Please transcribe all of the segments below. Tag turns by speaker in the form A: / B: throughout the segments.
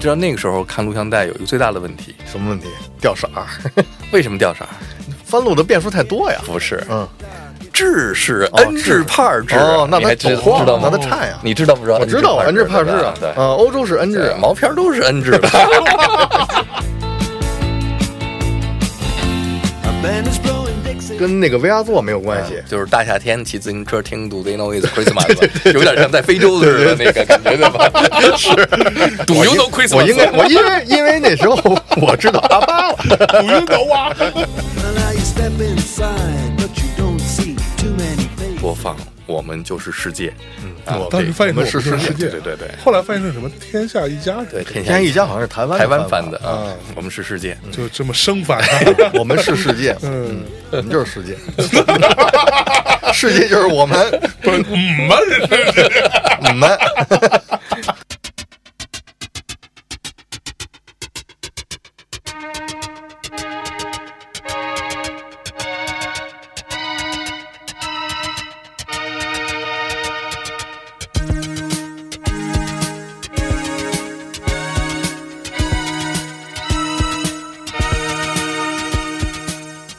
A: 知道那个时候看录像带有一个最大的问题，
B: 什么问题？掉色儿，
A: 为什么掉色儿？
B: 翻录的变数太多呀。
A: 不是，
B: 嗯，
A: 制是
B: 哦
A: N 制帕尔制，
B: 哦，那
A: 你
B: 他
A: 还知
B: 走
A: 道
B: 货
A: 知道
B: 了，
A: 吗
B: 那他？差呀。
A: 你知啊道不知道？
B: 我知道
A: N
B: N
A: 制
B: 制
A: 帕
B: 帕
A: 尔
B: 尔
A: 制
B: 制
A: 对
B: 啊
A: 吧，
B: 嗯，欧洲是 N 制
A: 对，
B: 啊，
A: 毛片儿都是 N 制 的。
B: 跟那个 VR 座没有关系。
A: 就是大夏天骑自行车听 Do They Know It's Christmas，有点像在非洲似的那个感觉，对吧？ 是，Do You Know
B: 我
A: Christmas？
B: 应该，我因为因为那时候 我知道阿巴了，
A: Do You Know 啊？
C: Now you step inside, but you don't see too many faces.
A: 播放，我们就是世界。嗯，
B: 我
D: 啊当时翻译
B: 我
D: 成
B: 们是
D: 我们
B: 世
D: 世
B: 界
D: 界，
A: 对对对对
D: 后来翻译成什么“天下一家”，
A: 对，，天
B: 天
A: 下
B: 一家好像是台湾
A: 台湾
B: 翻
A: 翻的
B: 法
A: 啊，我们是世界。
D: 就这么生翻。
B: 我们是世界，嗯，我们就是世界， 世界就是我们，
D: 不是，嗯嘛，这是
B: 你
A: 嗯
B: 们。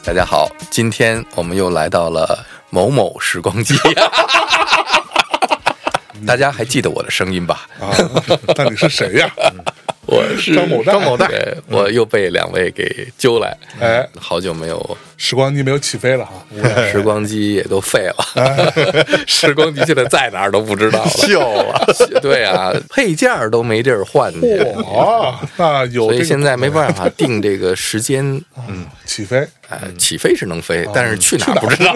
A: 大家好，今天我们又来到了某某时光机。大家还记得我的声音吧？
D: 啊，那你是谁呀？
A: 我是
D: 张某蛋
A: 张某蛋，对我又被两位给揪来，
D: 哎，
A: 好久没有
D: 时光机没有起飞了哈，
A: 时光机也都废了， 时光机现在在哪儿都不知道了。
B: 笑啊！
A: 对啊，配件儿都没地儿换去，
D: 哇，哦那有
A: 所以
D: 这
A: 现
D: 个
A: 在没办法定这个时间。嗯，
D: 起飞，
A: 哎，起飞是能飞，但是去哪儿不知道。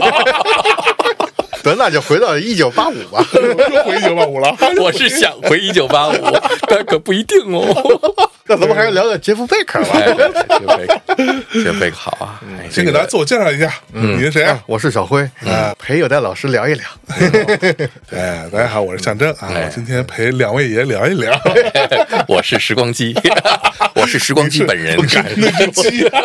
B: 得，那就回到一九八五 吧。
D: 又回九八五了。
A: 我是想回一九八五，但可不一定哦。
B: 那咱们还是聊聊杰夫贝克吧。
A: 哎，这贝这贝克好啊！哎
D: 先给大家自我介绍一下，你是谁啊？
B: 我是小辉，
A: 嗯
B: 嗯陪有戴老师聊一聊。
D: 哎，大家好，我是向真啊，
A: 哎
D: 我今天陪两位爷聊一聊，
A: 我是时光机， 我是时光机本人。
D: 那只鸡啊。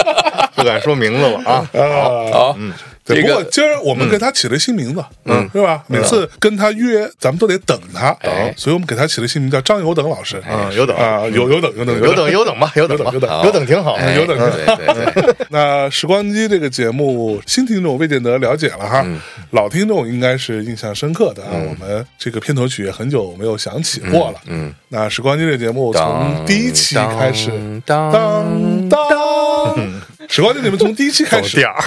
B: 不敢说名字了 啊。
A: 好，
D: 对，
A: 嗯这
D: 不过
A: 个
D: 今儿我们给他起了新名字，嗯，是吧？每次跟他约，咱们都得等他，
A: 哎
D: 所以我们给他起了新名叫张有等老师，
B: 嗯，有等，
D: 啊，有有等有等
B: 有等，有等吧，有等吧，
D: 有等
A: 好
B: 有等挺好的。
A: 哎
D: 有点
A: 对对对，
D: 那时光机这个节目，新听众未见得了解了哈，老听众应该是印象深刻的啊。我们这个片头曲也很久没有响起过了。
A: 嗯嗯
D: 那时光机这个节目从
A: 当
D: 第一期开始，
A: 当
D: 当当， 时光机你们从第一期开始，
B: 调儿，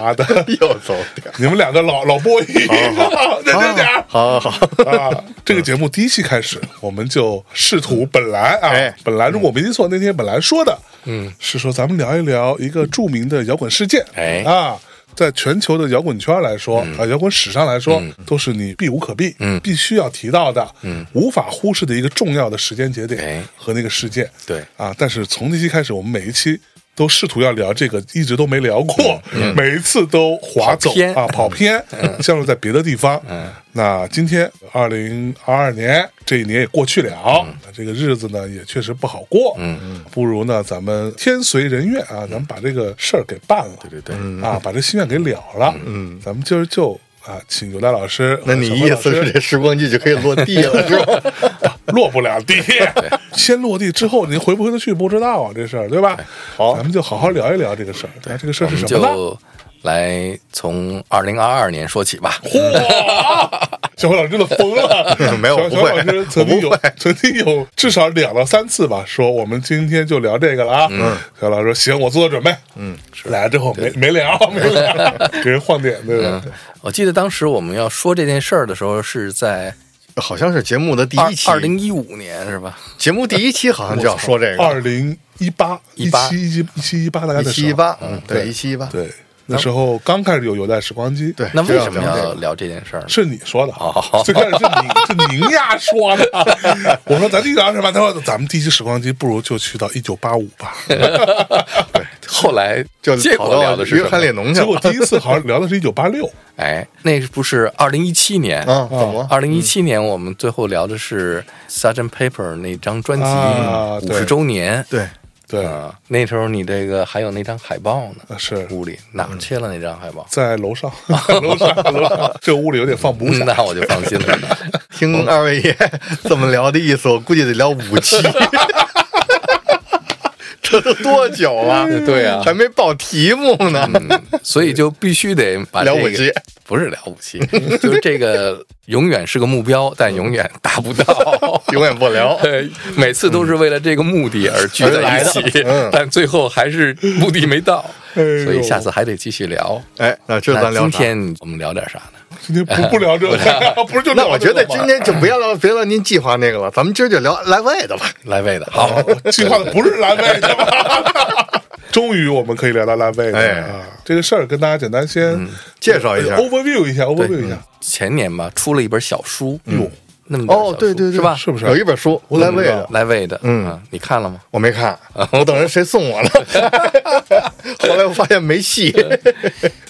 D: 妈的，
B: 又走调儿。
D: 你们两个老老播音， 认真点儿。
B: 好好好，
D: 啊，这个节目第一期开始，我们就试图本来啊，
B: 哎
D: 本来如果我没记错，那天本来说的，嗯，是说咱们聊一聊一个著名的摇滚事件，
A: 哎
D: 啊。在全球的摇滚圈来说，啊，摇滚史上来说，都是你避无可避，
A: 嗯
D: 必须要提到的，嗯，无法忽视的一个重要的时间节
A: 哎
D: 点和那个事件，
A: 对
D: 啊。但是从那期开始，我们每一期都试图要聊这个，一直都没聊过，每一次都划走
A: 跑嗯偏
D: 啊，跑偏，降落在别的地方。那今天二零二二年这一年也过去了，那这个日子呢也确实不好过。嗯，不如呢咱们天随人愿啊，咱们把这个事儿给办了。对
A: 对对
B: 嗯
D: 啊，把这心愿给了了。嗯，咱们今儿就。啊，请尤大老师，
B: 那
D: 呃
B: 你
D: 小辉
B: 意
D: 老
B: 思
D: 师
B: 是这时光机就可以落地了，是吧？！
D: 落不了地，先落地之后你回不回得去不知道啊，这事儿对吧？好，咱们就好好聊一聊这个事儿。那这个事儿
A: 我
D: 是
A: 们
D: 什么呢？
A: 就来从二零二二年说起吧。
D: 哇， 小辉老师真的疯了
B: 没有
D: 小
B: 不
D: 小
B: 会
D: 辉老师曾经
B: 我
D: 有
B: 不会
D: 曾经有至少两到三次吧，说我们今天就聊这个了啊。嗯，小辉老师说行，我做做准备。嗯，来了之后没没 聊，没聊，给人晃点，对
B: 嗯
D: 吧？
A: 我记得当时我们要说这件事儿的时候，是在
B: 好像是节目的第
A: 二
B: 一期，
A: 二零一五年是吧？
B: 节目第一期好像就要说这个，
D: 二零一八一
A: 18
D: 七一七一七一八大概
B: 一
D: 的时
B: 七
D: 候
B: 一八，嗯，对，
D: 对
B: 一七一八，
D: 对，那时候刚开始有有带时光机，对
B: 对。
A: 那为
B: 就
A: 什么
B: 聊这
A: 要
B: 个
A: 聊这件事儿呢？
D: 是你说的啊
A: 哦
D: 最开始是你是宁 亚说的。 我说咱第一聊什么？他说咱们第一期时光机不如就去到一九八五吧。
A: 后来
B: 就
A: 结
B: 跑
A: 果
B: 到
A: 聊的是
B: 约
A: 什
B: 翰列
A: 么？
B: 侬去
D: 结果
B: 了？
D: 第一次好像聊的是一九 八六，
A: 哎，那不是二零一七年
B: 啊，怎么了？
A: 二零一七年我们最后聊的是 Sgt. Pepper 那张专辑
D: 啊
A: 五
D: 对
A: 十周年，
B: 对，
D: 对
A: 啊，那时候你这个还有那张海报呢，
D: 是
A: 屋里哪儿去了那张海报？
D: 在楼 上，楼上，楼上，这屋里有点放不
B: 嗯
D: 下。
A: 嗯那我就放心 了。
B: 听二位爷这么聊的意思，我估计得聊五期。 这都多久了？
A: 对嗯呀
B: 还没报题目呢。
A: 所以就必须得把
B: 聊
A: 这
B: 武
A: 个
B: 器，
A: 不是聊武器，就是这个永远是个目标，但永远达不到。
B: 永远不聊。
A: 对，每次都是为了这个目的而聚在一起，
B: 嗯
A: 但最后还是目的没到，
D: 呦
A: 所以下次还得继续聊。
B: 哎，那哎这咱
A: 那
B: 聊
A: 今
B: 啥？
A: 天我们聊点啥呢？
D: 今天不不聊 这个，不是就
B: 那我觉得今
D: 天
B: 天就不要聊，别聊您计划那个了，咱们今儿就聊来外的吧。
A: 来位的，好，
B: 哦
D: 计划的不是蓝位的吧？ 终于我们可以聊到蓝位的
B: 哎嗯
D: 啊！这个事儿跟大家简单先呃
B: 介绍一下，嗯
D: overview 一下，overview 一下。
A: 前年吧出了一本小书，哟，那么点小
B: 哦，对对对，
A: 书是吧？
D: 是不是
B: 有一本书来外的，
A: 来位的，嗯，你看了吗？
B: 我没看， 我等人谁送我了。 后来我发现没 戏。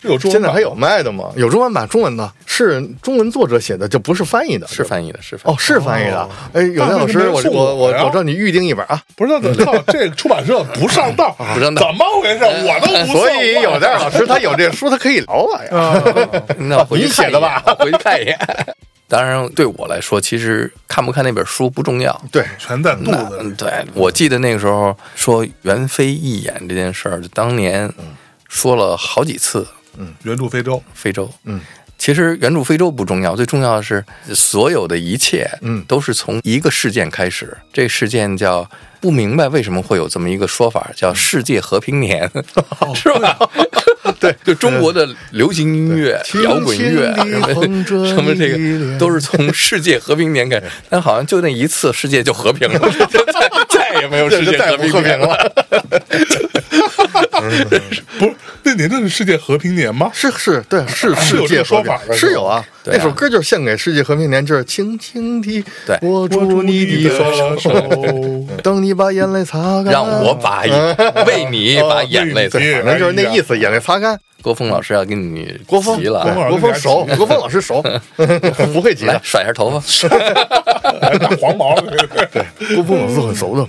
D: 有中
B: 现
D: 文
B: 在
D: 版
B: 还有卖的吗？有中文版，中文的，是中文作者写的，就不是翻译的，
A: 是
B: 对吧
A: 翻译的，是翻
B: 哦
A: 译，的。
B: 是翻译的。哎，有
D: 那
B: 亮老
D: 为什么
B: 师，
D: 没
B: 我
D: 送
B: 我
D: 我呀
B: 我我让你预定一本啊。
D: 不是，那 操，这个出版社不上当，
A: 不上当
D: 怎么回事？我啊都不送，
B: 所以有亮老师他有这书，他可以聊我呀。
A: 那我啊回去
B: 你写的吧
A: 看一眼我回去看一眼。 当然，对我来说，其实看不看那本书不重要。
B: 对，
D: 全在肚子里
A: 嗯，对我记得那个时候说袁飞一眼这件事儿，就当年说了好几次
B: 嗯
D: 援助非洲，
A: 非洲。嗯，其实援助非洲不重要，最重要的是所有的一切，
B: 嗯
A: 都是从一个事件开始。这个事件叫不明白为什么会有这么一个说法，
B: 嗯
A: 叫世界和平年，
B: 哦
A: 是 吧？对，就中国的流行音乐、
B: 对
A: 摇滚乐什么
B: 轻轻地捧着你的
A: 什么这个，
B: 脸
A: 都是从世界和平 年开始。但好像就那一次，世界就和平了， 就再再也没有世界
B: 这就再
A: 和
B: 也不
A: 平
B: 和平
A: 年了。
B: 了。
D: 不是那您这是世界和平年吗？
B: 是是，对，是
D: 是 有
B: 世
D: 这
B: 界
D: 个
B: 和
D: 说
B: 平
D: 法的
B: 是有啊。
A: 对啊
B: 那首歌就是献给世界和平年，就是轻轻地
A: 对
B: 握住
D: 住
B: 你的手，
D: 手，
B: 等你把眼泪擦干。
A: 让我把 眼
B: 哦
A: 为你把眼泪擦
D: 为你
B: 反正就是哎那意思，眼泪擦干。
A: 郭峰老师要跟你
B: 郭峰，
A: 急了啊，
B: 郭峰熟，郭峰老师熟， 不会急
A: 来
B: 的。
A: 甩一下头发。
D: 哎大黄毛， 对，
B: 郭峰老师很熟的。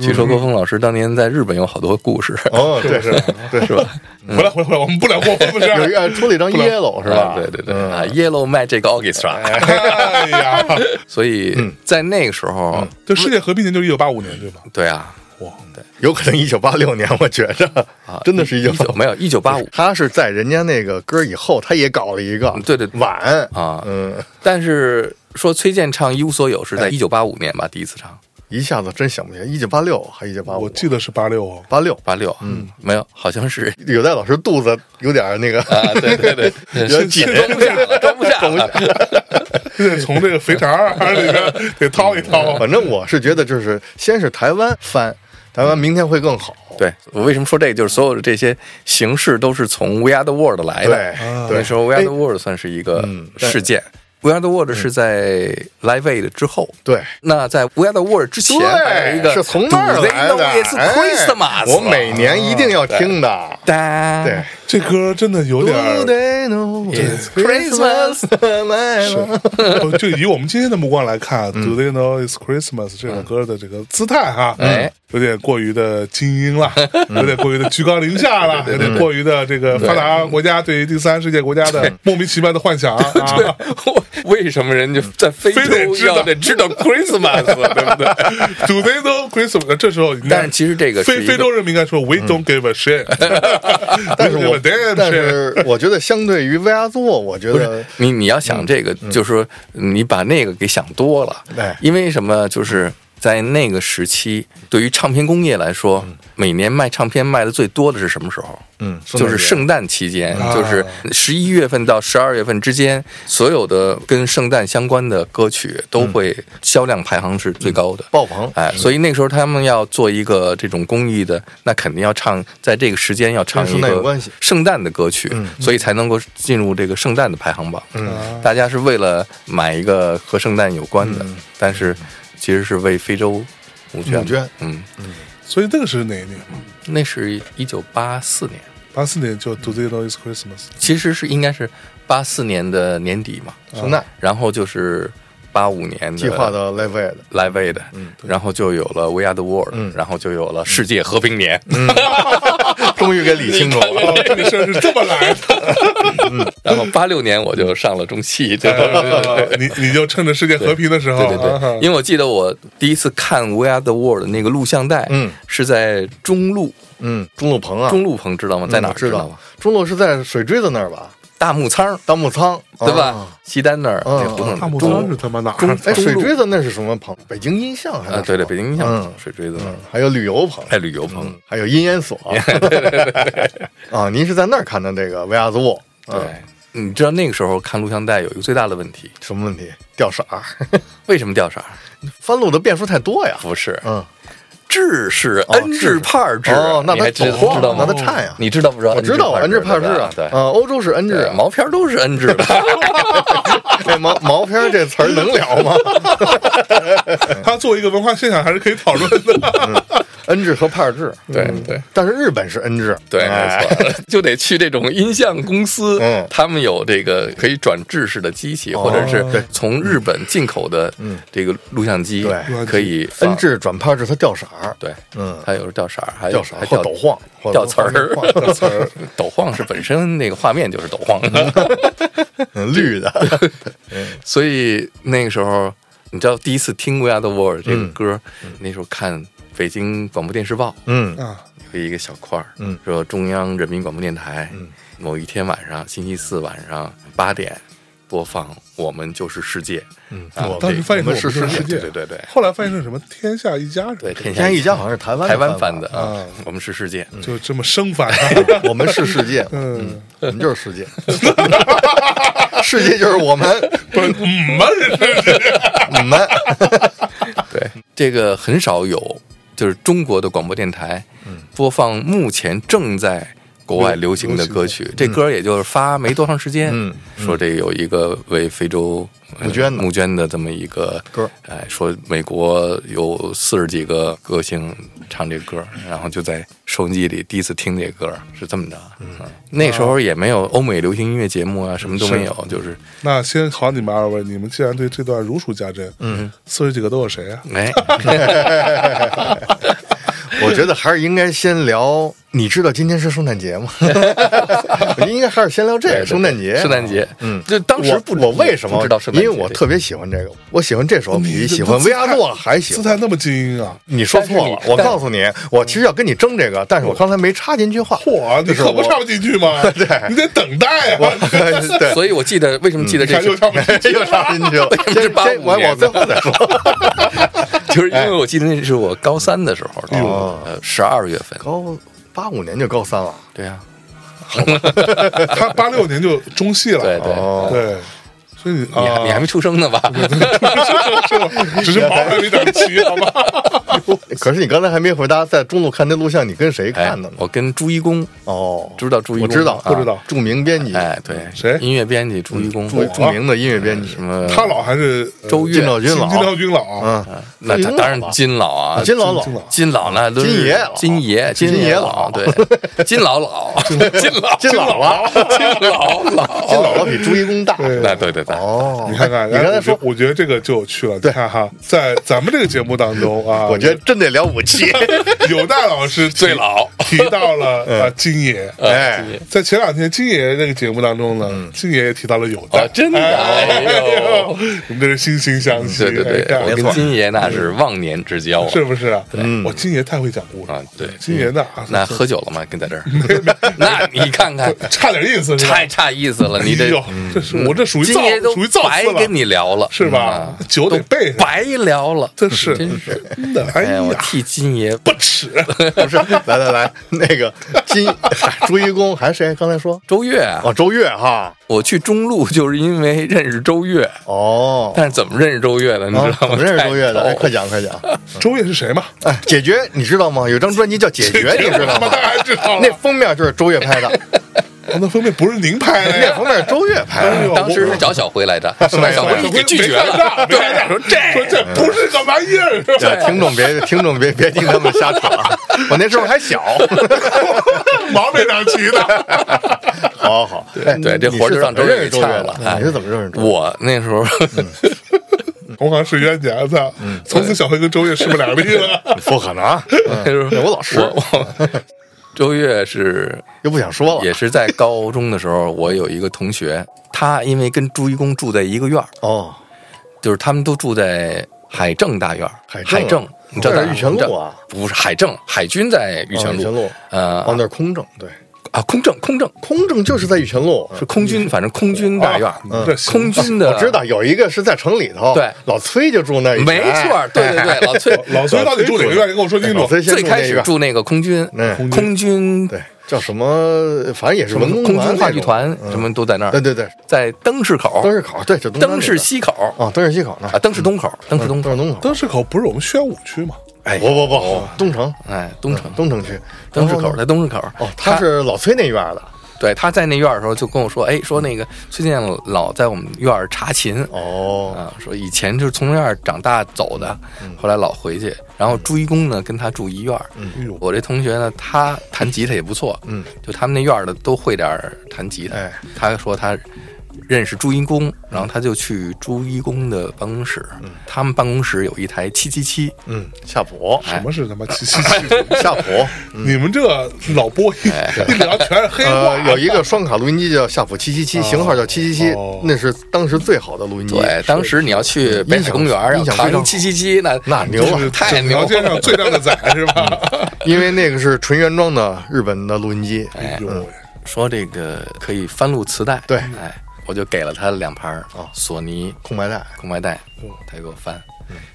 A: 据说郭峰老师当年在日本有好多故事，
B: 哦，对，是，对，是吧？
D: 回来回来回来，我们不聊过分的事
B: 嗯有一
D: 儿。
B: 个出了一张 Yellow 是吧？
A: 对对对啊，Yellow Magic Orchestra。
D: 哎 呀，
A: 所以在那个时候，
D: 这世界和平年就是一九八五年对吧？
A: 对啊，
D: 哇，
B: 有可能一九八六年，我觉着真的是一
A: 一
B: 九
A: 九没有一九八五。
B: 他是在人家那个歌以后，他也搞了一个
A: 对对对
B: 晚
A: 啊
B: 嗯，
A: 但是说崔健唱《一无所有》是在一九八五年吧，第一次唱
B: 一下子真想不起来，一九八六还一九八五，
D: 我记得是八六哦。
B: 八六。
A: 八六，嗯，没有，好像是
B: 有戴老师肚子有点那个，
A: 啊，对对对，
B: 有点 紧，
A: 装不下了，装不下了。
D: 得从这个肥 肠儿里边得掏一掏。
B: 反正我是觉得，就是先是台湾翻，台湾明天会更好。
A: 对我为什么说这个，就是所有的这些形式都是从 We Are the World 来的。啊
B: 对
A: 那
B: 对，
A: 时候 We Are the
B: 哎
A: World 算是一个
B: 嗯对
A: 事件。We Are the World 是在 Live Aid 之后，
B: 对。
A: 那在 We Are the World 之前，还有一个
B: 对，是从那儿
A: Do they
B: 来的。
A: know It's
B: 哎
A: Christmas，
B: 我每年一定要听的。
A: 哒，
B: 对，
D: 这歌真的有点儿
B: Do，they know
A: It's
B: Christmas？
D: 呃就以我们今天的目光来看，Do 啊
A: 嗯
D: they know it's Christmas？这首歌的这个姿态哈，嗯
A: 哎
D: 有点过于的精英 了，有点过于的居高临下了，
A: 嗯
D: 有点过于的这个发达国家对于第三世界国家的莫名其妙的幻 想啊。
A: 我为什么人家在非
D: 非得
A: 洲
D: 知道
A: 要得知道 Christmas，对不对？
D: Do they know Christmas？这时呃候应该，
A: 但是其实这个是
D: 非
A: 一个嗯
D: 非洲人民应该说 We don't give a shit，但
B: 但是我但是我觉得相对于 VR 座，我觉得
A: 你你要想这个，就是说你把那个给想多了
B: 哎，
A: 因为什么？就是在那个时期，对于唱片工业来说，每年卖唱片卖的最多的是什么时候？
B: 嗯，
A: 就是圣诞期间，
B: 啊
A: 就是十一月份到十二月份之间，所有的跟圣诞相关的歌曲都会
B: 嗯
A: 销量排行是最高的。
B: 爆棚。
A: 哎，所以那个时候他们要做一个这种公益的，那肯定要唱，在这个时间要唱
B: 跟
A: 一
B: 圣诞有
A: 个
B: 关系嗯
A: 圣诞的歌曲，所以才能够进入这个圣诞的排行榜。
D: 啊
A: 大家是为了买一个和圣诞有关
B: 嗯
A: 的，但是其实是为非洲募捐。
B: 募捐，
A: 嗯，
D: 所以那个是哪一年？
A: 那是一九八四年，
D: 八四年就 Do they know it's Christmas？
A: 其实是应该是八四年的年底嘛。
B: 圣诞
A: 然后就是八五年的
B: 计划的嗯 Live Aid，
A: Live Aid，、然后就有了 We Are the World，、然
B: 嗯
A: 后就有了世界和平年。
B: 终于给理清楚了。
D: 哦，这个事儿是这么来的，
A: 然后八六年我就上了中戏， 就、
B: 哦
D: 呃 你你就趁着世界和平的时候，
A: 对对对，
D: 啊
A: 因为我记得我第一次看《We Are the World》那个录像带，
B: 嗯，
A: 是在中路
B: 嗯，钟路鹏啊，
A: 中路棚，知道吗？在哪儿
B: 嗯知
A: 道
B: 道
A: 吗？？
B: 钟路是在水锥子那儿吧？
A: 大木仓，
B: 大木仓
A: 对吧
B: 啊？
A: 西单那儿
B: 嗯
A: 那胡 同，
D: 大木
A: 中
D: 仓是他妈哪儿？
B: 哎，
A: 中
B: 水
A: 路
B: 锥子那是什么棚？北京音像还
A: 啊，
B: 是？
A: 对对，北京印象
B: 嗯
A: 水锥子那儿
B: 嗯，，还有旅游棚，
A: 哎，旅游棚，
B: 还有 阴烟所。啊，您是在那儿看的这个《维亚兹沃》？嗯，
A: 对。啊你知道那个时候看录像带有一个最大的问题，
B: 什么问题？掉色儿，
A: 为什么掉色儿？
B: 翻录的变数太多呀。
A: 不是，
B: 嗯，
A: 制是 N
B: 制
A: 制帕制，
B: 哦，那
A: 你
B: 他
A: 还知
B: 走
A: 知
B: 晃
A: 道吗？
B: 那他差呀。
A: 你知道不知道？
B: 我知道
A: N
B: N
A: 制
B: 制帕制
A: 对吧
B: 啊，
A: 对
B: 啊，欧洲是 N 制
A: 对，
B: 啊，
A: 毛片都是 N 制 的，
B: 这毛毛片儿这词儿能聊 吗
D: 它作为一个文化现象还是可以讨论的。
B: ？N 制和帕制，
A: 对对。
B: 但是日本是 N 制，
A: 对，
B: 哎
A: 没错， 就得去这种音像公司
B: 嗯，哦
A: 他们有这个可以转制式的机器，或者是
B: 对嗯
A: 从日本进口的这个录像机
B: 对，
A: 可以
B: ，N
A: 放，
B: 制转帕制它掉色儿，
A: 对，
B: 嗯
A: 它有时候掉色儿，还有
B: 掉色
A: 还
B: 儿
A: 掉
B: 或抖晃，或
A: 掉词儿
B: 或掉词儿，
A: 抖晃是本身那个画面就是抖晃，
B: 嗯，绿的，
A: 所以那个时候，你知道第一次听《We Are the World》这个歌，那时候看北京广播电视报，
B: 嗯
D: 啊，
A: 有一个小块儿，
B: 嗯，
A: 说中央人民广播电台，某一天晚上，星期四晚上八点播放《我们就是世界》，嗯，啊
B: 我
D: 当时翻译
B: 我
D: 成
B: 们是
D: 我们
B: 世
D: 世
A: 界
D: 界，
A: 对对对对
D: 后来翻译成什么天下一家
A: 对，
D: 是吧？
A: 天
B: 天
A: 下
B: 下一家好像是台湾
A: 台湾
B: 翻嗯
A: 翻的
D: 啊
A: 啊，我们是世界，
D: 就这么生翻。
B: 的，我们是世界，
D: 嗯，
B: 我们就是世界，世界就是我们，
D: 不是，我们嗯是
B: 你们，
A: 对，这个很少有，就是中国的广播电台
B: 嗯
A: 播放目前正在。国外流行的歌曲，这歌也就是发没多长时间，
B: 嗯
A: 说这有一个为非洲呃
B: 募捐的
A: 募捐的这么一个
B: 歌，
A: 哎，说美国有四十几个歌星唱这歌，然后就在收音机里第一次听这歌，是这么着。嗯，那时候也没有欧美流行音乐节目啊，什么都没有，就是
D: 那先考你们二位，你们既然对这段如数家珍，嗯，四十几个都有谁啊？
A: 哎，
B: 我觉得还是应该先聊。你知道今天是圣诞节吗？我觉得应该还是先聊这个圣诞节。
A: 圣诞节，
B: 嗯
A: 就当时
B: 我
A: 不
B: 我为什么
A: 不知道圣诞节
B: 因
A: 这个，
B: 为我特别喜欢这个，我喜欢这首比
D: 你
B: 喜欢维阿诺还喜
D: 姿
B: 欢。
D: 态那么精英啊！
B: 你说错
A: 但，
B: 了
A: 是你
B: 我告诉你，我其实要跟你争这个，但是我刚才没插进去话。
D: 嚯，你
B: 就是
D: 可不
B: 我
D: 唱不进去吗？
B: 对
D: 你得等待啊！
B: 对，
A: 所以我记得为什么记
B: 嗯
A: 得这
D: 看
A: 首
D: 又唱不进去，
B: 又插进去了。
A: 什么是
B: 先
A: 85
B: 先我
A: 年
B: 我最后再说。
A: 就是因为
B: 哎
A: 我记得那是我高三的时候，
B: 哦
A: 呃，十二月份，
B: 高八五年就高三了，
A: 对呀，
D: 他八六年就中戏了，啊
A: 对对，
B: 哦
D: 对所以你
A: 你还
D: 啊，
A: 你还没出生呢 吧？
D: 只是毛还没长齐，好吗？
B: 可是你刚才还没回答，在中路看那录像，你跟谁
A: 哎
B: 看的，呢？
A: 我跟朱一公，
B: 哦，
A: 知道朱一
B: 我
A: 公吗，
B: 知道，嗯
A: 啊
D: 不知道
B: 著名编辑，
A: 哎，对，
D: 谁
A: 音乐编辑朱一公，
B: 著著名的音乐编辑
A: 什么
D: 他老还是
A: 嗯
D: 呃
A: 周
B: 金
A: 越，
B: 老君
D: 金
B: 老
D: 金条，军老，
B: 嗯，
A: 那他
B: 金老
A: 当然
B: 吧
A: 金老啊，
B: 金老
D: 啊金老
B: 老，
A: 金老那都是
B: 金爷老
A: 金爷
B: 金
A: 爷
B: 爷
A: 老，
B: 老
A: 对，金老 老，金老
B: 金老了，
A: 金老
B: 金
A: 老，
B: 老了比朱一公大。
A: 那对对对，
B: 哦，
D: 你看看，
B: 你刚
D: 哎
B: 才说，
D: 我觉得我觉得这个就有趣了。你看哈，在咱们这个节目当中 啊，
B: 我觉得真得聊武器。
D: 有大老师提
A: 最老 嗯
D: 提 到了啊金爷，
A: 呃
B: 哎，
D: 在前两天金爷这个节目当中呢，金爷也提到了有
A: 啊
D: 大，，
A: 嗯真的，哎呦。
D: 我们这是惺惺相惜，
A: 对对对，
D: 哎
A: 我
B: 没
A: 跟
B: 错
A: 金爷那是忘年之交啊
D: 是不是啊？我金爷太会讲故事
A: 啊！对，
D: 金爷那啊
A: 那喝酒了吗？跟在这儿， 那你看看，
D: 差点意 思是吧？
A: 太差意思了，你
D: 哎
A: 这嗯
D: 呦这是我这属于
A: 金
D: 造
A: 爷都
D: 属于造
A: 白
D: 次了，
A: 跟你聊了，嗯
D: 是吧？酒得备上，
A: 白聊了，
D: 这是
A: 真是，
D: 真的，哎
A: 哎，我
D: 呀，
A: 替金爷
D: 不耻，
B: 不是，来来来，那个金哎朱一公还谁？刚才说
A: 周越啊，
B: 哦，周越哈，
A: 我去中路就是因为认识周越，
B: 哦，
A: 但是怎么认识周越的，你
B: 啊
A: 知道吗？哦
B: 怎么认识周越的？
A: 太
B: 哎，
A: 逗
B: 快讲快讲。
D: 周越是谁嘛？
B: 哎，解决你知道吗？有张专辑叫《解决》，哎你知道
D: 他妈
B: 吗？
D: 当然知道了
B: 那，封面就是周越拍的，
D: 那那封面不是您拍的
B: 那
D: 呀？
B: 封面是周越拍的。
D: 哎呦
A: 当时是找小辉来着，
B: 没有
A: 小辉
B: 没有
A: 一给拒绝了，
D: 没看上
A: 说
D: 说
A: 这
D: 这不是个玩意儿，是吧
B: 对，听众别听众别别听他们瞎扯 啊，我那时候还小。
D: 毛没长齐 的。
B: 好好，对
A: 对这活儿就让周
B: 认
A: 越给
B: 识周
A: 呛
B: 越哎
A: 了
B: 了。你是怎么认识周越？
A: 我那时候
D: 同行是冤家，操！从此小黑跟周越势不两立了。
B: 不可能，啊
A: 就是
B: 我老师
A: 我我周越是
B: 又不想说了。
A: 也是在高中的时候，我有一个同学，他因为跟朱一公住在一个院儿，
B: 哦，
A: 就是他们都住在海政大院儿，
B: 海政
A: 海政，你知道
B: 那
A: 在
B: 是玉泉路啊？
A: 不是海政，海军在玉泉
B: 哦玉泉
A: 路
B: 路，
A: 呃
B: 哦，那是空政，对，
A: 啊，空政，空政
B: 空政就是在玉泉路，哦
A: 是空军，反正空军大院儿，
D: 嗯这行
A: 空军的，
B: 我知道有一个是在城里头，
A: 对
B: 老崔就住那，
A: 没错儿，对对对，老 崔
D: 老崔到底住哪个院？你跟我说清
B: 哎老
D: 楚。
B: 崔先
A: 最
B: 住
A: 开
B: 那
A: 始
B: 个，
A: 住那个空军，
B: 嗯
A: 空军
B: 对，叫什么？反正也是
A: 什么
B: 文工
A: 空
B: 团
A: 军话
B: 那
A: 剧
B: 种，嗯
A: 团什么都在那
B: 对
A: 儿，
B: 对对，
A: 在灯市口
B: 灯、市口，对，这东
A: 哦灯市
B: 市
A: 西口
B: 哦，灯市西口那
A: 啊，灯市东口、灯市东
B: 灯
A: 口
B: 市，东口，
D: 灯市口不是我们宣武区吗？
A: 哎
B: 不不不，东城，啊
A: 哎，东城。
B: 东城区，
A: 灯市
B: 然
A: 口，
B: 后
A: 啊
B: 呢
A: 在东市口。
B: 嗯哦，他是老崔那院儿的，
A: 对，他在那院儿的时候就跟我说，哎，说那个最近老在我们院儿查琴，
B: 哦，
A: 啊，说以前就是从那院儿长大走的，后来老回去。然后朱一公呢跟他住一院儿，
D: 哎呦，
A: 我这同学呢，他弹吉他也不错，
B: 嗯，
A: 就他们那院儿的都会点儿弹吉他。
B: 哎
A: 他说他认识朱一公，然后他就去朱一公的办公室，他们办公室有一台七七七，
B: 嗯，夏普，
A: 哎
D: 什么是他妈七七七？
B: 夏 普，
D: 你们这老播一一聊全是黑话
B: 呃，，有一个双卡录音机叫夏普七七七，型号叫七七七
D: 哦，
B: 那是当时最好的录音机。
A: 对，当时你要去北海公园儿，要
B: 音响非常
A: 扛
B: 好
A: 七七七，那
B: 那牛嗯
D: 就
B: 啊
D: 是，
A: 太
D: 整
A: 牛
D: 条
A: 了
D: 街上最靓的仔是吧？
B: 因为那个是纯原装的日本的录音机。嗯
D: 哎呦喂，
A: 说这个可以翻录磁带，
B: 对
A: 哎，我就给了他两盘儿
B: 哦
A: 索尼
B: 空白带，
A: 空白带，他就给我翻，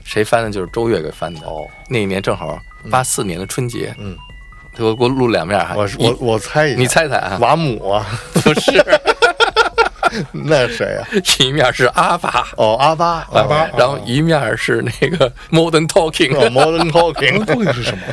A: 谁翻的就是周越给翻的。
B: 嗯哦，
A: 那一年正好八四年的春节，
B: 嗯，
A: 他给我给我录两面儿还，
B: 我是我
A: 一
B: 我猜一下，
A: 你猜猜啊？
B: 瓦姆啊？
A: 不是，
B: 那是谁啊？
A: 一面是阿法，
B: 哦，阿巴，阿
D: 巴
A: 然后一面是那个 Modern
B: 哦
A: Talking，
B: ，Modern
D: 刚
B: Talking，Modern
D: 到底是什么？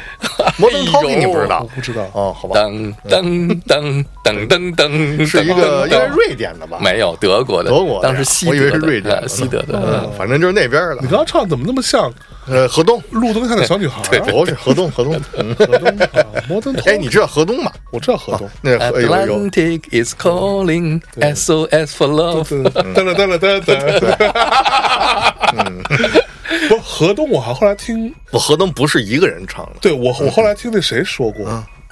B: Talking 你不知
D: 我
B: 道？
D: 不知道。
B: 哦，好吧，
A: 噔噔噔噔噔噔，
B: 嗯是一个
A: 噔噔
B: 应该是瑞典的吧？
A: 没有德国的，
B: 德国的呀
A: 当时西
B: 我以为
A: 德
B: 是
A: 的
B: 瑞典
A: 呃
B: 的
A: 西德的，
B: 嗯，反正就是那边儿
D: 你
B: 的。
D: 刚刚唱怎么那么像《
B: 呃，河东，
D: 路灯下的小女孩》啊？
B: 不是河东，河东。嗯
D: 河东啊，摩登
B: 哎，你知道河东吗？
D: 我知道河 东。
B: 那河有有
A: Atlantic is calling SOS for love。
D: 噔噔噔噔噔噔。不是河东，我还后来听，
B: 我河东不是一个人唱的，
D: 对我我后来听那谁说过，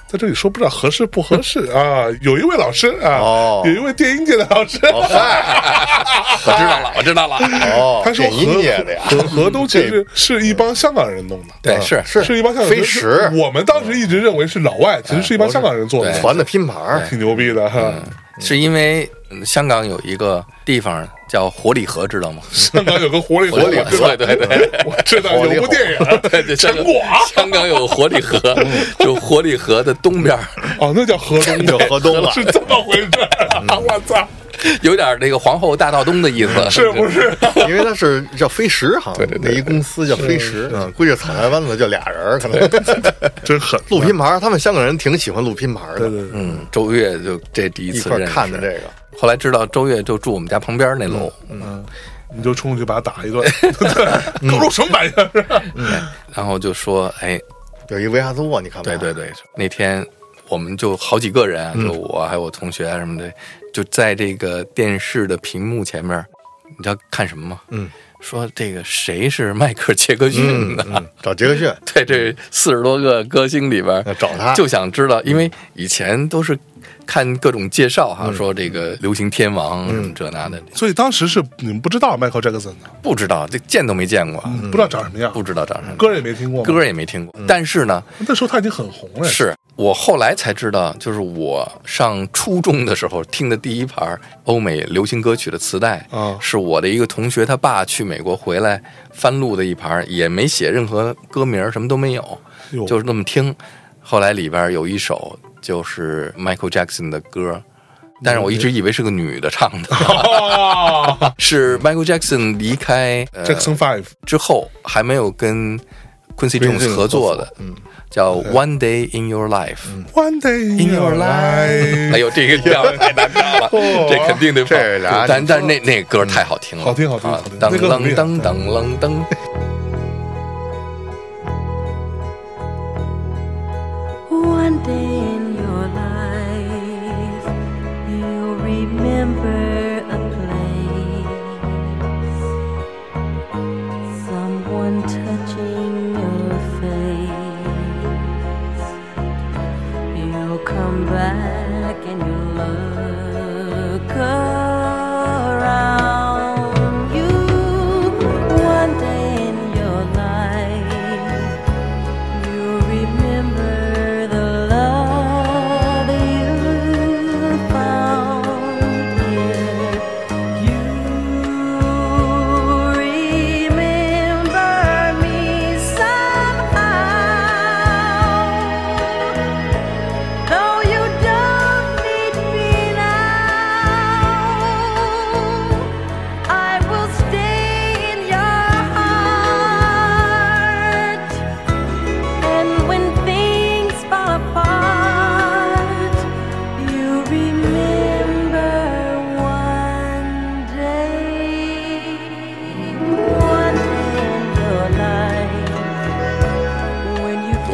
D: 在这里说不知道合适不合适啊。有一位老师啊，
B: 哦
D: 有一位电音界的老师，
A: 我知道了，我知道了。
B: 哦，
D: 他说
B: 电音界的呀，
D: 河 河河东其实是一帮香港人弄的，
B: 嗯
D: 嗯
A: 对，是
B: 是
D: 是一帮香港人。
B: 飞石
D: 我们当时一直认为是老外，其实是一帮香港人做的，
B: 团的拼盘儿，
D: 挺牛逼的哈。
A: 是因为嗯香港有一个地方叫活里河，知道吗？
D: 香港有个活力
A: 活里
D: 我知道
A: 河，对对对。
D: 我知道有部电影陈果
A: 香港有活里河，
B: 嗯
A: 就活里河的东边儿
D: 哦，那叫河 东，
B: 叫河东了
D: 是这么回事
B: 嗯
D: 儿啊！我操，
A: 有点那个皇后大道东的意思，
D: 是不？是？
B: 因为他是叫飞石哈，
A: 对对对
B: 那一公司叫飞石，嗯，估计是草台湾子就俩人儿，可能
D: 真狠！
B: 录拼盘儿，他们香港人挺喜欢录拼盘儿
D: 对
B: 的，
D: 对对，
A: 嗯，周越就这第一
B: 一
A: 次
B: 块
A: 认
B: 儿
A: 识
B: 看的这。个，嗯
A: 后来知道周越就住我们家旁边那楼，
D: 嗯你就冲去把他打 一顿， 搞出什么玩意
A: 嗯
D: 儿？
A: 然后就说：“哎，
B: 有一维哈斯沃，你看吧，
A: 对对，对，那天我们就好几个人啊，
B: 嗯
A: 就我还有我同学啊什么的，就在这个电视的屏幕前面，你知道看什么吗？
B: 嗯，
A: 说这个谁是迈克尔·杰克逊呢？
B: 嗯，找杰克逊，
A: 对，这四十多个歌星里边
B: 要，找他嗯
A: 就想知道，因为以前都是看各种介绍哈，说这个流行天
B: 嗯
A: 王什么这那的，
D: 所以当时是你们不知道 Michael Jackson 的，
A: 不知道这见都没见过，
B: 嗯
D: 不知道长什么样，
A: 嗯不知道长什么
D: 歌也没听过，
A: 歌也没听过，但是呢，
D: 那时候他已经很红了，
A: 是我后来才知道，就是我上初中的时候听的第一盘欧美流行歌曲的磁带，
D: 啊
A: 是我的一个同学他爸去美国回来翻录的一盘，也没写任何歌名，什么都没有
D: 哟，
A: 就是那么听。后来里边有一首就是 Michael Jackson 的歌，但是我一直以为是个女的唱 的，
D: 哦
A: 是 Michael Jackson 离开、呃、
D: Jackson Five
A: 之后还没有跟 Quincy Jones 合作的，嗯，叫 One Day in Your Life。
D: One Day in Your Life，
A: 哎呦，这个调太难唱了，这肯定得放。
B: 这俩
A: 对但
B: 你说
A: 但是那那个歌太好听了，
D: 好听好听
A: 啊
D: 好听
A: 当
D: 那歌很厉
A: 啷
D: 害
A: 当当啷当，
E: One day in your life, you'll remember a place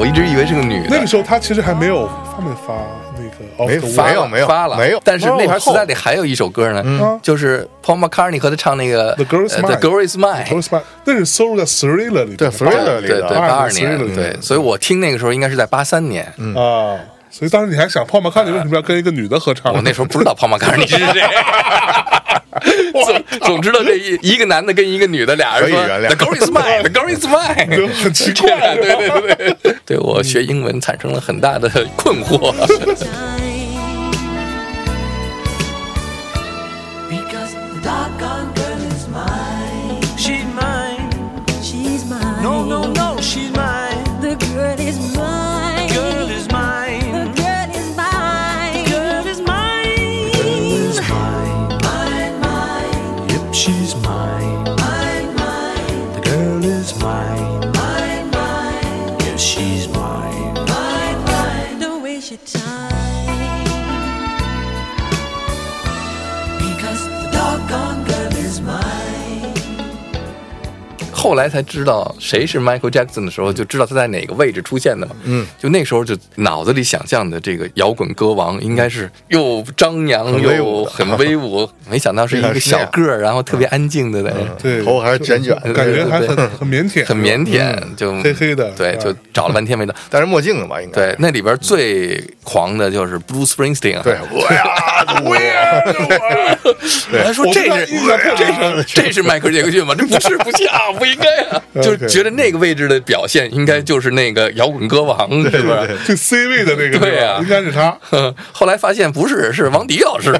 A: 一直以为是个女的。
D: 那个时候他其实还没有发没发那个 Off
B: 没
D: the
B: 发
D: Wall
B: 没有没有
A: 发了
B: 没有
A: 但是那盘
D: 往后
A: 磁带里还有一首歌呢，
D: 嗯
A: 就是 Paul McCartney 和他唱那个
D: The Girl Is
A: 呃 The
D: Mine
A: Girl Is Mine，
D: Close by，那是收入在 Thriller 里面
B: 对
D: 的
B: Thriller
A: 对
B: 里
A: 对，
B: 的
A: 八二
D: 82
A: 年
D: 年，
A: 对，所以我听那个时候应该是在八三年，
D: 啊。所以当时你还想泡泡看你为什么要跟一个女的合唱？
A: 我那时候不知道 Paul McCartney 是 谁。总总知道这一一个男的跟一个女的俩人说
B: 可以啊原谅
A: The girl is mine, the girl is mine，
D: 就 很奇怪
B: 啊
A: 对对对对，对我学英文产生了很大的困 惑。
C: Because the doggone girl is mine. She's mine.
E: She's mine.
C: No, no, no, she's mine.
E: The girl is mine.
C: Girl is
E: The
C: mine.
E: girl is mine.
C: Girl is mine. Girl is mine. Mine, mine. Yep, she's mine. Mine, mine. The girl is mine. Mine, mine. Yes, she's mine. Mine, mine.
E: Don't waste your time.
C: Because the doggone girl is mine.
A: 后来才知道谁是 Michael Jackson 的时候，就知道他在哪个位置出现的嘛。嗯，就那时候就脑子里想象的这个摇滚歌王应该是又张扬
B: 很威武
A: 又
B: 的啊
A: 很威武，没想到是一个小个儿，然后特别安静的在
B: 嗯
A: 那儿。
D: 对，
B: 头还是卷卷的，
D: 感觉还
A: 对
D: 很
A: 对
D: 很腼腆，
A: 很腼
B: 嗯
A: 腆，就
D: 黑黑的
A: 对，
D: 啊
A: 就找了半天没 找。
B: 戴着墨镜的吧？应该
A: 对，那里边最狂的就是 Bruce Springsteen，啊
B: 对，我呀，我
A: 我还说
D: 我
A: 这
D: 不知道
A: 是
D: 印象特别深
A: 这 这是迈克尔杰克逊吗？这不是不像，不应该 啊！就是
D: OK
A: 觉得那个位置的表现应该就是那个摇滚歌王，
B: 嗯
A: 是不是？
D: 最 C 位的那个，
A: 对啊
D: 应该是他。
A: 哼 后来发现不是，是王迪 老师。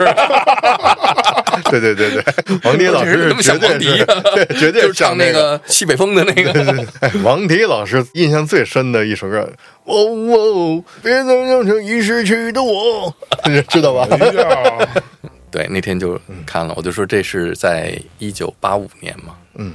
B: 对对对对，王迪老师
A: 那么
B: 绝
A: 想王
B: 对
A: 迪
B: 是
A: 啊，
B: 对，绝
A: 就
B: 对
A: 是唱那
B: 那。
A: 个西北风的那个。
B: 哎，王迪老师印象最深的一首歌，哦哦，别再酿成已逝去的我， 知道吧？
D: 哎呀，
A: 对，那天就
B: 嗯
A: 看了，我就说这是在一九八五年嘛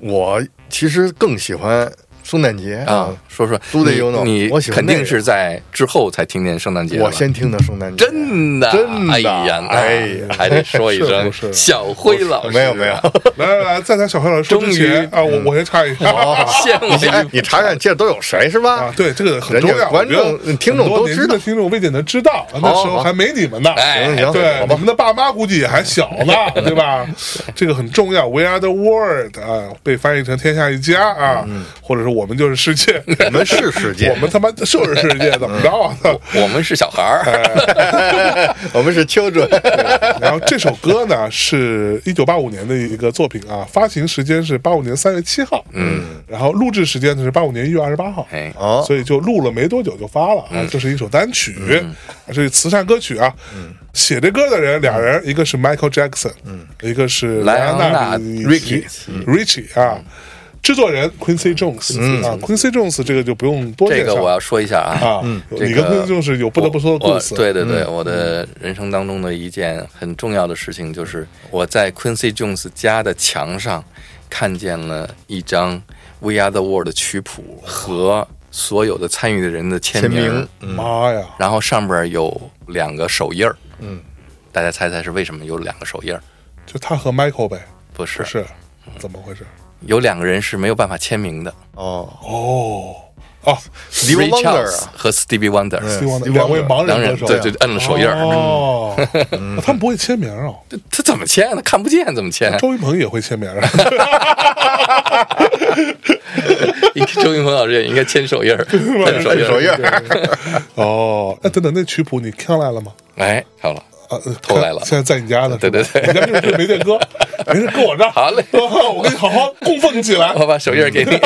B: 我其实更喜欢圣诞节
A: 啊，说说
B: 都得
A: 你
B: 有呢
A: 你
B: 我喜欢
A: 肯
B: 那
A: 定
B: 个
A: 是在之后才听见圣诞节的吧。
B: 我先听的圣诞节，
A: 真的，
B: 真的
A: 哎呀，那
B: 哎呀
A: 还得说一声
D: 是不是
A: 小辉老师，啊
B: 没有没有，
D: 来来来，在咱小黑老师说之前啊，
B: 嗯
D: 我我先插一下
A: 羡慕
B: 你哎你查查这都有谁是
D: 啊
B: 吧，？
D: 对，这个很重
B: 人家
D: 要，
B: 观众嗯
D: 我觉得
B: 听众
D: 很多
B: 都
D: 年
B: 知道哦
D: 轻的听众未见得知道，啊那时候还没你们呢。
A: 哎
B: 行行，
D: 对，
B: 好
D: 你
B: 吧，
D: 们的爸妈估计也还小 呢，对吧？这个很重要。We are the world 啊，被翻译成天下一家啊，
B: 嗯
D: 或者说我们就是世界，
B: 我们是世界，
D: 我们他妈就是世界，怎么着啊？
A: 我们是小孩
B: 哎
A: 儿，
B: 我们是 children，
D: 然后这首歌呢是一九八五年的一个作品啊，发行时间是八五年三月七号，嗯，然后录制时间呢是八五年一月二十八号，
A: 哎，嗯
B: 哦
D: 所以就录了没多久就发了啊，这是一首单曲，这是慈善歌曲啊。
A: 嗯
D: 写这歌的人俩人，一个是 Michael Jackson，一个是
A: 莱
D: 安
A: 昂
D: 娜
A: 纳嗯
D: 里
A: Richie 嗯
D: Richie 啊。制作人 Quincy Jones 啊，Quincy Jones 这个就不用多介
A: 嗯这
D: 绍
A: 个我要说一下
D: 啊
A: 啊，，这
D: 你跟
A: 个
D: Quincy Jones 有不得不说的嗯
A: 我
D: 故
A: 我
D: 事，
A: 对对对，我的人生当中的一件很重要的事情就是我在 Quincy Jones 家的墙上看见了一张 We Are the World 的曲谱和所有的参与的人的签
B: 签
A: 名
B: 名，
D: 妈呀，
A: 然后上边有两个手印儿，嗯，大家猜猜是为什么有两个手印儿？
D: 就他和 Michael 呗，
A: 不是，
D: 不是
A: 嗯
D: 怎么回事？
A: 有两个人是没有办法签名的
B: 哦
D: 哦哦，
B: ，Steve
A: ，Ray
B: Wonder
A: Charles
B: 啊，
A: 和 Stevie Wonder，
D: 希望
B: Stevie
D: 两位
B: Wonder
D: 盲
A: 两
D: 人
A: 人
D: 歌手
A: 对对摁了手印儿，嗯
D: 哦， 他们不会签名哦。
A: 这他怎么签啊？看不见怎么签？
D: 周云鹏也会签名啊 儿，
A: 应该周云鹏老师也应该签手印儿， 摁手
B: 摁
A: 印
B: 手印
A: 儿。
B: 儿，
D: 哦，哎，等等，那曲谱你看来了吗？
A: 哎，好了，
D: 啊，呃
A: 偷来了
D: 现在在你家呢。
A: 对对
D: 是
A: 对
D: 吧你家就是没这 歌，没事搁我这儿。
A: 好嘞
D: 哦我给你好好供奉起来。
A: 我把手印儿给你。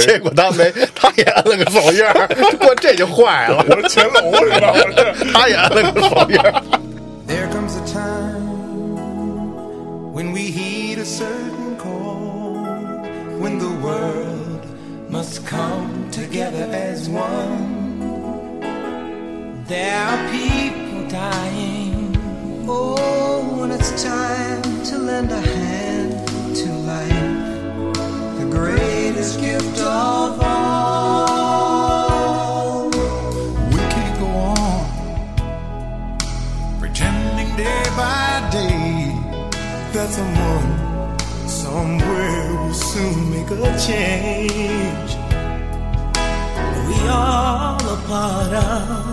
B: 结果他没，他也按了个手印儿，过这就坏了，
D: 我是乾隆是吧？我是。
B: 他也按了个手印儿。
F: There comes a time when we heed a certain call, when the world must come together as one. There are people dying. Oh, when it's time to lend a hand to life, the greatest gift of all. We can't go on pretending day by day that someone somewhere will soon make a change.
C: We all a part of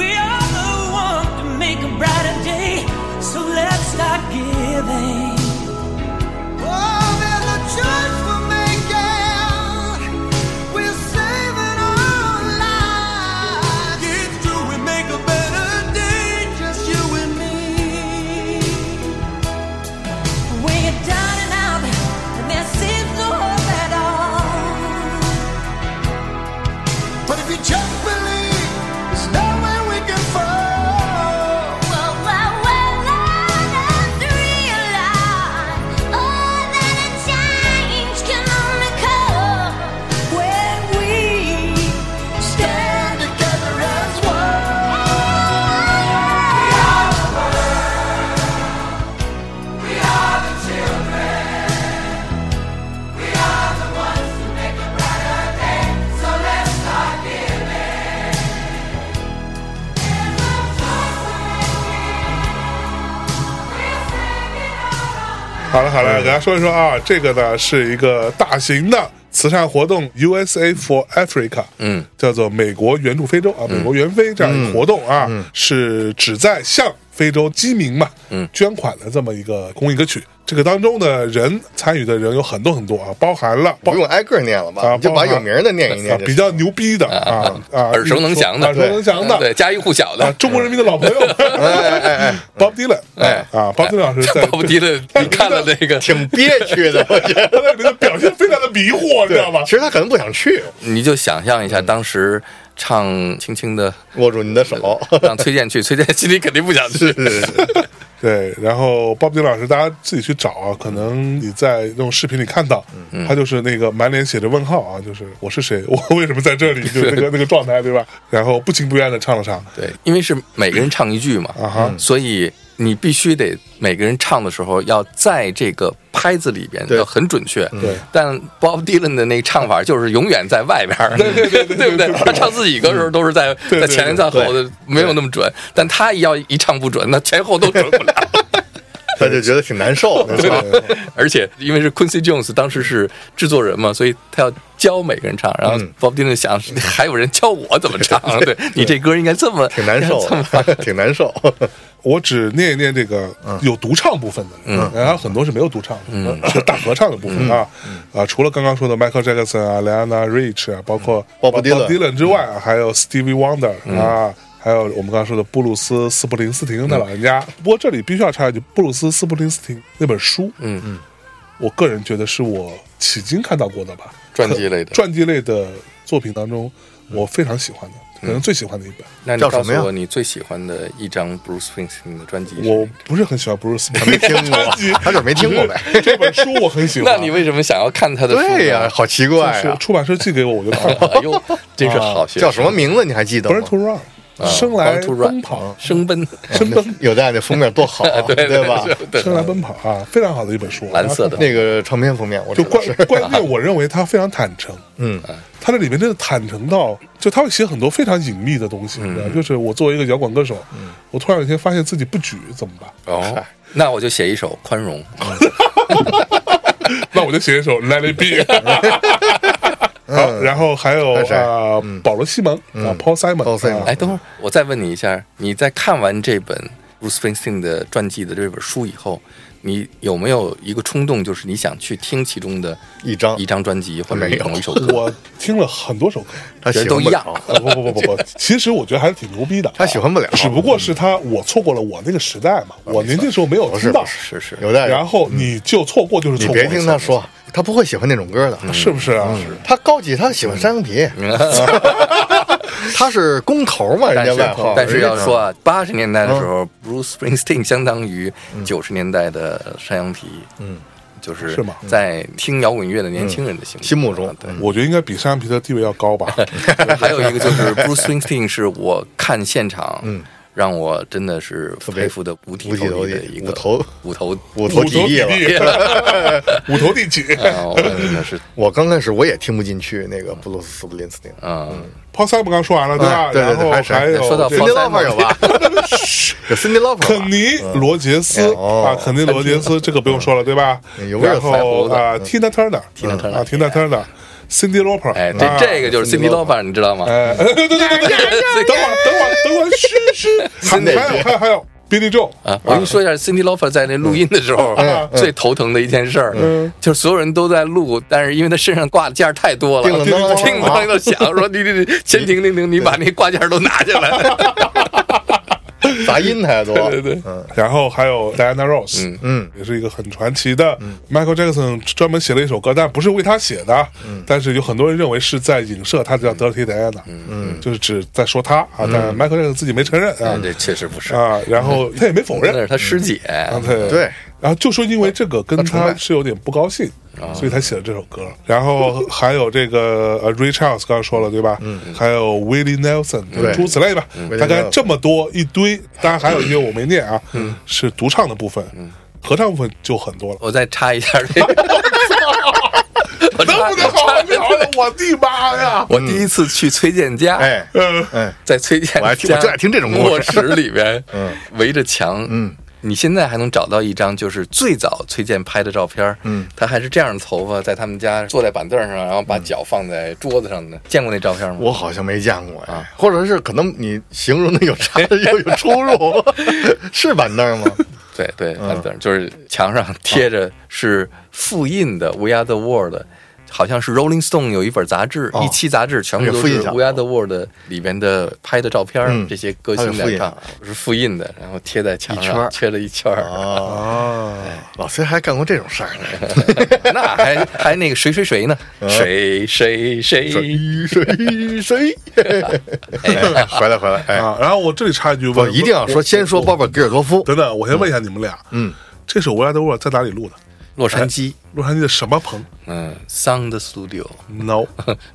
C: We are the one to make a brighter day. So let's start giving.
F: Oh, there's a choice we're making. We're saving our lives. It's true, we make a better day, just you and me.
E: when you're down and out and there seems no hope at all.
F: But if you just believe, there's nowhere we can fall.
E: Well, well, well, I just realized all that a change can only come when we stand together as one.
D: 好了好了，给大家说一说啊，这个呢是一个大型的慈善活动 USA for Africa，嗯，叫做美国援助非洲啊，美国援非这样一个活动啊，是旨在向非洲基民嘛，嗯，捐款的这么一个公益歌曲。这个当中的人参与的人有很多很多啊，包含了包
B: 不用挨个儿念了吧？
D: 啊，
B: 你就把
D: 包含
B: 有名儿的念一念
D: 啊
B: 就行。
D: 比较牛逼的啊啊，
A: 耳熟能详的
D: 耳熟能详 的，
A: 对，家喻户晓
D: 啊
A: 的，。
D: 中国人民的老朋友
B: 哎哎哎，
D: ，Bob Dylan，
B: 哎
D: 啊，Bob Dylan 老师 在哎
A: 鲍勃迪 的，你看了那个，
B: 挺憋屈的，我觉得。
D: 他在里面表现非常的迷惑，你知道吧
B: 对，其？实他可能不想去，
A: 你就想象一下当时唱《轻轻的
B: 握住你的手。》，
A: 让崔健去，崔健心里肯定不想去。
B: 是
D: 对，然后鲍勃迪老师，大家自己去找啊，可能你在那种视频里看到，他就是那个满脸写着问号啊，就是我是谁，我 为什么在这里，就是那个那个状态，对吧？然后不情不愿的唱了唱，
A: 对，因为是每个人唱一句嘛，
D: 啊哈，
A: 所以你必须得每个人唱的时候要在这个拍子里边
B: 对
A: 要很准确。
D: 对
A: 但 Bob Dylan 的那个唱法就是永远在外边儿， 对不对？他唱自己歌的时候都是在
D: 对
A: 在
D: 对
A: 前在后的，没有那么准。但他要一唱不准，那前后都准 不了。
B: 他就觉得挺难受的，是吧？
A: 而且因为是 Quincy Jones 当时是制作人嘛，所以他要教每个人唱。然后 Bob Dylan 想，还有人教我怎么唱？对你这歌应该这么
B: 挺难 受
A: 这么
B: 的，挺难受。
D: 我只念一念这个
A: 嗯
D: 有独唱部分的，嗯，然后很多是没有独唱的，呃是大合唱的部
A: 嗯
D: 分啊，啊，除了刚刚说的 Michael Jackson 啊、Lana Rich 啊，包括
A: 嗯
B: Bob Dylan
D: Dylan 之外啊，还有 Stevie Wonder 啊。还有我们刚才说的布鲁斯·斯普林斯廷
A: 嗯
D: 的老人家，不过这里必须要插一句，布鲁斯·斯普林斯廷那本书，嗯嗯，我个人觉得是我迄今看到过的吧，
A: 传记类的。
D: 传记类的作品当中，我非常喜欢的，可
A: 嗯
D: 能最喜欢的一本。
A: 那你
B: 叫什
A: 告诉
B: 么呀
A: 我你最喜欢的一张 Bruce Springsteen 的专辑是哪
D: 我
A: 个？
D: 不是很喜欢布鲁斯·
B: 他没听 过
D: 专辑，
B: 他就是没听过呗。
D: 这本书我很喜欢。
A: 那你为什么想要看他的书呢？
B: 对呀，好奇怪
D: 是
B: 啊！
D: 出版社寄给我，我就看了。
A: 哎 呦，真是好学生。
B: 叫什么名字你还记得
D: Born
B: 吗？
D: to Run，生来
A: Born to Run
D: 奔跑，
A: 生奔？
D: 生奔
B: 有在那封面多好啊， 对吧？
A: 对
D: 生来奔跑啊，非常好的一本书，
A: 蓝色的
B: 那个唱片封面，我
D: 就
B: 知道
D: 关
B: 是，
D: 关键，我认为他非常坦诚，
B: 嗯，
D: 他这里面真的坦诚到，就他会写很多非常隐秘的东西，你知道就是我作为一个摇滚歌手，我突然有一天发现自己不举怎么办？
A: 哦，那我就写一首《宽容》。
D: 那我就写一首 Let It Be，好，然后还有
B: 还有谁
D: 啊，保罗·西蒙啊，Paul Simon，
B: Paul Simon
D: 啊
A: 哎，等会儿我再问你一下，你在看完这本 Bruce Springsteen 的传记的这本书以后，你有没有一个冲动，就是你想去听其中的
B: 一张
A: 一张专辑或者
B: 没
A: 一
B: 有
A: 某一 首歌？
D: 我听了很多首歌，
B: 他
A: 觉
B: 喜
A: 得都
B: 欢
A: 一
B: 不
A: 样
B: 了，
D: 啊不不不不 不，其实我觉得还是挺牛逼的。
B: 哦他喜欢不了
D: 只不过是他我错过了我那个时代嘛，我年轻时候没有
B: 不
D: 听
B: 是
D: 到
B: 不，
A: 是是，
B: 有的人。
D: 然后你就错过就是
B: 你
D: 错过。
B: 别听他说，啊嗯他不会喜欢那种歌的。
D: 是不是啊？
B: 他高级，他喜欢山羊皮，
A: 嗯
B: 他是工头嘛，人
A: 但
B: 家
A: 是
B: 外号。
A: 但是
B: 人家
A: 要说啊，八十年代的时候、b r u c e Springsteen 相当于九十年代的山羊皮，嗯，就是
D: 是吗
A: 在听摇滚乐的年轻人的心、
B: 心目中嗯
A: 啊对。
D: 我觉得应该比山羊皮的地位要 高吧。
A: 还有一个就是 Bruce Springsteen 是我看现场，嗯，让我真的是
B: 别
A: 佩服的五体
B: 五
A: 投
B: 体
A: 地
B: 投
A: 的
B: 地
A: 一
B: 五
A: 个
B: 头
A: 五头
B: 五头
D: 五头
B: 起义了。嗯
D: 地， 五头地起。
A: 啊，我真的是，
B: 我刚开始我也听不进去那个布鲁斯·斯普林斯汀，
A: 嗯，
D: Paul Simon 刚说完了对吧？
B: 哎对对对
D: 然后
B: 还是
D: 还有
A: 说到
D: 这
B: 辛
A: Paul
B: 迪
A: Cindy
B: 劳
A: Lauper
B: 有吧？有辛迪劳 r
D: 肯
B: 吧？
D: 尼罗杰斯
B: 哦
D: 啊，肯尼罗杰斯这个不用说了对吧
B: 嗯？有味儿腮
D: 然后
B: 胡子嗯
D: 啊，Tina Turner，Tina
A: Turner
D: 啊，Tina Turner，Cindy Lauper，
A: 哎，这
D: 啊
A: 这个就是 Cindy
B: Cindy
A: Lauper，你知道吗？
D: 哎，对对对对对，对等会儿，等会儿，等会儿，是是，还
B: 哪
D: 还有还有还有，Billy Joe
A: 啊， 我跟你说一下，Cindy Lauper 在那录音的时候，最头疼的一件事儿，就是所有人都在录，但是因为他身上挂的件儿太多了，
B: 叮了叮了
A: 叮
B: 啊
A: 当都响，说你你你先停停停，你把那挂件儿都拿下来。
B: 杂音太多。
D: 对对对，然后还有 Diana Ross，
A: 嗯
B: 嗯，
D: 也是一个很传奇的。Michael Jackson 专门写了一首歌，但不是为他写的，但是有很多人认为是在影射他叫 Dirty Diana，嗯，就是只在说他啊，但 Michael Jackson 自己没承认啊
B: 嗯
A: 这确实不是，
D: 啊，然后他也没否
A: 那
D: 认
A: 是，他师姐，
D: 啊对
B: 对，
D: 然后就说因为这个跟
B: 他崇
D: 他
B: 拜啊
D: 是有点不高兴，所以才写了这首歌。然 后还有这个呃 Ray Charles 刚刚说了对吧？嗯，还有 Willie Nelson，
B: 对嗯
D: 诸此类吧。大
B: Willie
D: 概
B: Nelson 嗯
D: 这么多一堆，当然还有一个我没念啊，是独唱的部分，合唱部分就很多了。
A: 我再插一下这个。我
D: 能
B: 哎
A: 插
D: 不能好好聊聊？我的妈呀！
A: 我第一次去崔健家，
B: 哎
D: 嗯，
B: 哎，
A: 在崔健
B: 我还听
A: 家
B: 我就爱听这种故事
A: 卧室里 边，围着墙，嗯，你现在还能找到一张就是最早崔健拍的照片，嗯，他还是这样的头发，在他们家坐在板凳上，然后把脚放在桌子上的，见过那照片吗？
B: 嗯我好像没见过哎，或者是可能你形容的有差有有出入，是板凳吗？
A: 对对，
B: 嗯
A: 板凳就是墙
B: 啊
A: 上贴着是复印的《We Are the World》。好像是 Rolling Stone 有一本杂志，
B: 哦
A: 一期杂志全部
B: 它给
A: 都
B: 复印
A: 是
B: 下来
A: We Are the World 里边的拍的照片，
B: 嗯
A: 这些歌星
B: 它给复
A: 在
B: 印
A: 唱是复印的，然后贴在墙
B: 一圈儿哦
A: 上，贴了一圈儿。
B: 啊，老崔还干过这种事儿呢。
A: 那还还那个谁谁谁呢？
B: 嗯
A: 谁谁谁？
B: 谁谁谁？ 哎回来回来，哎，
D: 啊，然后我这里插一句，
B: 我一定要说，先说鲍勃·吉尔多夫，
D: 等等，我先问一下你们俩，嗯，这首《维拉德沃》在哪里录的？
A: 洛杉矶，
B: 哎
D: 洛杉矶的什么棚
A: 嗯，Sound Studio
B: 嗯
D: ？No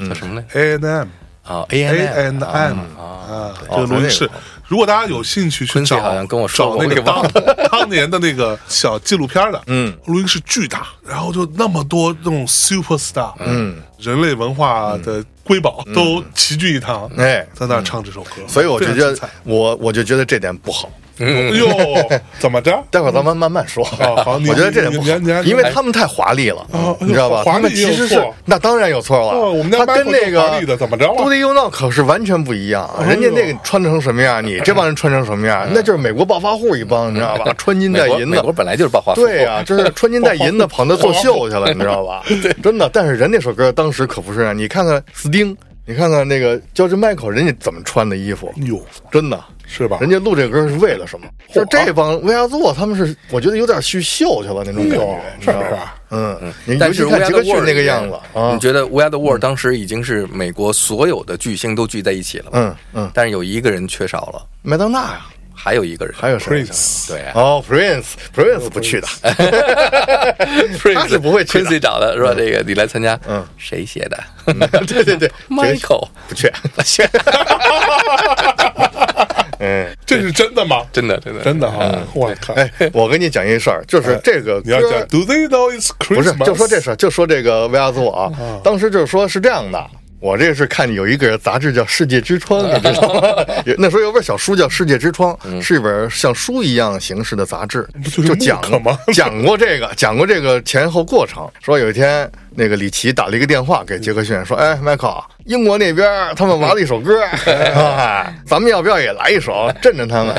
A: 叫什么来？
D: A and M。
A: 啊，A
D: A
A: N
D: and M 啊，这个
B: 哦
D: 录音室
B: 那个。
D: 如果大家有兴趣去
A: Quincy
D: 找，
A: 好像跟我说
D: 找
A: 过
D: 那个
A: 我给忘
D: 当当年的那个小纪录片的，嗯，录音室巨大，然后就那么多那种 super star，嗯，人类文化的瑰宝都齐聚一堂，
B: 嗯哎
D: 在那儿唱这首歌，
B: 所以我就觉
D: 非
B: 得我我就觉得这点不好。
D: 常精彩哟，哎怎么着？
B: 待会儿咱们慢慢说。
D: 哦 好你
B: 我觉得这点不
D: 你你你
B: 好，
D: 你
B: 因为他们太华丽了
D: 哦，
B: 你知道吧？
D: 华
B: 他
D: 丽
B: 们其实
D: 也
B: 是
D: 有错
B: 那当然有错了。
D: 哦我们
B: 他
D: 家
B: 跟那
D: 麦克就华丽的
B: 个
D: 怎么着了啊哎
B: 都得用闹可是完全不一样，啊人家那个穿成什么样，你这帮人穿成什么
D: 嗯
B: 样，那就是美国暴发户一帮，你知道吧？穿金戴
A: 美国啊
B: 银
A: 美
B: 的
A: 国。本来就是暴发户，
B: 对呀、就是穿金戴银的跑那做秀去了，你知道 吧？真的。但是人那首歌当时可不是啊，你看看斯丁，你看看那个 George Michael，人家怎么穿的衣服，
D: 哟，
B: 真的。
D: 是吧？
B: 人家录这歌是为了什么？就这帮乌鸦座，他们是我觉得有点去秀去了那种感
D: 哟
B: 觉，你知
D: 是
B: 道
D: 不是
B: 吧？
D: 啊？
B: 嗯，你
A: 但
B: 尤其
A: 是 We
B: 看
A: Are
B: 杰
A: the
B: 克逊
A: World
B: 那个样子啊
A: 你，觉得 We Are the World 当时已经是美国所有的巨星都聚在一起了，
B: 嗯嗯，
A: 但是有一个人缺少了，
B: 麦当娜呀，
A: 还有一个人，
B: 还有谁？
D: Prince
A: 对啊
B: 哦，Prince，Prince 不去的，他是不会去的
A: Quincy 找的，说这个你来参加，
B: 嗯，
A: 谁写的
B: 对对对
A: ？Michael
B: 不去，
A: 写，
B: 嗯，
D: 这是真的吗？
A: 真的真的
D: 真的哈！我靠！
B: 哎，我跟你讲一事儿，就是这个
D: 你要
B: 歌
D: 讲 Do they know it's Christmas？
B: 不是，就说这事儿，就说这个维亚兹我啊，当时就是说是这样的。我这是看有一个杂志叫《世界之窗》，
D: 啊
B: 你知 道吗？有那时候有本小书叫《世界之窗》，是一本像书一样形式的杂志，
D: 嗯不就是
B: 就讲
D: MOOC 吗
B: 讲过这个，讲过这个前后过程。说有一天，那个李琦打了一个电话给杰克逊，说：“哎，迈克，英国那边儿他们玩了一首歌，哎咱们要不要也来一首，震震他们？”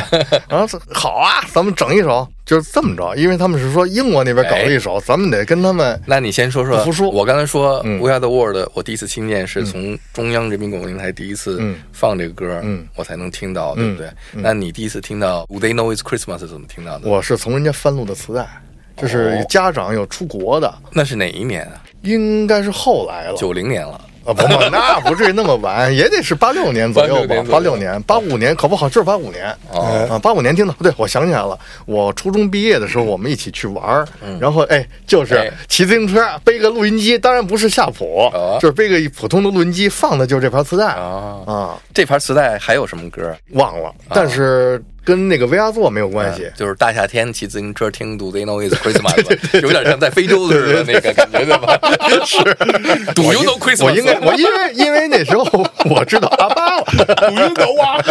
B: 然后说：“好啊，咱们整一首。”就是这么着，因为他们是说英国那边搞了一首，咱们得跟他们
A: 那你先说说，
B: 不服输
A: 我刚才说《
B: 嗯
A: We Are the World》，我第一次听见是从中央人民广播电台第一次
B: 嗯
A: 放这个歌，
B: 嗯
A: 我才能听到，对不对？那你第一次听到《Do They Know It's Christmas》是怎么听到的？
B: 我是从人家翻录的磁带，就是家长有出国的，
A: 那是哪一年啊？
B: 应该是后来了。
A: 九零年了，
B: 啊，不不，那不至于那么晚，也得是八六年左右吧
A: 86年，左
B: 八
A: 右
B: 六年、八五年，搞不好就是八五年。
A: 哦
B: 啊，八五年听的，对，我想起来了，我初中毕业的时候，我们一起去玩儿，然后哎，就是
A: 嗯哎
B: 骑自行车，背个录音机，当然不是夏普
A: 哦，
B: 就是背个普通的录音机，放的就是这盘磁带
A: 哦
B: 啊，
A: 这盘磁带还有什么歌？
B: 忘了，但是跟那个 VR 座没有关系，
A: 就是大夏天骑自行车听《Do They Know It's Christmas》吧，有点像在非洲似的那个感觉，对 吧？ 是《Do You Know Christmas》？
B: 我应该，我因为因为那时候我知道阿巴了，
D: 不晕头啊！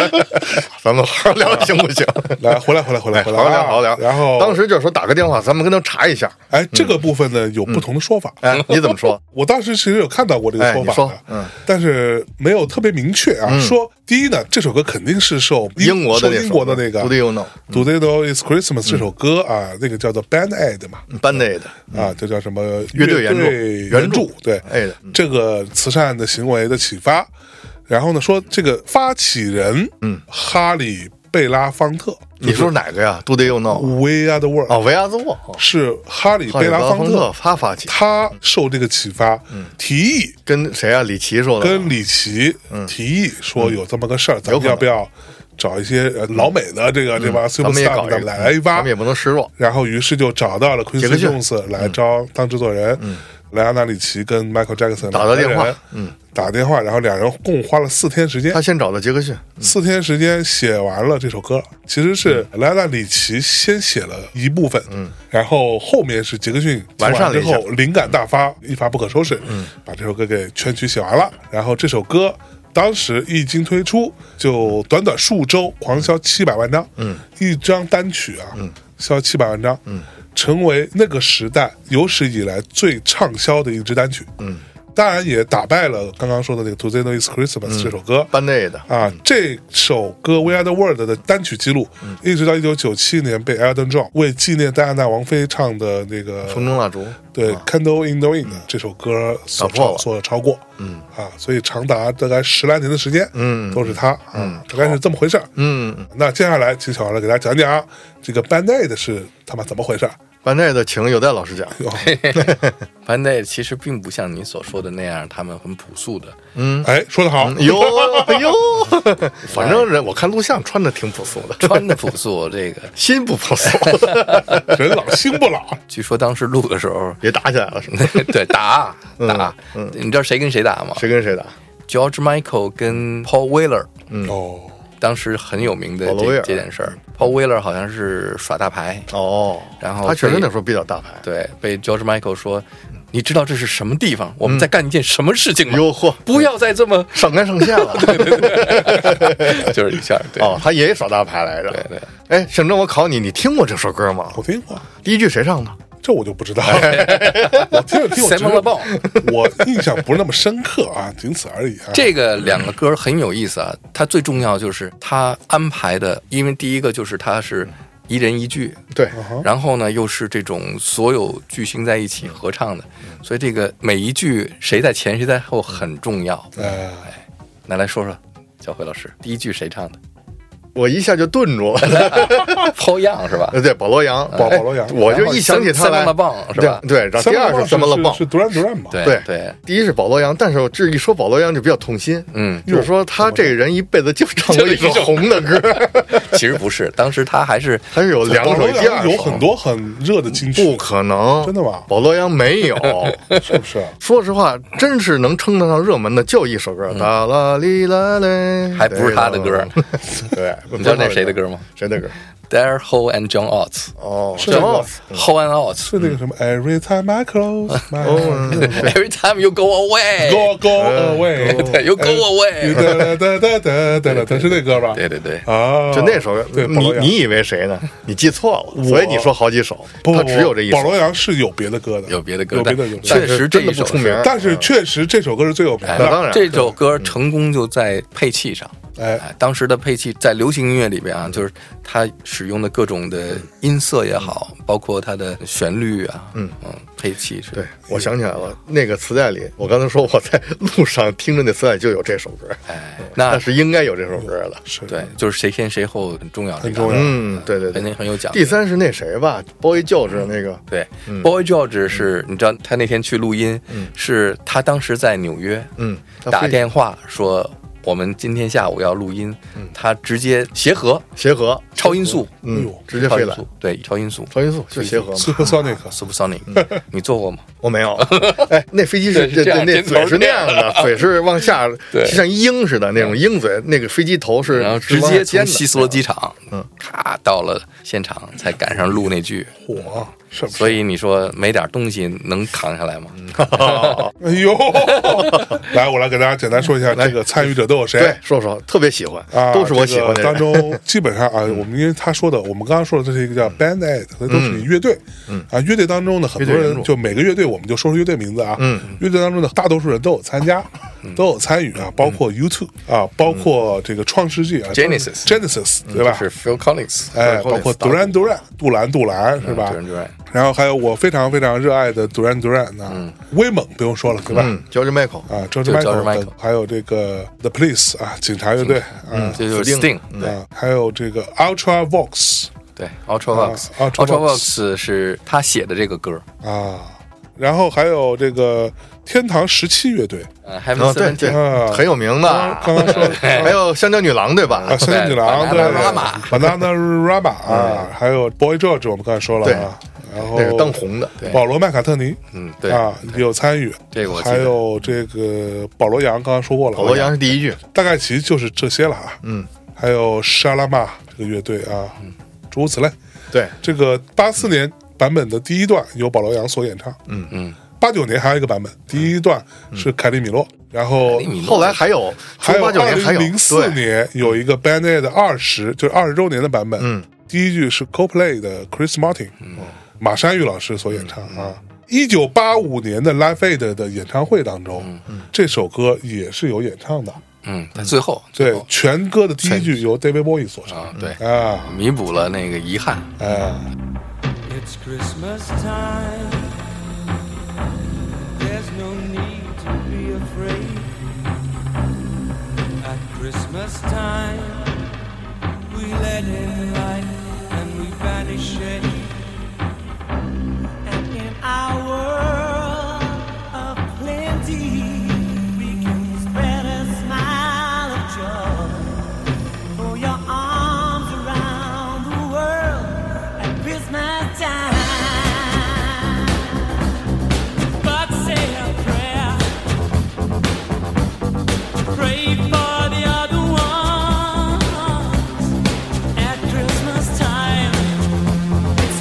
B: 咱们好好聊行不行？
D: 来，回来，回来，回来，回
B: 哎好
D: 来啊，
B: 好聊，好好聊。
D: 然后，
B: 当时就是说打个电话，咱们跟他查一下。
D: 哎，这个部分呢有不同的说法。
B: 哎，你怎么说？
D: 我当时其实有看到过这个说
B: 哎
D: 法
B: 你说
D: 的，
B: 嗯
D: 但是没有特别明确啊。说第一呢，这首歌肯定是受
B: 英国的
D: 受
B: 那
D: 英国的那个
B: Do you know
D: 《Do They Know It's Christmas》这
B: 嗯
D: 首歌啊，那个叫做 Band Aid 嘛，
B: 班内的
D: 啊，这叫什么
B: 嗯乐队
D: 队
B: 援助援
D: 援
B: 助
D: 助？对
B: 哎的，
D: 这个慈善的行为的启发。然后呢，说这个发起人，嗯，哈里贝拉方特
B: 你说哪个呀？Do they you know？
D: ，We Are the World，、
B: 哦，维亚兹沃，
D: 是哈里
B: 哈里
D: 贝拉
B: 巴
D: 方
B: 方特
D: 特，
B: 他发起，
D: 他受这个启发，
B: 嗯
D: 提议
B: 跟谁啊？李琦说的。
D: 跟李琦提议说有这么个事儿，咱
B: 嗯有可能
D: 们
B: 嗯
D: 要不要找一些呃老美的这个这帮
B: 咱们也
D: superstar
B: 搞一
D: 咱
B: 个，
D: 们来来哎一发
B: 咱们也？不能示弱。
D: 然后于是就找到了昆
B: 杰
D: 西
B: 克逊
D: · s 斯来招当制作人，莱昂纳里奇跟 Michael Jackson
B: 嗯打了电话嗯
D: 两个人，打电话，然后两人共花了四天时间
B: 他，先找的杰克逊，
D: 四天时间写完了这首歌。其实是
B: 嗯
D: 莱昂纳里奇先写了一部分，然后后面是杰克逊
B: 完善了
D: 之
B: 一下嗯
D: 后灵感大发，一发不可收拾，把这首歌给全曲写完了。然后这首歌。当时一经推出，就短短数周狂销七百万张，嗯，一张单曲啊，
B: 嗯
D: 销七百万张，嗯，成为那个时代有史以来最畅销的一支单曲，嗯，当然也打败了刚刚说的那个《Do They Know It's Christmas》这
B: 嗯
D: 首歌，
B: 班内的，
D: 啊，这首歌《We Are the World》的单曲记录，一直到一九九七年被 Elton John 为纪念戴安娜王妃唱的那个
B: 风中蜡烛，
D: 对《Candle in the Wind》这首歌所
B: 打破
D: 超
B: 了
D: 所超过，嗯啊，所以长达大概十来年的时间，嗯，都是他啊，大概是这么回事儿。
B: 嗯，
D: 那接下来，请小王来给大家讲讲这个 Band Aid 是他妈怎么回事儿。
B: 班内的，请有待老 师讲。
A: 班代其实并不像你所说的那样，他们很朴素的，
D: 哎，说得好，
B: 嗯哟哟， 反正人我看录像穿的挺朴素的，
A: 穿的朴素。这个
B: 心不朴 素，，
D: 人老心不老，
A: 据说当时录的时候
B: 别打起来了是吗？
A: 对打啊
B: 嗯
A: 打，你知道谁跟谁打吗
B: 谁跟谁打？
A: ？George Michael 跟 Paul Weller，
D: 哦，
A: 当时很有名的
B: 保罗威
A: 这
B: 尔
A: 这件事儿。Paul Weller 好像是耍大牌，
B: 哦，
A: 然后
B: 他确实
A: 被
B: 那时候比较大牌。
A: 对，被 George Michael 说，你知道这是什么地方？我们在干一件什么事情吗？
B: 嗯哟嚯，
A: 不要再这 么，
B: 上纲上线了。
A: 就是一下，对，
B: 哦，他爷爷耍大牌来着。对
A: 对。
B: 哎，沈正，我考你，你听过这首歌吗？
D: 我听过。
B: 第一句谁唱的？
D: 这我就不知道了，我听着听我觉
A: 塞蒙勒鲍
D: 得我印象不是那么深刻啊，仅此而已啊。
A: 这个两个歌很有意思啊，它最重要就是它安排的，因为第一个就是它是一人一句，
B: 对，
A: 然后呢又是这种所有巨星在一起合唱的，所以这个每一句谁在前谁在后很重要。
D: 呃，
A: 那来说说，小辉老师，第一句谁唱的？
B: 我一下就顿住了。
A: 啊抛样是吧？
B: 对，保罗扬，
D: 保保罗扬
B: 我就一想起他
A: 三
B: 来
A: 棒，的棒是吧？
B: 对，对然后第二是
D: 什
B: 什么
D: 么
B: 了棒？
D: 是 Duran Duran 嘛？，
A: 对
B: 对
A: 对，
B: 第一是保罗扬，但是我这一说保罗扬就比较痛心，
A: 嗯，
B: 就是说他这个人一辈子就唱过一首红的歌，
A: 其实不是，当时他还是
B: 还是有两
D: 保
B: 首
D: 罗
B: 第二
D: 扬
B: 首
D: 有很，多很热的金
B: 不
D: 曲，
B: 可能，
D: 真的吗
B: 保罗扬没有，
D: 是不是？
B: 说实话，真是能称得上热门的就一首歌，哒啦哩啦嘞，
A: 还不是他的歌，
B: 对，
A: 你知道那谁的歌吗
B: 谁的歌？
A: ？Dare Ho and John Oates，
B: 哦，
D: 是这个
A: h o and Oates。
D: 是那个什么 Every time I close my
B: 哦
D: eyes,
B: 嗯
A: Every time you go away，
D: go go away，
A: 对，you go away
D: 哒哒哒哒哒哒哒，是那歌吧？
A: 对对对，
D: 啊，
B: 就那首
D: 对，
B: 歌，
D: 保
B: 你
D: 罗扬
B: 你以为谁呢？你记错了，所以你说好几首，
D: 不不
B: 他
D: 不
B: 只有这一
D: 保
B: 首
D: 罗。扬是有别的歌的，
A: 有别的歌，
D: 有别
A: 但
D: 的有别
A: 确
D: 的，
A: 实这
B: 真
A: 一
B: 的不
A: 首
B: 出名
A: 是。
D: 但是确实这首歌是最有名
A: 哎
B: 那
D: 的，
B: 当然嗯
A: 这首歌成功就在配器上。
D: 哎，
A: 哎，当时的配器在流行音乐里边啊，就是它使用的各种的
B: 嗯
A: 音色也好，包括它的旋律啊，嗯配器是
B: 对，我想起来了，那个磁带里，我刚才说我在路上听着那磁带就有这首歌，
A: 哎，
B: 那
A: 那
B: 嗯是应该有这首歌的。
D: 是
A: 对，就是谁先谁后很重要，很
D: 重要
B: 嗯，对对
A: 肯定
B: 对。
A: 很有讲究。
B: 第嗯三是那谁吧，Boy George 那个，
A: 对、b o y George 是、你知道，他那天去录音，是他当时在纽约，
B: 嗯，他
A: 打
B: 非
A: 电话说我们今天下午要录音，他直接协和
B: 嗯协和，
A: 超音速，
D: 哎
B: 嗯
D: 呦，
B: 直接
A: 超
B: 飞
A: 音
B: 来，
A: 速，对，超音速
B: 超音速就协和嘛，
D: Super Sonic，
A: ，Supersonic，、你 做过吗？
B: 我没有。哎，那飞机是
A: 对是这
B: 那
A: 样
B: 那
A: 尖头
B: 嘴是那样
A: 是
B: 的，嘴是往下，就
A: 对
B: 像鹰似的那种鹰嘴，那个飞机头是
A: 然后
B: 是
A: 直
B: 往
A: 接
B: 下尖
A: 从
B: 的
A: 希斯罗机场，
B: 嗯，
A: 咔到了现场才赶上录那剧，
D: 火是不是？
A: 所以你说没点东西能扛下来吗？
D: 哎呦， 来，我来给大家简单说一下这个参与者都有谁。
B: 对，说说特别喜欢
D: 啊，，
B: 都是我喜欢的
D: 这
B: 人
D: 个当中，基本上啊，我们因为他说的，我们刚刚说的这是一个叫 band aid，那都是乐队。嗯啊，乐队当中呢，很多人就每个乐队，我们就说说乐队名字啊。嗯，乐队当中的大多数人都有参加，都有参与啊，包括 YouTube 啊，包括这个创世纪啊
A: Genesis
D: Genesis 对吧？
A: 是 Phil Collins，
D: 哎，
B: Phil Collins，
D: 包括
B: 大
D: 杜
B: 陆
D: 兰杜兰、杜兰杜兰是吧？
A: 嗯，Duran Duran
D: 然后还有我非常非常热爱的杜兰杜兰啊，威猛不用说了对吧？
B: 嗯，George Michael，
D: 啊，George
A: 就 George
D: Michael，
A: Michael
D: 的还有这个 The Police 啊，警察乐队啊，
A: 这嗯就是
B: 死定
A: Sting，对
D: 啊，还有这个 Ultra Vox
A: 对，Ultravox，
D: 啊，Ultravox
A: Ultravox 是他写的这个歌，
D: 啊，然后还有这个天堂十七乐队
A: 呃，Heaven
B: 哦，对对
A: Seventeen，，
D: 啊
B: 很有名的，哎
D: 刚刚 说
B: 还有香蕉女郎对吧
D: 啊，？森林女郎对
A: Bananarama
D: ，Banana Rama 啊，还有 Boy George 我们刚才说了啊，然后
B: 那是当红的，
A: 对
D: 保罗麦卡特尼
A: 嗯，对，
D: 啊有参与，
A: 这个我记得
D: 还有这个保罗扬刚刚说过了，
B: 保罗扬是第一句，
D: 大概其实就是这些了啊，嗯，还有沙拉玛这个乐队啊，诸如此类。
B: 对，
D: 这个八四年版本的第一段由保罗扬所演唱，嗯
A: 嗯，
D: 八九年还有一个版本，第一段是凯利米洛，然后
A: 哎你
B: 后来还有，除
D: 还有
B: 八九
D: 二
B: 年还有
D: 零零四
B: 对
D: 年有一个 Band Aid 二十，就是二十周年的版本，嗯，第一句是 Coldplay 的 Chris Martin，马
B: 嗯
D: 山玉老师所演唱啊。一九八五年的 Live Aid 的演唱会当
B: 嗯
D: 中，这首歌也是有演唱的。
A: 嗯，他最后最
D: 对
A: 后，
D: 全歌的第一句由 David Bowie 所唱
A: 啊，对，
D: 啊，
A: 弥补了那个遗憾，
D: 哎，
F: It's Christmas time. There's no need to be afraid. At Christmas time, we let in light and we banish shade. And in our world of plenty, we can spread a smile of joy. Throw your arms around the world at Christmas time. But say a prayer. Pray for the other ones at Christmas time. It's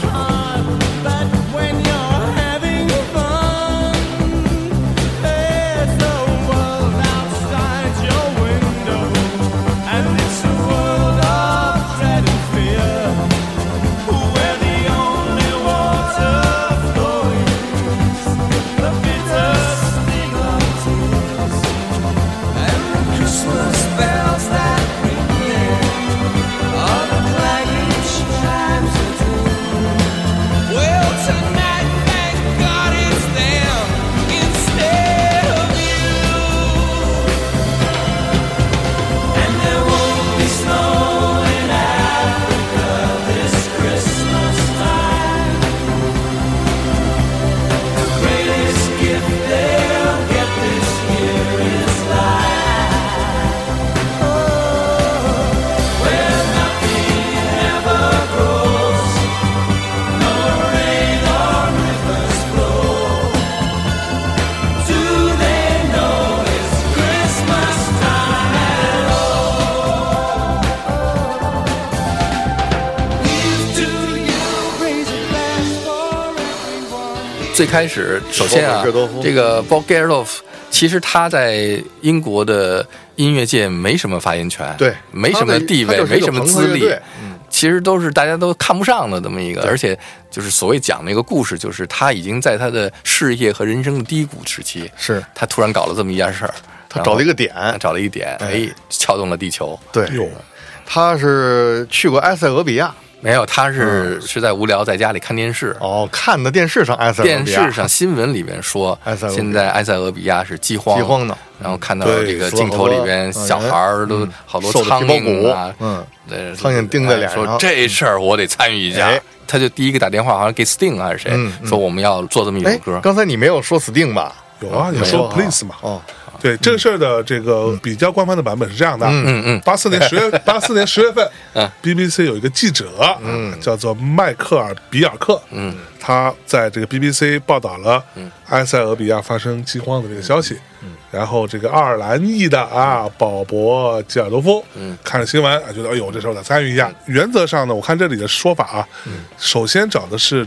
A: 最开始首先啊
B: 说到戈多夫，
A: 这个 Bob Geldof，其实他在英国的音乐界没什么发言权，
B: 对
A: 没什么地
B: 他
A: 位，
B: 就是
A: 没什么资
B: 一
A: 历
B: 个朋克乐队。嗯
A: 其实都是大家都看不上的这么一个，而且就是所谓讲那个故事，就是他已经在他的事业和人生的低谷时期，
B: 是
A: 他突然搞了这么一件事儿，
B: 他找了一个点，
A: 然后找了一点，哎，撬动了地球。
B: 对，
D: 哟，
B: 他是去过埃塞俄比亚，
A: 没有，他
B: 嗯
A: 是是在无聊在家里看电视，
B: 哦，看的电视上埃塞俄比亚，
A: 电视 上新闻里面说
B: 埃塞俄，比亚
A: 现在埃塞俄比亚是饥荒，
B: 饥荒的，
A: 然后看到
B: 对
A: 这个
B: 说
A: 镜头里边
B: 好多
A: 小孩儿都
B: 嗯
A: 好多
B: 瘦得
A: 苍
B: 皮包骨
A: 蝇啊，
B: 嗯
A: 对，哎
B: 苍蝇叮在脸上
A: 说这事儿我得参与一下
B: 哎。
A: 他就第一个打电话，好像给 Sting 啊还是谁
B: 嗯，嗯
A: 说我们要做这么一首
B: 哎
A: 歌，。
B: 刚才你没有说 Sting 吧？
D: 有啊，你
B: 没有
D: 说
B: 啊
D: please 嘛，
B: 哦，
D: 对这个事儿的这个比较官方的版本是这样的，嗯嗯，八四年十 月八四年十月份，BBC 有一个记者，嗯，叫做迈克尔比尔克，嗯，他在这个 BBC 报道了埃塞俄比亚发生饥荒的这个消息，然后这个爱尔兰裔的啊保博吉尔多夫，嗯，看了新闻啊，觉得哎呦这事儿我得参与一下。原则上呢，我看这里的说法啊，首先找的是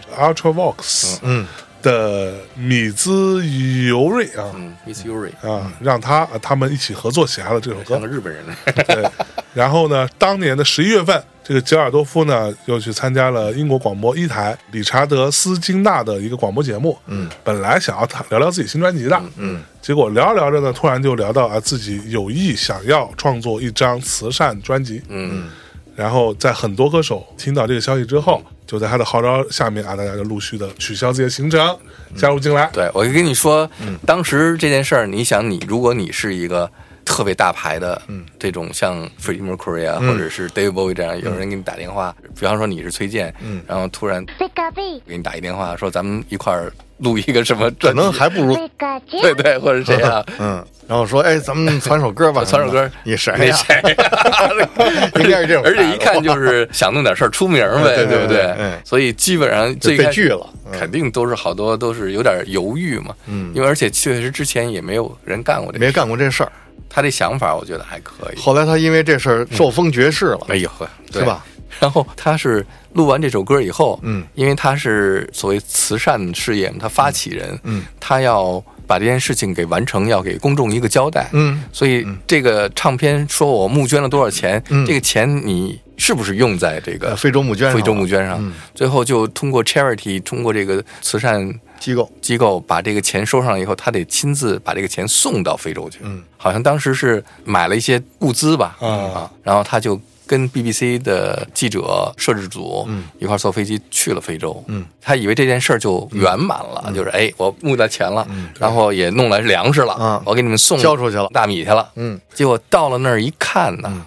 D: Ultravox，嗯。的米兹尤瑞啊，
A: 嗯，Miss Yuri，
D: 啊，让他啊他们一起合作写下了这首
A: 像个。
D: 歌
A: 日本人，
D: 对，然后呢，当年的十一月份，这个吉尔多夫呢又去参加了英国广播一台理查德斯金纳的一个广播节目。嗯，本来想要谈聊聊自己新专辑的，嗯，结果聊着聊着呢，突然就聊到啊自己有意想要创作一张慈善专辑。嗯。然后在很多歌手听到这个消息之后，就在他的号召下面啊，大家就陆续的取消自己的行程，加入进来。
A: 对我就跟你说，
B: 嗯
A: 当时这件事儿，你想你，如果你是一个特别大牌的，
B: 嗯
A: 这种像 Freddie Mercury 啊，或者是 David Bowie 这样，有
B: 嗯
A: 人给你打电话，比方说你是崔健，然后突然
G: Pika bee,
A: 给你打一电话说咱们一块儿录一个什么
B: 可
A: 专辑，
B: 能还不如
G: pika
A: 对对，或者谁 啊，
B: 嗯，然后说，哎，咱们传首歌 吧，嗯
A: 传首歌
B: 你谁
A: 那
B: 哎呀？
A: 谁啊
B: 应该是 这种
A: 而且一看就是想弄点事儿出名儿呗，
B: 对对
A: 不
B: 对嗯
A: 所以基本上最
B: 就被
A: 开始
B: 拒了嗯
A: 肯定都是好多都是有点犹豫嘛，嗯，因为而且确实之前也没有人干过这
B: 没
A: 个，
B: 干过这事儿。
A: 他这想法我觉得还可以，
B: 后来他因为这事儿受封爵士了，
A: 哎呦呵，对
B: 是吧？
A: 然后他是录完这首歌以后，
B: 嗯，
A: 因为他是所谓慈善事业嘛，他发起人，
B: 嗯，
A: 他要把这件事情给完成，要给公众一个交代，
B: 嗯，
A: 所以这个唱片说我募捐了多少钱，这个钱你是不是用在这个
B: 嗯呃非洲募捐上了嗯
A: 非洲募捐上？最后就通过 charity，通过这个慈善
B: 机构
A: 机构把这个钱收上来以后，他得亲自把这个钱送到非洲去。嗯，好像当时是买了一些物资吧，啊，然后他就跟 BBC 的记者摄制组
B: 嗯
A: 一块儿坐飞机去了非洲。嗯，他以为这件事儿就圆满了，
B: 嗯
A: 就是哎，我募到钱了，然后也弄来粮食了，
B: 嗯
A: 我给你们送
B: 交出去了
A: 大米去了。
B: 嗯，
A: 结果到了那儿一看呢，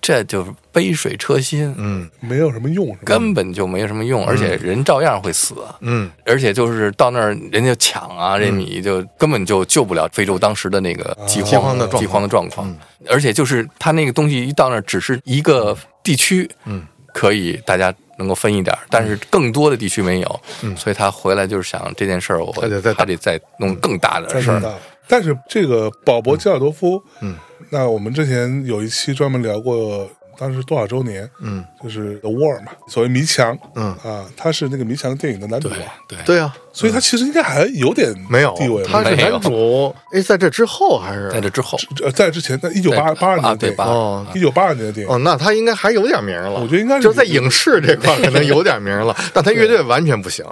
A: 这就是杯水车薪。嗯。
D: 没有什么用，是吧？
A: 根本就没什么用，而且人照样会死。
B: 嗯，
A: 而且就是到那儿人家抢啊，这米就根本就救不了非洲当时的那个饥
B: 啊饥荒的状况嗯
A: 饥荒的状况。而且就是他那个东西一到那儿，只是一个地区，嗯，可以大家能够分一点儿，但
B: 嗯
A: 是更多的地区没有，所以他回来就是想这件事儿，我
B: 还得再打嗯
A: 还得再弄更大的事
D: 是
A: 儿。
D: 的，嗯但是这个保博基尔多夫，嗯，那我们之前有一期专门聊过，当时多少周年，嗯，就是 The War 嘛，所谓迷墙，
B: 嗯
D: 啊，他是那个迷墙电影的男主
A: 对
D: 啊，
A: 对
B: 对啊，
D: 所以他其实应该还有点
B: 没有
D: 地位，
B: 他是
A: 没有
B: 男主。哎，在这之后还
A: 在
B: 是
A: 这之后，
D: 呃在之前，在一九八八二年
A: 啊
D: 的
A: 对
D: 电
A: 八
D: 影，
B: 哦
D: 一九八二年的电影，
B: 哦，那他应该还有点名了。
D: 我觉得应该是
B: 就是在影视这块儿可能有点名了，但他乐队完全不 行。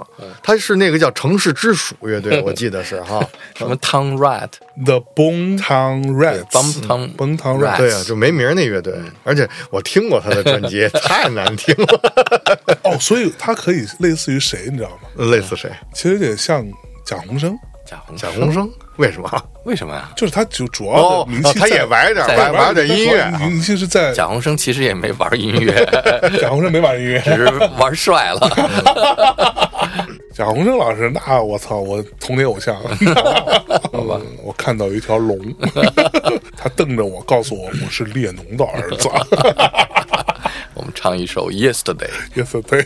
B: 他是那个叫城市之鼠乐队，我记得是 哈。
A: 什么 Tom Rat
D: The Bone Town Rats，
A: Bum Tom
D: 崩糖
A: Rats
D: Rats
B: 对啊，就没名儿那乐队，而且我听过他的专 辑，太难听了，
D: 哦，所以他可以类似于谁，你知道吗？
B: 累死谁？
D: 其实有点像蒋洪生，
A: 贾宏
B: 贾宏声？为什么？
A: 为什么呀？
D: 就是他就主 要
B: 哦
D: 的名，
B: 哦
D: 气在，
B: 他也玩点儿
A: 在
B: 玩玩点儿音乐
D: 他
B: 啊
D: 主要，名气是在
A: 贾宏生其实也没玩音 乐，
D: 贾宏生没玩音乐，
A: 只是玩帅了。
B: 嗯
D: 贾宏声老师，那我操，我童年偶 像。好吧，我看到有一条龙，他瞪着我，告诉我我是列侬的儿子。
A: 我们唱一首《Yesterday》。
D: yes，对，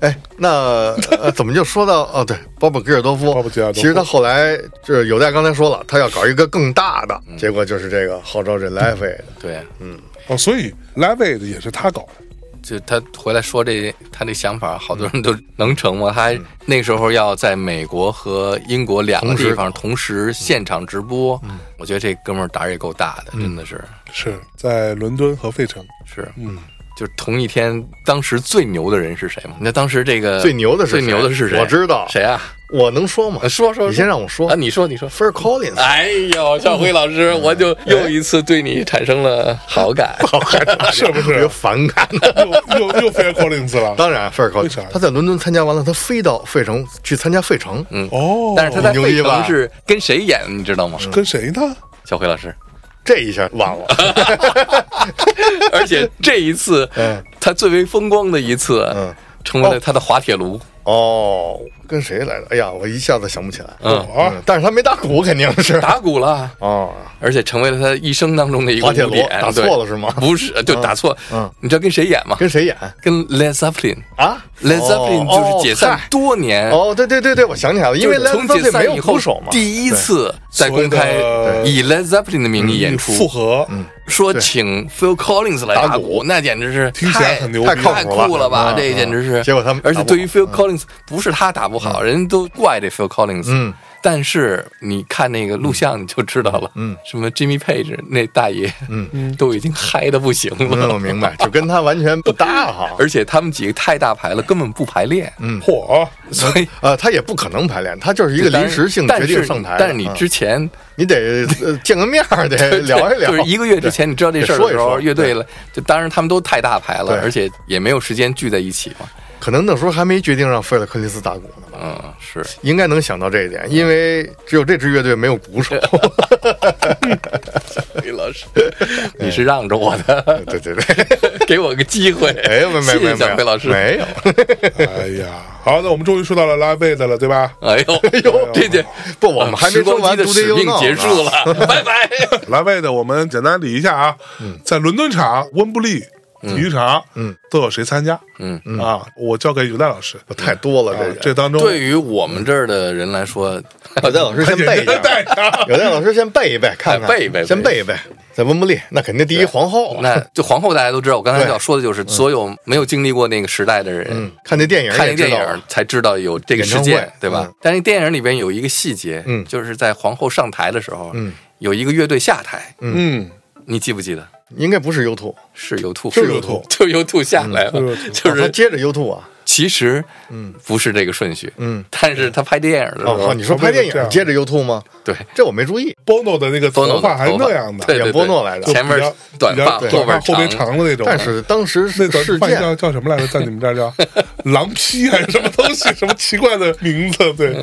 B: 哎，那呃，怎么就说到哦？对，鲍勃吉尔多夫，
D: 鲍勃吉尔多夫
B: 其实他后来就是有代刚才说了，他要搞一个更大的，结果就是这个号召这 l i f e 的，
A: 对，
D: 哦，所以 Live Aid 也是他搞的，
A: 就他回来说这他这想法，好多人都能成吗？他还那时候要在美国和英国两个地方同时现场直播，
B: 嗯
A: 我觉得这哥们儿胆儿也够大的，真的是
D: 是在伦敦和费城，
A: 是，嗯。就是同一天，当时最牛的人是谁吗？那当时这个
B: 最牛的是谁
A: 最牛的是谁？
B: 我知道
A: 谁啊？
B: 我能说吗
A: 呃？说说，
B: 你啊先让我说嗯
A: 啊！你说，你说。
B: f i r Collins，
A: 哎呦，赵辉老师，我就又一次对你产生了好感。
B: 哎
D: 是不
B: 有
D: 是？
B: 反感。
D: 又又又飞 Collins 了？
B: 当然，菲尔 Collins，
D: 为啥
B: 他在伦敦参加完了，他飞到费城去参加费城。嗯，
D: 哦，
A: 但是他在
B: 牛
A: 费
B: 逼吧嗯
A: 城是跟谁演，你知道吗？
D: 跟谁呢？
A: 小辉老师，
B: 这一下忘了。
A: 而且这一次，他最为风光的一次
B: 哎嗯，
A: 成为了他的滑铁卢。
B: 哦，跟谁来着？哎呀，我一下子想不起来。
A: 嗯，
D: 我
B: 嗯但是他没打鼓，肯定是。
A: 打鼓了，
B: 哦，
A: 而且成为了他一生当中的一个
B: 滑铁
A: 污
B: 卢
A: 点。
B: 打
A: 对
B: 错了是吗
A: 不是，就打错。
B: 嗯
A: 你知道跟谁演吗？
B: 跟谁演
A: 跟 Led Zeppelin。
B: 啊
A: Led Zeppelin 就是解散
B: 哦
A: 多年
B: 嗨。哦，对对对对，我想起来了，因为
A: 就是
B: Led
A: 从解
B: Zeppelin 没
A: 散以
B: 有
A: 后
B: 鼓手嘛。
A: 第一次在公开
D: 所谓的
A: 以 Led Zeppelin 的名义演出，
D: 复合，嗯，
A: 说请 Phil Collins 来
B: 打
A: 打
B: 鼓
A: 鼓，那简直是
D: 听起来
A: 太
D: 很牛逼
A: 太
D: 太靠
A: 太
B: 谱
A: 酷
B: 了
A: 了吧？
B: 嗯
A: 这
B: 嗯
A: 结简直是。
B: 结果他们
A: 而且
B: 打不嗯
A: 对于 Phil Collins，不是他打不好，人都怪这 Phil Collins。
B: 嗯。
A: 但是你看那个录像，你就知道了。
B: 嗯，
A: 什么 Jimmy Page 那大爷，嗯，都已经嗨的不行
B: 嗯，我
A: 了。
B: 明白，就跟他完全不搭 哈。
A: 而且他们几个太大牌了，根本不排练。嗯，
D: 嚯，
A: 所以
B: 呃，他也不可能排练，他就是一个临时性
A: 但
B: 决
A: 是
B: 定上台的。
A: 但是你
B: 嗯
A: 之前
B: 你得呃见个面 儿，得聊一聊。
A: 就是一个月之前你知道这事儿的时
B: 得说一
A: 候，
B: 说
A: 乐队了，就当然他们都太大牌
B: 对
A: 了，而且也没有时间聚在一起嘛。
B: 可能那时候还没决定让费尔克里斯打鼓呢吧？
A: 嗯，是
B: 应该能想到这一点，因为只有这支乐队没有 鼓手。
A: 李老师，你是让着我的，
B: 对对对，
A: 给我个机会。
B: 没哎有没有没有
A: 谢
B: 没有
A: 谢小辉老师。
B: 没有。
D: 哎呀，好，那我们终于说到了拉贝的了，对吧？
A: 哎呦哎呦，这这
B: 不我们还没
A: 时光
B: 说完
A: 机的
B: Do they
A: 使
B: you
A: 命
B: know
A: 结
B: 呢
A: 束了，拜拜。
D: 拉贝的，我们简单理一下啊，在伦敦场、温布利体育场，嗯，都有谁参加？
A: 嗯
D: 啊，我交给于丹老师，
B: 太多了，
D: 啊
B: 这，
D: 这当中
A: 对于我们这儿的人来说，
B: 有戴老师先背一下，
D: 带上
B: 有戴老师先背一背，看看
A: 哎背一背
B: 先背一背。在温布利，那肯定第一皇后。
A: 那就皇后大家都知道，我刚才
B: 哦对
A: 要说的就是所有没有经历过那个时代的人
B: 嗯，，看那电影
A: 看
B: 也
A: 那
B: 知
A: 电
B: 道
A: 影
B: 了，
A: 才知道有这个事
B: 演唱
A: 件
B: 会，
A: 对吧？
B: 嗯
A: 但是电影里边有一个细节，
B: 嗯
A: 就是在皇后上台的时候，
B: 嗯
A: 有一个乐队下台，
D: 嗯，
A: 你记不记得？
B: 应该不是 U t
A: 是有兔，
D: 是 U2
A: 就有兔
B: 嗯
A: 下来了， 就
B: 他
A: 是
B: 接着 U t 啊，
A: 其实，嗯，不是这个顺序，
B: 嗯，
A: 但是他拍电影的时候，
B: 哦，你说拍电影接着 U t 吗？
A: 对，
B: 这我没注意，
D: Bono 的那个
A: 波诺
D: 头发还是那样
A: 对
D: 的，
A: 对对
B: 演波诺来着
A: 前
D: 比
A: 面
D: 较
A: 短
D: 比
A: 发，
D: 较
A: 后边
D: 后边长的那种，
B: 但是当时
D: 啊那
B: 是
D: 短
B: 事
D: 发
B: 件
D: 叫叫什么来着？在你们这儿叫狼披还是什么东西？什么奇怪的名字？对，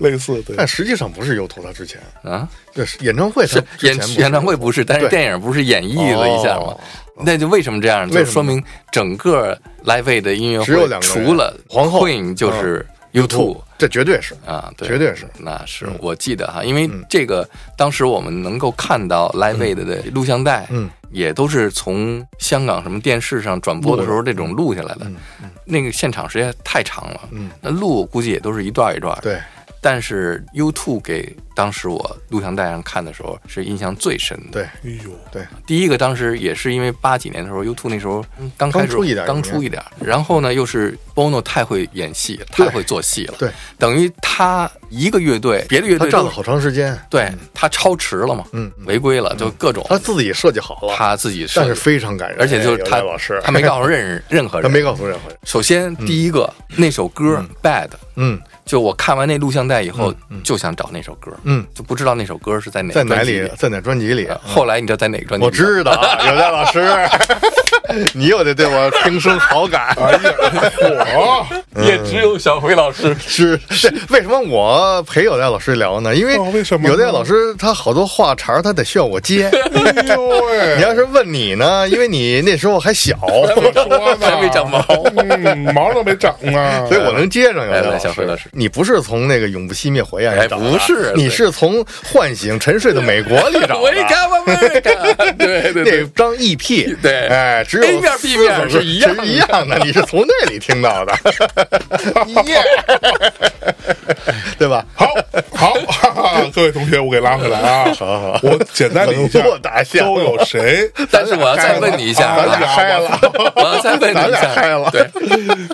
D: 类似对。
B: 但实际上不是 U 头他之前，
A: 啊，
B: 对，是演唱会他
A: 是
B: 之前
A: 演
B: 不是
A: 演唱会不是，但是
B: 对
A: 电影不是演绎了一下吗
B: 哦？
A: 那就为什么这样？
B: 为什么
A: 就说明整个 Live Aid 的音乐
B: 只有
A: 会
B: 两个人
A: 除了
B: 皇后
A: Queen 就是
B: U2
A: U2
B: 这绝对是
A: 啊，对，
B: 绝对是嗯
A: 那是我记得哈，因为这个当时我们能够看到 Live Aid 的录像带，
B: 嗯，
A: 也都是从香港什么电视上转播的时候这种录下来
B: 嗯
A: 的。那个现场实在太长了，嗯，那录估计也都是一段一段。，
B: 对，
A: 但是 U2 给当时我录像带上看的时候是印象最深的。
B: 对
D: 哎呦，
B: 对，
A: 第一个当时也是因为八几年的时候，U2 那时候嗯刚开始
B: 刚出一点
A: 刚出一点，然后呢又是 Bono 太会演戏，太会做戏了，
B: 对，
A: 等于他一个乐队，别的乐
B: 他
A: 队
B: 站
A: 都
B: 了好长时间，
A: 对他超时了嘛，
B: 嗯，
A: 违规了，就各种
B: 他自己设计好了，
A: 他自己
B: 但
A: 设
B: 是
A: 计，
B: 非常感人，
A: 而且就是
B: 哎
A: 他
B: 有戴老 师，
A: 他没告诉任任何
B: 他没
A: 人。
B: 告诉任何人，
A: 首先第一个那首歌 Bad，
B: 嗯
A: 就我看完那录像带以后就想找那首歌，
B: 嗯，
A: 就不知道那首歌是在哪
B: 在
A: 个
B: 哪
A: 专辑
B: 里，在哪专辑里，
A: 呃后来你知道在哪个专辑？
B: 我。知道啊，有戴老师， 你又得对我平生好感，
D: 哎呀，我
B: 嗯
A: 也只有小辉老师
B: 是是，为什么我陪有戴老师聊呢？因为
D: 哦为什么呢
B: 有戴老师他好多话茬儿他得需要我 接，
D: 哎呦喂，
B: 你要是问你呢，因为你那时候还 小，
D: 说呢
A: 还没长毛，
D: 嗯，毛都没长啊呢，
B: 所以我能接上有
A: 来来
B: 戴老
A: 哎小
B: 师。
A: 辉老师
B: 你不是从那个永不熄灭火焰
A: 哎
B: 里找的啊，
A: 不是
B: 你
A: 对
B: 是从唤 醒沉睡的美国里找的。
A: Wake up America！对对对，
B: 那张 EP，
A: 对
B: 哎，只有
A: A 面 B 面
B: 四个
A: 是一样的
B: 是一样的，你是从那里听到 的，耶， 对吧？
D: 好，好， 哈哈，各位同学，我给拉回来啊！
B: 好好
D: 我简单理一下
B: 冷落大，象
D: 都有谁？
A: 但是我要再问你一下
B: 咱俩
A: 啊，
B: 嗨了，
A: 我要再问你
B: 咱
A: 一
B: 俩
A: 下，
B: 嗨了
A: 对，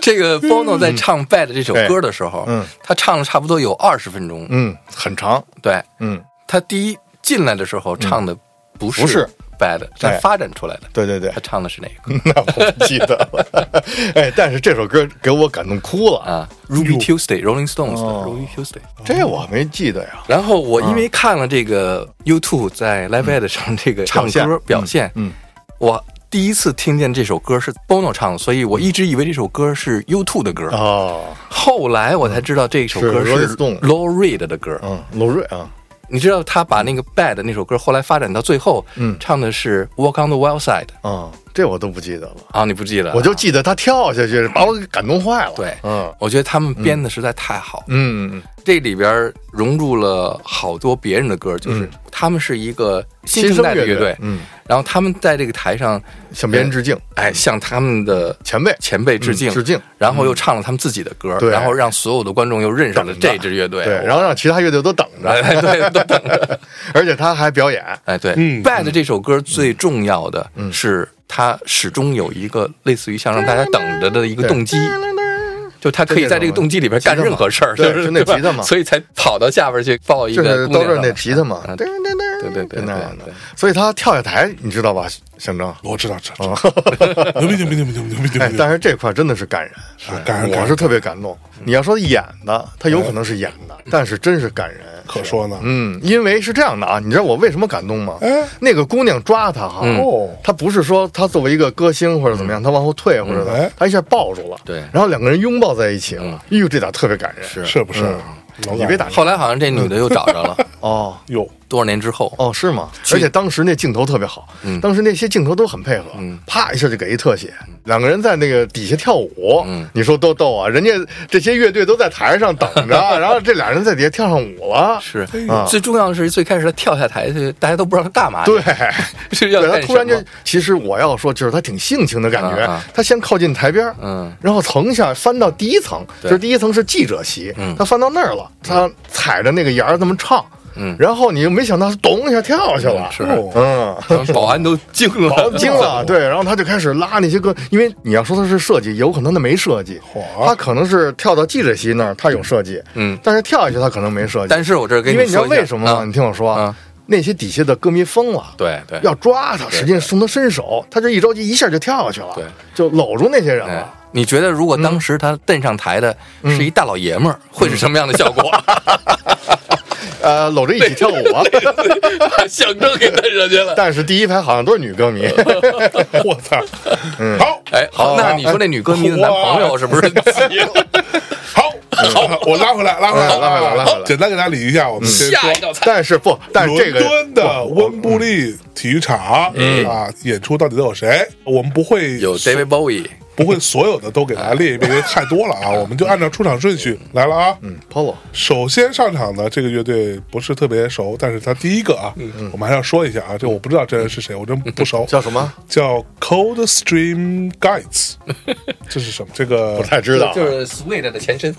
A: 这个 Bono 在唱《Bad》这首歌的时候，
B: 嗯
A: 他唱了差不多有二十分钟。
B: 嗯，很长，
A: 对
B: 嗯，
A: 他第一进来的时候唱的不是
B: 不是嗯
A: Bad，
B: 哎
A: 他发展出来的。
B: 对对对
A: 他，唱的是哪个
B: 那我不记得了。 哎，但是这首歌给我感动哭了，
A: 啊？Ruby Tuesday，Rolling Stones
B: 哦
A: 的 Ruby Tuesday。
B: 这我没记得呀。
A: 然后我因为看了这个 YouTube 在 Live Aid 上这个唱歌
B: 嗯表
A: 表现，
B: 嗯，
A: 我第一次听见这首歌是 Bono 唱的，所以我一直以为这首歌是 YouTube 的歌。
B: 哦，
A: 后来我才知道这首歌
B: 是
A: 是
B: Rolling Stone
A: Low Reed 的歌。
B: 嗯，罗瑞啊，
A: 你知道他把那个 Bad 那首歌后来发展到最后，
B: 嗯
A: 唱的是 Walk on the Wild Side
B: 嗯，这我都不记得了，
A: 啊，你不记得啊？
B: 我就记得他跳下去，把我给感动坏了。
A: 对，
B: 嗯
A: 我觉得他们编的实在太好，
B: 嗯嗯，
A: 这里边融入了好多别人的歌，就是、他们是一个新生代的乐队，
B: 嗯，
A: 然后他们在这个台上，
B: 向别人致敬，
A: 哎，向他们的
B: 前辈
A: 前辈致敬，
B: 嗯致敬，
A: 然后又唱了他们自己的歌，
B: 对
A: 然后让所有的观众又认识了这支乐队，
B: 对， 然后让其他乐队都等着，
A: 哎对，都等着。
B: 而且他还表演，
A: 哎，对，
D: 嗯
A: Bad》这首歌最重要的
B: 嗯
A: 是，它始终有一个类似于像让大家等着的一个动机，就它可以在这个动机里边干任何事儿，就
B: 对
A: 是
B: 就 那
A: 对吧
B: 吉他嘛
A: 所以才跑到下边去抱一
B: 就
A: 个
B: 是
A: 姑
B: 都
A: 娘上
B: 是
A: 来。
B: 那吉他嘛，
A: 啊
B: 噔噔噔，
A: 对对对
B: 就那样的
A: 对对。
B: 所以他跳下台，你知道吧，象征？
D: 我知道，知道，知道牛逼，牛逼，牛逼，牛逼，牛逼，牛
B: 哎
D: 逼！，
B: 但是这块真的是感人，哎
D: 感人感人
B: 我是特别感动。
A: 嗯
B: 你要说演的，他有可能是演的，但是真是感人。
D: 可说呢，
B: 嗯，因为是这样的啊，你知道我为什么感动吗？
D: 哎
B: 那个姑娘抓他哈，
D: 哦
B: 他不是说他作为一个歌星或者怎么样，他往后退或者怎么样
D: 哎，
B: 他一下抱住了，
A: 对
B: 然后两个人拥抱在一起了，哎呦，这点特别感人，是
D: 是不是？老
B: 你别打
A: 后来好像这女的又找 着了，
B: 哦
D: 哟，
A: 多少年之后，
B: 哦是吗？而且当时那镜头特别好，当时那些镜头都很配合，啪一下就给一特写，两个人在那个底下跳舞，你说多逗啊！人家这些乐队都在台上等着，然后这俩人在底下跳上舞了，
A: 是
B: 啊
A: 最重要的是最开始她跳下台去，大家都不知道她干嘛去，
B: 对，
A: 是要
B: 对他
A: 干
B: 突然
A: 什
B: 就
A: 么，
B: 其实我要说，就是他挺性情的感觉。
A: 啊啊
B: 他先靠近台边儿，
A: 嗯
B: 然后层下翻到第一层，就
A: 对
B: 是第一层是记者席，
A: 嗯
B: 他翻到那儿了，他踩着那个沿儿那么唱，
A: 嗯
B: 然后你又没想到他咚一下跳下去了，
A: 是
B: 嗯。
A: 然后保安都惊了，
B: 好惊了，对，然后他就开始拉那些歌，因为你要说他是设计，有可能他没设计，
D: 嚯
B: 他可能是跳到记者席那儿，他有设计，
A: 嗯
B: 但是跳下去他可能没设计，
A: 但是我这儿跟
B: 因
A: 你
B: 为你知道
A: 说一下
B: 为什么吗？
A: 啊
B: 你听我说，
A: 啊
B: 那些底下的歌迷疯了，
A: 对对，
B: 要抓他，使劲冲他伸手，他就一着急，一下就跳下去了，
A: 对，
B: 就搂住那些人
A: 哎
B: 了。，
A: 你觉得如果当时他蹬上台的是一大老爷们儿，会是什么样的效 果？
B: 呃，搂着一起跳舞 啊。
A: 把象征给蹬上去了。
B: 但是第一排好像都是 女歌迷，
D: 我操！好，
A: 哎，好，那你说那女歌迷的男朋友是不是？
D: 好，好， 我拉回来，拉回来，简单给大家理一下，我们先说
A: 下一道菜
B: 但是不，但是这
D: 伦
B: 个
D: 敦的温布利体育场
A: 嗯
D: 啊，演出到底都有谁？我们不 会
A: 有 David Bowie，
D: 不会所有的都给大家列一遍，因为太多了啊，我们就按照出场顺序来了啊。嗯，
B: Polo
D: 首先上场的这个乐队不是特别熟，但是他第一个啊，我们还是要说一下啊，这我不知道这人是谁，我真不熟，
B: 嗯 叫什么？
D: 叫 Cold Stream Guides，这是什么？这个
B: 不太知道，啊
A: 是 Sweet 的前身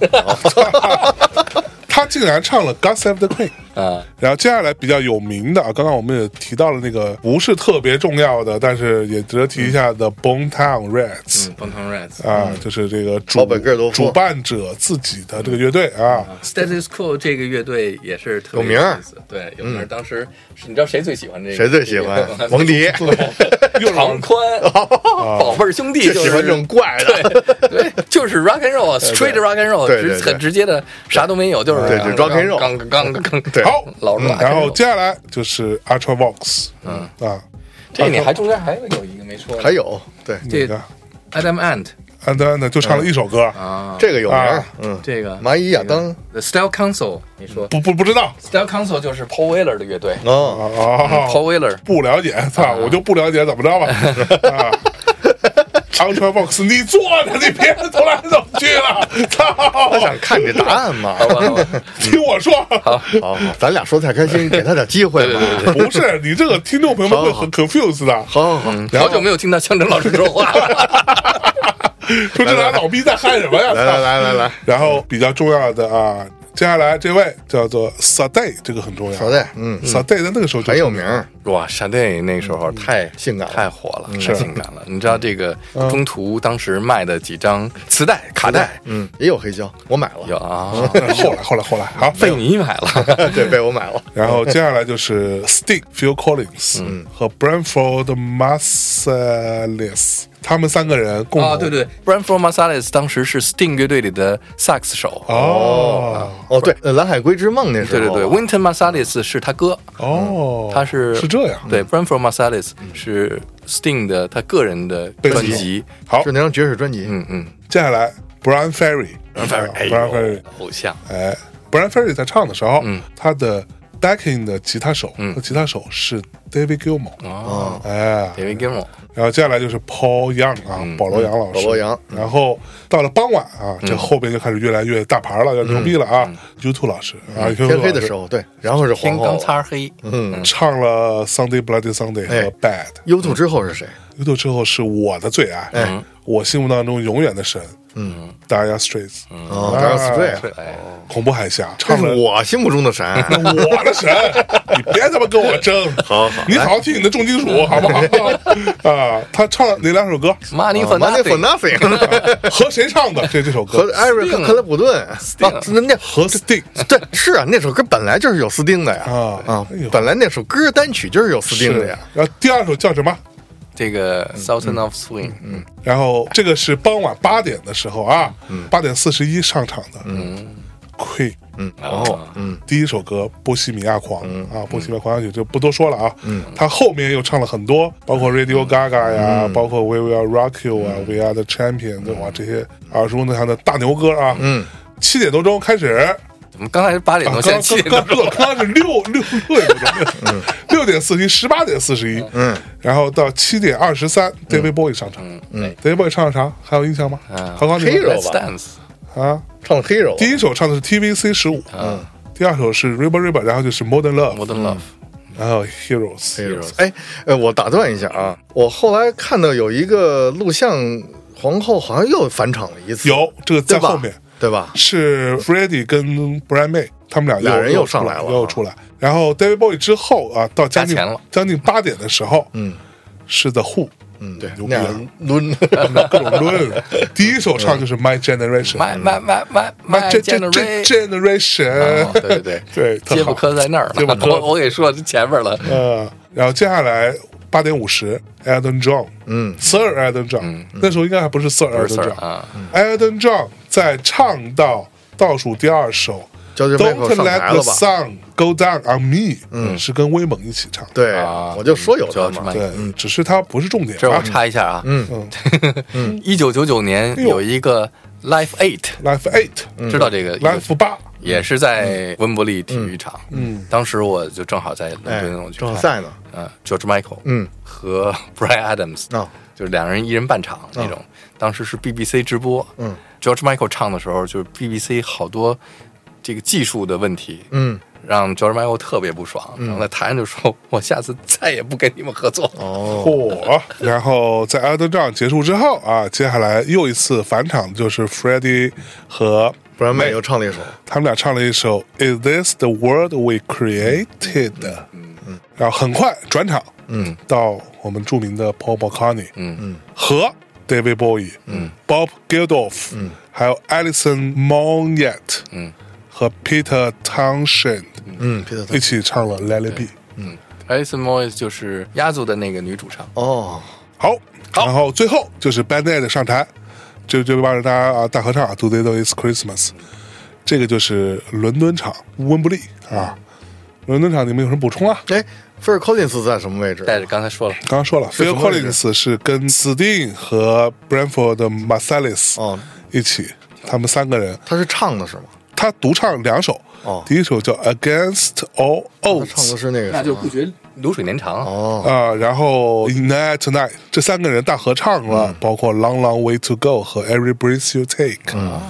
D: 他竟然唱了《God Save the Queen》。
A: 啊。
D: 然后接下来比较有名的啊，刚刚我们也提到了那个不是特别重要的，但是也值得提一
B: 嗯
D: 下的 Bonetown Rats、
A: Bonton Rats。
D: 啊，就是这个主
B: 老本个儿都说
D: 主办者自己的这个乐队啊，
B: 嗯
A: Status Quo 这个乐队也是特别
B: 有名儿嗯
A: 意思，对，有名儿。当时是你知道谁最喜欢这个？
B: 谁最 喜欢
A: 这个？
B: 蒙迪，
A: 庞 宽，宝贝儿兄弟
B: 就
A: 就
B: 喜
A: 是
B: 欢这种怪的，
A: 对对，就是 rock and roll，straight rock and roll，
B: 对对
A: 直
B: 对
A: 很直接的，啥都没有，就是
B: 对对，rock and roll
A: 刚刚刚刚
B: 对
D: 好，
A: 老是
D: 嗯
A: rock and roll
D: 然后接下来就是 Ultravox，嗯啊，
A: 这你还中间还有一个没说呢，
B: 还有对
A: 这
D: 个
A: Adam Ant
D: 安德安的就唱了一首歌，
A: 啊，
B: 这个有名儿
D: 啊，
B: 嗯，
A: 这个
B: 蚂蚁亚当
A: The Style Council，你说
D: 不不不知道
A: Style Council 就是 Paul Weller 的乐队
B: 哦，
D: 啊，
A: ，Paul Weller
D: 不了解，操，我就不了解，怎么着吧？啊， Ultra Box，你坐着，你别走来走去了，操！
B: 他想看你答 案嘛？
D: 听我说，
B: 好，好咱俩说太开 心，给他点机会嘛。
A: 嗯
D: 不是你这个听众朋友们会很 confused 的，
B: 好好好，
A: 好久没有听到象征老师说话了。
D: 说这俩老逼在嗨什么呀？
B: 来来来来来，
D: 然后比较重要的啊，接下来这位叫做 Sade，这个很重要。
B: 小戴，嗯，
D: Sade 在那个时候就
B: 很有名儿，
A: 哇，沙队那时候太
B: 性感
A: 嗯
B: 了
A: 太火了，嗯太性感了。你知道这个中途当时卖的几张磁带、卡带
B: 嗯，也有黑胶，我买
A: 有
B: 了，
A: 啊，
D: 后来后来后来好，
A: 被你买了。
B: 对，被我买了。
D: 然后接下来就是 Stick Phil Collins
A: 嗯
D: 和 Branford Marsalis，他们三个人共同
A: 啊，对对对，Branford Marsalis 当时是 Sting 乐队里的萨克斯手。
D: 哦
B: 哦，对，呃蓝海归之梦那时
A: 对
B: 候，啊
A: 对对，Winton Marsalis 是他哥，
D: 哦，
A: 嗯他是
D: 是这样嗯
A: 对，Branford Marsalis 是 Sting 的他个人的
D: 对
A: 专
D: 没错
A: 辑。
D: 好
B: 就，那张爵士专辑，
A: 嗯嗯
D: 接下来 Brian Ferry，Brian
A: 哎呦
D: Brian Ferry，
A: 偶像。
D: 哎，Brian Ferry 在唱的时候，
A: 嗯
D: 他的 backing 的吉他手，他吉他手是 David Gilmour，
A: 哦
D: 哎，
A: ，David Gilmour，
D: 然后接下来就是 Paul Young 啊，保罗杨老
B: 嗯
D: 师。
B: 保罗杨嗯
D: 然后到了傍晚啊，这后边就开始越来越大牌了，要牛逼了啊。YouTube 老师啊，YouTube
B: 嗯天黑的
D: 老师
B: 时候，对，然后是
A: 天
B: 皇后
A: 刚。擦黑。嗯，
D: 唱了 Sunday Bloody Sunday
B: 哎
D: 和 Bad。
B: U two 之后是谁？
D: YouTube 之后是我的最爱，
B: 哎
D: 我心目当中永远的神。嗯，Dire Straits，
B: 哦 d a r s t r
A: 哎，
D: 恐怖海峡，
B: 这
D: 唱
B: 是
D: 了
B: 我心目中的神。
D: 我的神， 你别他妈跟我争，
B: 好好哎
D: 你好好听你的重金属，好不好？ 啊，他唱了哪两首歌？
A: Money for
B: Money for
A: nothing。
B: nothing，
D: 和谁唱的？这这首 歌
B: 和艾瑞克克莱普顿啊，那那
D: 和 Sting
B: 对是啊，那首歌本来就是有斯汀的呀
D: 啊
B: 啊
D: 哎呦，
B: 本来那首歌单曲就是有斯汀
D: 是
B: 的呀。
D: 然后第二首叫什么？
A: 这个 Southern of Swing，嗯，
D: 然后这个是傍晚八点的时候啊，八点四十一上场的，嗯，Queen，嗯，
A: 然后
D: 第一首歌《波西米亚狂》啊，《波西米亚狂想曲》就不多说了啊，嗯，他后面又唱了很多，包括 Radio Gaga 呀，包括 We Will Rock You 啊，We Are the Champion 对吧？这些耳熟能详的大牛歌啊，嗯，七点多钟开始，
A: 怎么刚才是八点
D: 啊，
A: 钟，现在
D: 刚
A: 七点
D: 刚
A: 钟
D: 刚
A: 了？
D: 刚是六六六点钟， 六点四十一，十八点四十一，嗯，然后到七点二十三，David Bowie 上场，
A: 嗯
D: ，David Bowie 唱的啥？还有印象吗？
A: 嗯
D: 考考你们
B: Hero
A: ，Let's Dance，
D: 啊，
B: 唱 Hero，
D: 第一首唱的是 TVC 十五，嗯，第二首是 Ribba Ribba，然后就是 Modern Love，
A: Modern Love，
D: 然后 Heroes，
B: 哎，呃，我打断一下啊，我后来看到有一个录像皇后好像又返场了一次，
D: 有这个
B: 对
D: 在
B: 吧
D: 后面
B: 对吧？
D: 是 Freddie 跟 Brian May 他们俩
B: 俩人
D: 又
B: 又上
D: 出
B: 来了
D: 又出来，然后 David Bowie 之后啊，到将近
A: 加钱了
D: 将近八点的时候，嗯，是 The Who。
B: 嗯，对，
D: 牛逼
B: 那
D: 啊
B: 样抡，
D: 各种抡。第一首唱就是 My Generation。
A: 嗯 My My My My My
D: 哎这这这
A: Generation，哦
D: generation，
A: 对对对
D: 对，特
A: 杰
D: 好
A: 布科在那儿
D: 杰布
A: 了，
D: 科
A: 我我给说这前面了，
D: 呃，然后接下来八点五十，Elton John，嗯，Sir Elton John，那时候应该还不是 Sir
A: 嗯不是
D: Elton
A: Sir，
D: John
A: 啊
D: Elton John 在唱到倒数第二首
B: George
D: Don't
B: Michael 上
D: Let
B: 台
D: the
B: 了吧？
D: Sun Go Down on Me，嗯，是跟威猛一起唱的。
B: 对
A: 啊，
B: 我就说有他
A: 叫什么，
B: 嘛
D: 对，只是它不是重点
A: 这儿
D: 啊
A: 我。插一下啊，嗯， 一九九九年
D: 哎呦嗯
A: 有一个 Life Eight，
D: Life Eight，Life
A: 知道这个
D: 八，
A: 也是在温布利体育场，嗯，当时我就正好在伦
B: 哎
A: 敦，我，去
B: 正好
A: 看，
B: 赛呢，
A: 嗯，George Michael，
B: 嗯，
A: 和 Brian Adams，
B: 啊
A: 就是两人一人半场
B: 哦
A: 那种，当时是 BBC 直播，嗯，George Michael 唱的时候，就是 BBC 好多这个技术的问题，
B: 嗯，
A: 让 George Michael 特别不爽，然后在台上就说：“ 我下次再也不跟你们合作。”
B: 哦，
D: 嚯！然后在 Elton John 结束之后啊，接下来又一次返场的就是 Freddie 和
B: 不然妹又唱了一首，
D: 他们俩唱了一首《Is This the World We Created》，嗯嗯，然后很快转场，嗯，到我们著名的 Paul McCartney，嗯嗯，和 David Bowie，嗯，Bob Geldof，嗯，还有 Alison Moyet，嗯，和 Peter Townshend，
B: 嗯，皮特森，
D: 一起唱了《Lullaby》。
A: Alison Moyes 就是亚族的那个女主唱，
B: 哦，
D: 好，然后最后就是 Band Aid 上台，这这帮人大家啊大合唱啊，Today is Christmas，这个就是伦敦场温布利啊。伦敦场你们有什么补充啊？
B: 哎，菲尔· Collins 在什么位置？
A: 带着刚才说
B: 哦
A: 了，
D: 刚刚说了，Phil
B: 什么位置
D: Collins 是跟 Sting 和 Branford Marsalis
B: 哦
D: 一起，他们三个人，
B: 他是唱的是吗？
D: 他独唱两首
B: 哦，
D: 第一首叫 Against All
B: 他唱的
D: Odds，
B: 是那个什么
A: 觉流水年长。
B: 哦，
D: 啊，然后 In Night Tonight 这三个人大合唱了，
B: 嗯
D: 包括 Long Long Way to Go 和 Every Breath You Take，、
B: 嗯哎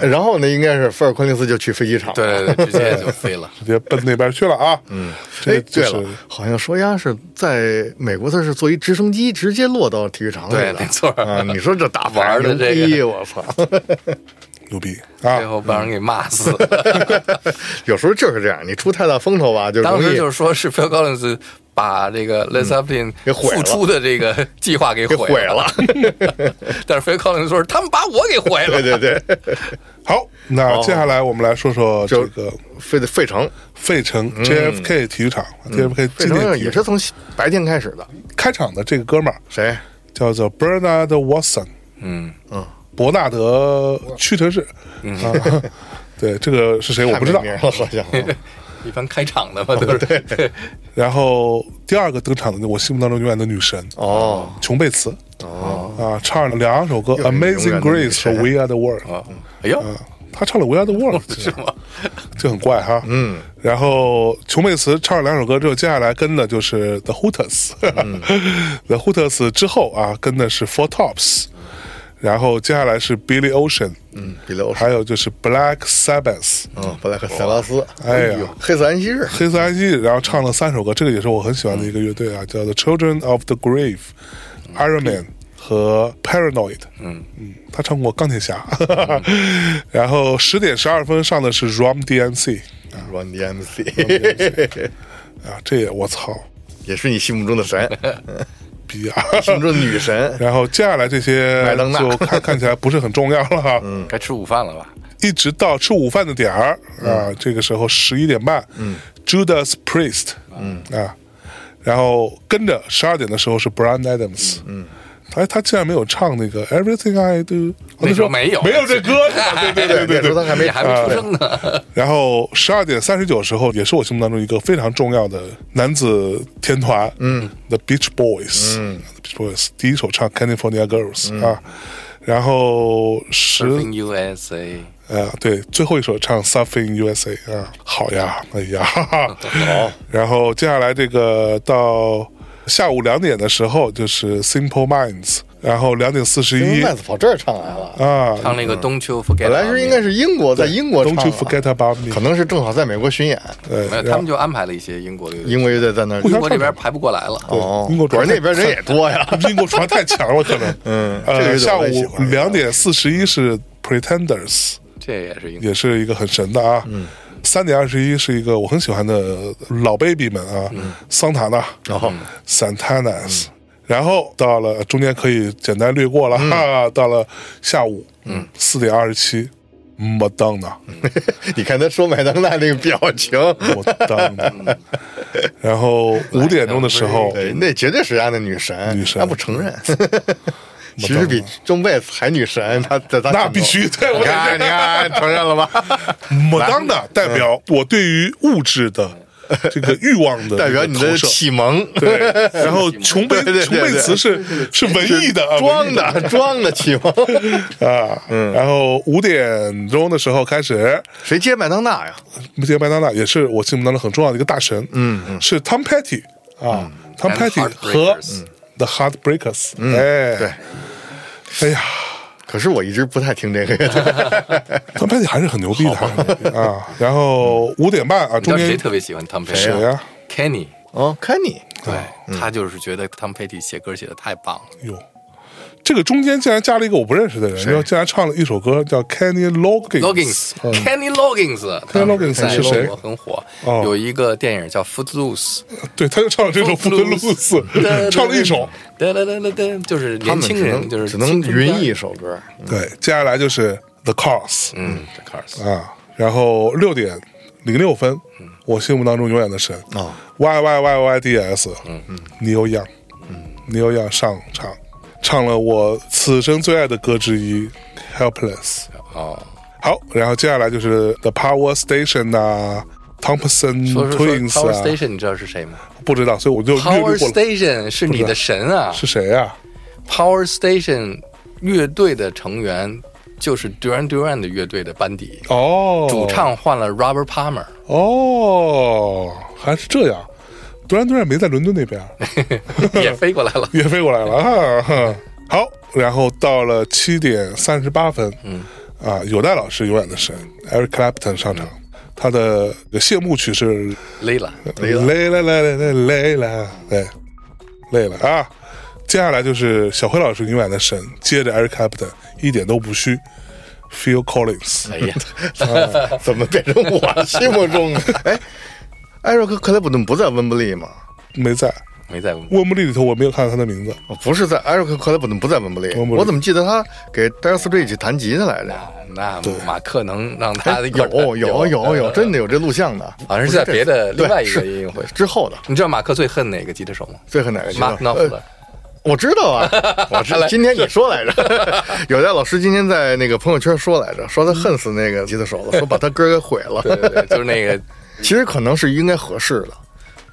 B: 然后呢，应该是菲尔昆林斯就去飞机场。，
A: 对对对，直接就飞了。
D: 直接奔那边去了啊。嗯，
B: 哎
D: 这，就
B: 对
D: 是
B: 了，好像说呀是在美国，他是坐一直升机直接落到体育场里
A: 对
B: 的，
A: 没错
B: 啊，你说这打法
A: 玩儿的
B: 牛
A: 这个
B: 逼，我操！
D: 牛逼
A: 最
D: 啊！
A: 后把人给骂
B: 嗯
A: 死。
B: 有时候就是这样，你出太大风头吧，就
A: 当
B: 容
A: 时
B: 易
A: 就是说是 Phil Collins 把这个 Led Zeppelin
B: 嗯给毁了
A: 付出的 这个计划给
B: 给
A: 毁
B: 毁了。
A: 但是 Phil Collins 说是他们把我给毁了
B: 对。对对，
D: 好，
B: 哦
D: 那接下来我们来说说这个
B: 费费城，
D: 费城 JFK 体育场、
B: 嗯
D: JFK
B: 费
D: 纪念
B: 城
D: 体
B: 也是
D: 育场
B: 从白天开始的。
D: 开场的这个哥们儿
B: 谁？
D: 叫做 Bernard Watson，
A: 嗯，
D: 伯纳德屈臣氏。啊 对，这个是谁我不知道
B: 嗯太。没名了好像
A: 一般开场的嘛都
B: 哦
A: 是。对，
D: 然后第二个登场的，我心目当中永远的女神
B: 哦，
D: 琼贝茨。哦啊，唱了两首歌《
B: 是一个永
D: Amazing
B: 远的女
D: Grace》和
B: 神
D: 《We Are the World》
A: 啊，哎
B: 嗯
A: 呦，
D: 啊，他唱了《We Are the World》
A: 是吗？
D: 就很怪哈。嗯，然后琼贝茨唱了两首歌之后，接下来跟的就是 The Hooters。The Hooters 之后啊，跟的是 Four Tops，然后接下来是 Billy Ocean，
B: 嗯，比利欧
D: 还有就是 Black Sabbath。
B: 嗯，布莱克塞拉斯，
D: 哎呀
B: 呦，黑色安息日，
D: 黑色安息，然后唱了三首歌，这个也是我很喜欢的一个乐队啊，叫做 Children of the Grave、Iron Man 和 Paranoid。嗯嗯，他唱过钢铁侠。 然后十点十二分上的是 Rom DMC
B: Run DMC，
D: 啊，这也我操
B: 也是你心目中的神，
D: 逼啊！
B: 心目中的女神。
D: 然后接下来这些
B: 麦当娜
D: 就看看起来不是很重要了哈。嗯，
A: 该吃午饭了吧？
D: 一直到吃午饭的点儿啊，这个时候十一点半，嗯，Judas Priest，嗯啊，然后跟着十二点的时候是 Brian Adams，嗯。他他竟然没有唱那个 Everything I Do，
A: 那时候
D: 没
A: 没有
D: 没有这歌，是吧对 对对对
B: 那时
D: 对
B: 候他还没啊
A: 你还没出生呢。
D: 然后十二点三十九时候，也是我心目当中一个非常重要的男子天团，嗯，The Beach Boys，嗯，Beach Boys 第一首唱 California Girls、啊，然后十
A: Surfing USA，
D: 呃，对，最后一首唱《Something USA》啊，好呀，哎呀，哈哈 好。然后接下来这个到下午两点的时候就是 Simple Minds，然后两点四十
B: 因为
D: 一
B: 麦子跑这儿唱来了，
D: 啊，
A: 唱那个 Don't You Forget，
B: 嗯本来是应该是英国，在英国唱
D: ，Don't
B: 啊
D: you forget about
B: 可
D: me，
B: 能是正好在美国巡演，
A: 没有，
D: 呃，
A: 他
D: 然
A: 们
D: 后
A: 就安排了一些英国的乐队，
B: 英国乐队在那儿。
A: 英国这边排不过来了。
B: 哦，
D: 英国
B: 主要那边人也多呀。
D: 英国船太强了，可能，嗯
B: 这个
D: 呃，
B: 有点
D: 下
B: 我也喜
D: 午
B: 欢
D: 两点四十一是 Pretenders，
A: 这也是英国
D: 也是一个很神的啊，嗯。三点二十一是一个我很喜欢的老 baby 们啊，
B: 嗯
D: 桑塔纳，
B: 然后
D: Santanas，、然
B: 嗯
D: 后到了中间可以简单略过了，哈，到了下午，嗯，四点二十七，麦当娜，
B: 嗯你看他说麦当娜那个表情，
D: 麦当 娜，
B: 嗯
D: 然后五点钟的时候，
B: 对，那绝对是人家的女神，
D: 女神
B: 她不承 认。其实比中贝斯还女神，她在她
D: 那
B: 心中
D: 必须， 对，我
B: 你看，你看，承认了 吧？
D: 麦当娜代表我对于物质的这个欲望的
B: 嗯代表你的
D: 投射
B: 启蒙，
D: 对， 然后琼贝
B: 对对对
D: 琼贝茨是是文艺的，啊文
B: 装
D: 艺的
B: 的装的启 蒙。
D: 啊，然后五点钟的时候开始，
B: 谁接麦当娜呀？
D: 这个麦当娜也是我心目当中很重要的一个大神，嗯，是 Tom Petty 啊、t o m
A: And
D: Petty 和嗯
A: Heartbreakers
D: The Heartbreakers，、哎，
B: 对，
D: 哎呀
B: 可是我一直不太听这个 乐队。
D: ，Tom Petty 还是很牛逼的还是很牛逼啊。然后五点半啊，
A: 你知
D: 中
A: 道谁
D: 间
A: 特别喜欢 Tom
D: 谁啊
A: Petty？啊
D: 呀？
A: Kenny，
B: 啊哦，嗯看你
A: 对他就是觉得 Tom Petty 写歌写的太棒了。
D: 哟、这个中间竟然加了一个我不认识的人，然后竟然唱了一首歌叫 Kenny Loggins。嗯
A: Loggins，Kenny Loggins，
D: Kenny Loggins
A: 在
D: 是谁
A: 美国很火，
D: 哦
A: 有一个电影叫《Footloose
D: 对，他就唱了这首《f o o t l o s e》，唱了 一首。，
A: 哒哒哒哒哒，就是
B: 他
A: 年
B: 们
A: 轻
B: 只
A: 人
B: 能
A: 就是
B: 只能云
A: 青春
B: 一
A: 班，
B: 首歌，
D: 对，接下来就是 The Cars。
A: 嗯，这 Cars，
D: 啊，然后六点零六分，
A: 嗯
D: 我心目当中永远的神
B: 哦
D: y Y Y Y D S，嗯嗯，你有样，嗯，你有样上场，唱了我此生最爱的歌之一《Helpless》。
A: 哦，
D: 好，然后接下来就是 The Power Station 啊，Thompson
A: 说说说
D: Twins
A: Power
D: 啊，
A: Station，你知道是谁吗
D: 不知道，所以我就 略
A: ？Power
D: 略过了。
A: Station 是你的神啊
D: 是谁啊？
A: ，Power Station 乐队的成员就是 Duran Duran 的乐队的班底，
D: 哦，
A: 主唱换了 Robert Palmer。
D: 哦，还是这样。突然突然没在伦敦那 边，
A: 也飞过来了。
D: 也飞过来了啊。哼好，然后到了七点三十八分，嗯，啊，有戴老师永远的神 Eric Clapton 上场，他的谢幕曲是
A: 累了，
D: 累了累了累了累了，对，累了啊。接下来就是小辉老师永远的神，接着 Eric Clapton 一点都不虚，Phil Collins，
A: 哎呀，
B: 怎么变成我心目中 的？哎，艾瑞克克莱普顿不在温布利吗？
D: 没在
A: 没在
D: 温布利里头，我没有看到他的名字。
B: 哦不是在艾瑞克克莱普顿不在温布利，
D: 温布利
B: 我怎么记得他给 Dire Straits 弹吉他来
A: 啊
B: 着？
A: 那马克能让他
B: 哎有有有有，真的有这录像的，
A: 嗯好像是在别的
B: 不是这
A: 另外一个
B: 对是
A: 音乐会
B: 之后的，
A: 你知道马克最恨哪个吉他手吗？
B: 最恨哪个吉他
A: 马克诺夫的
B: 呃我知道啊， 我知道。今天你说来着，有戴老师今天在那个朋友圈说来着，说他恨死那个吉他手了，说把他歌给毁了。
A: 对对对，就是那个
B: 其实可能是应该合适的，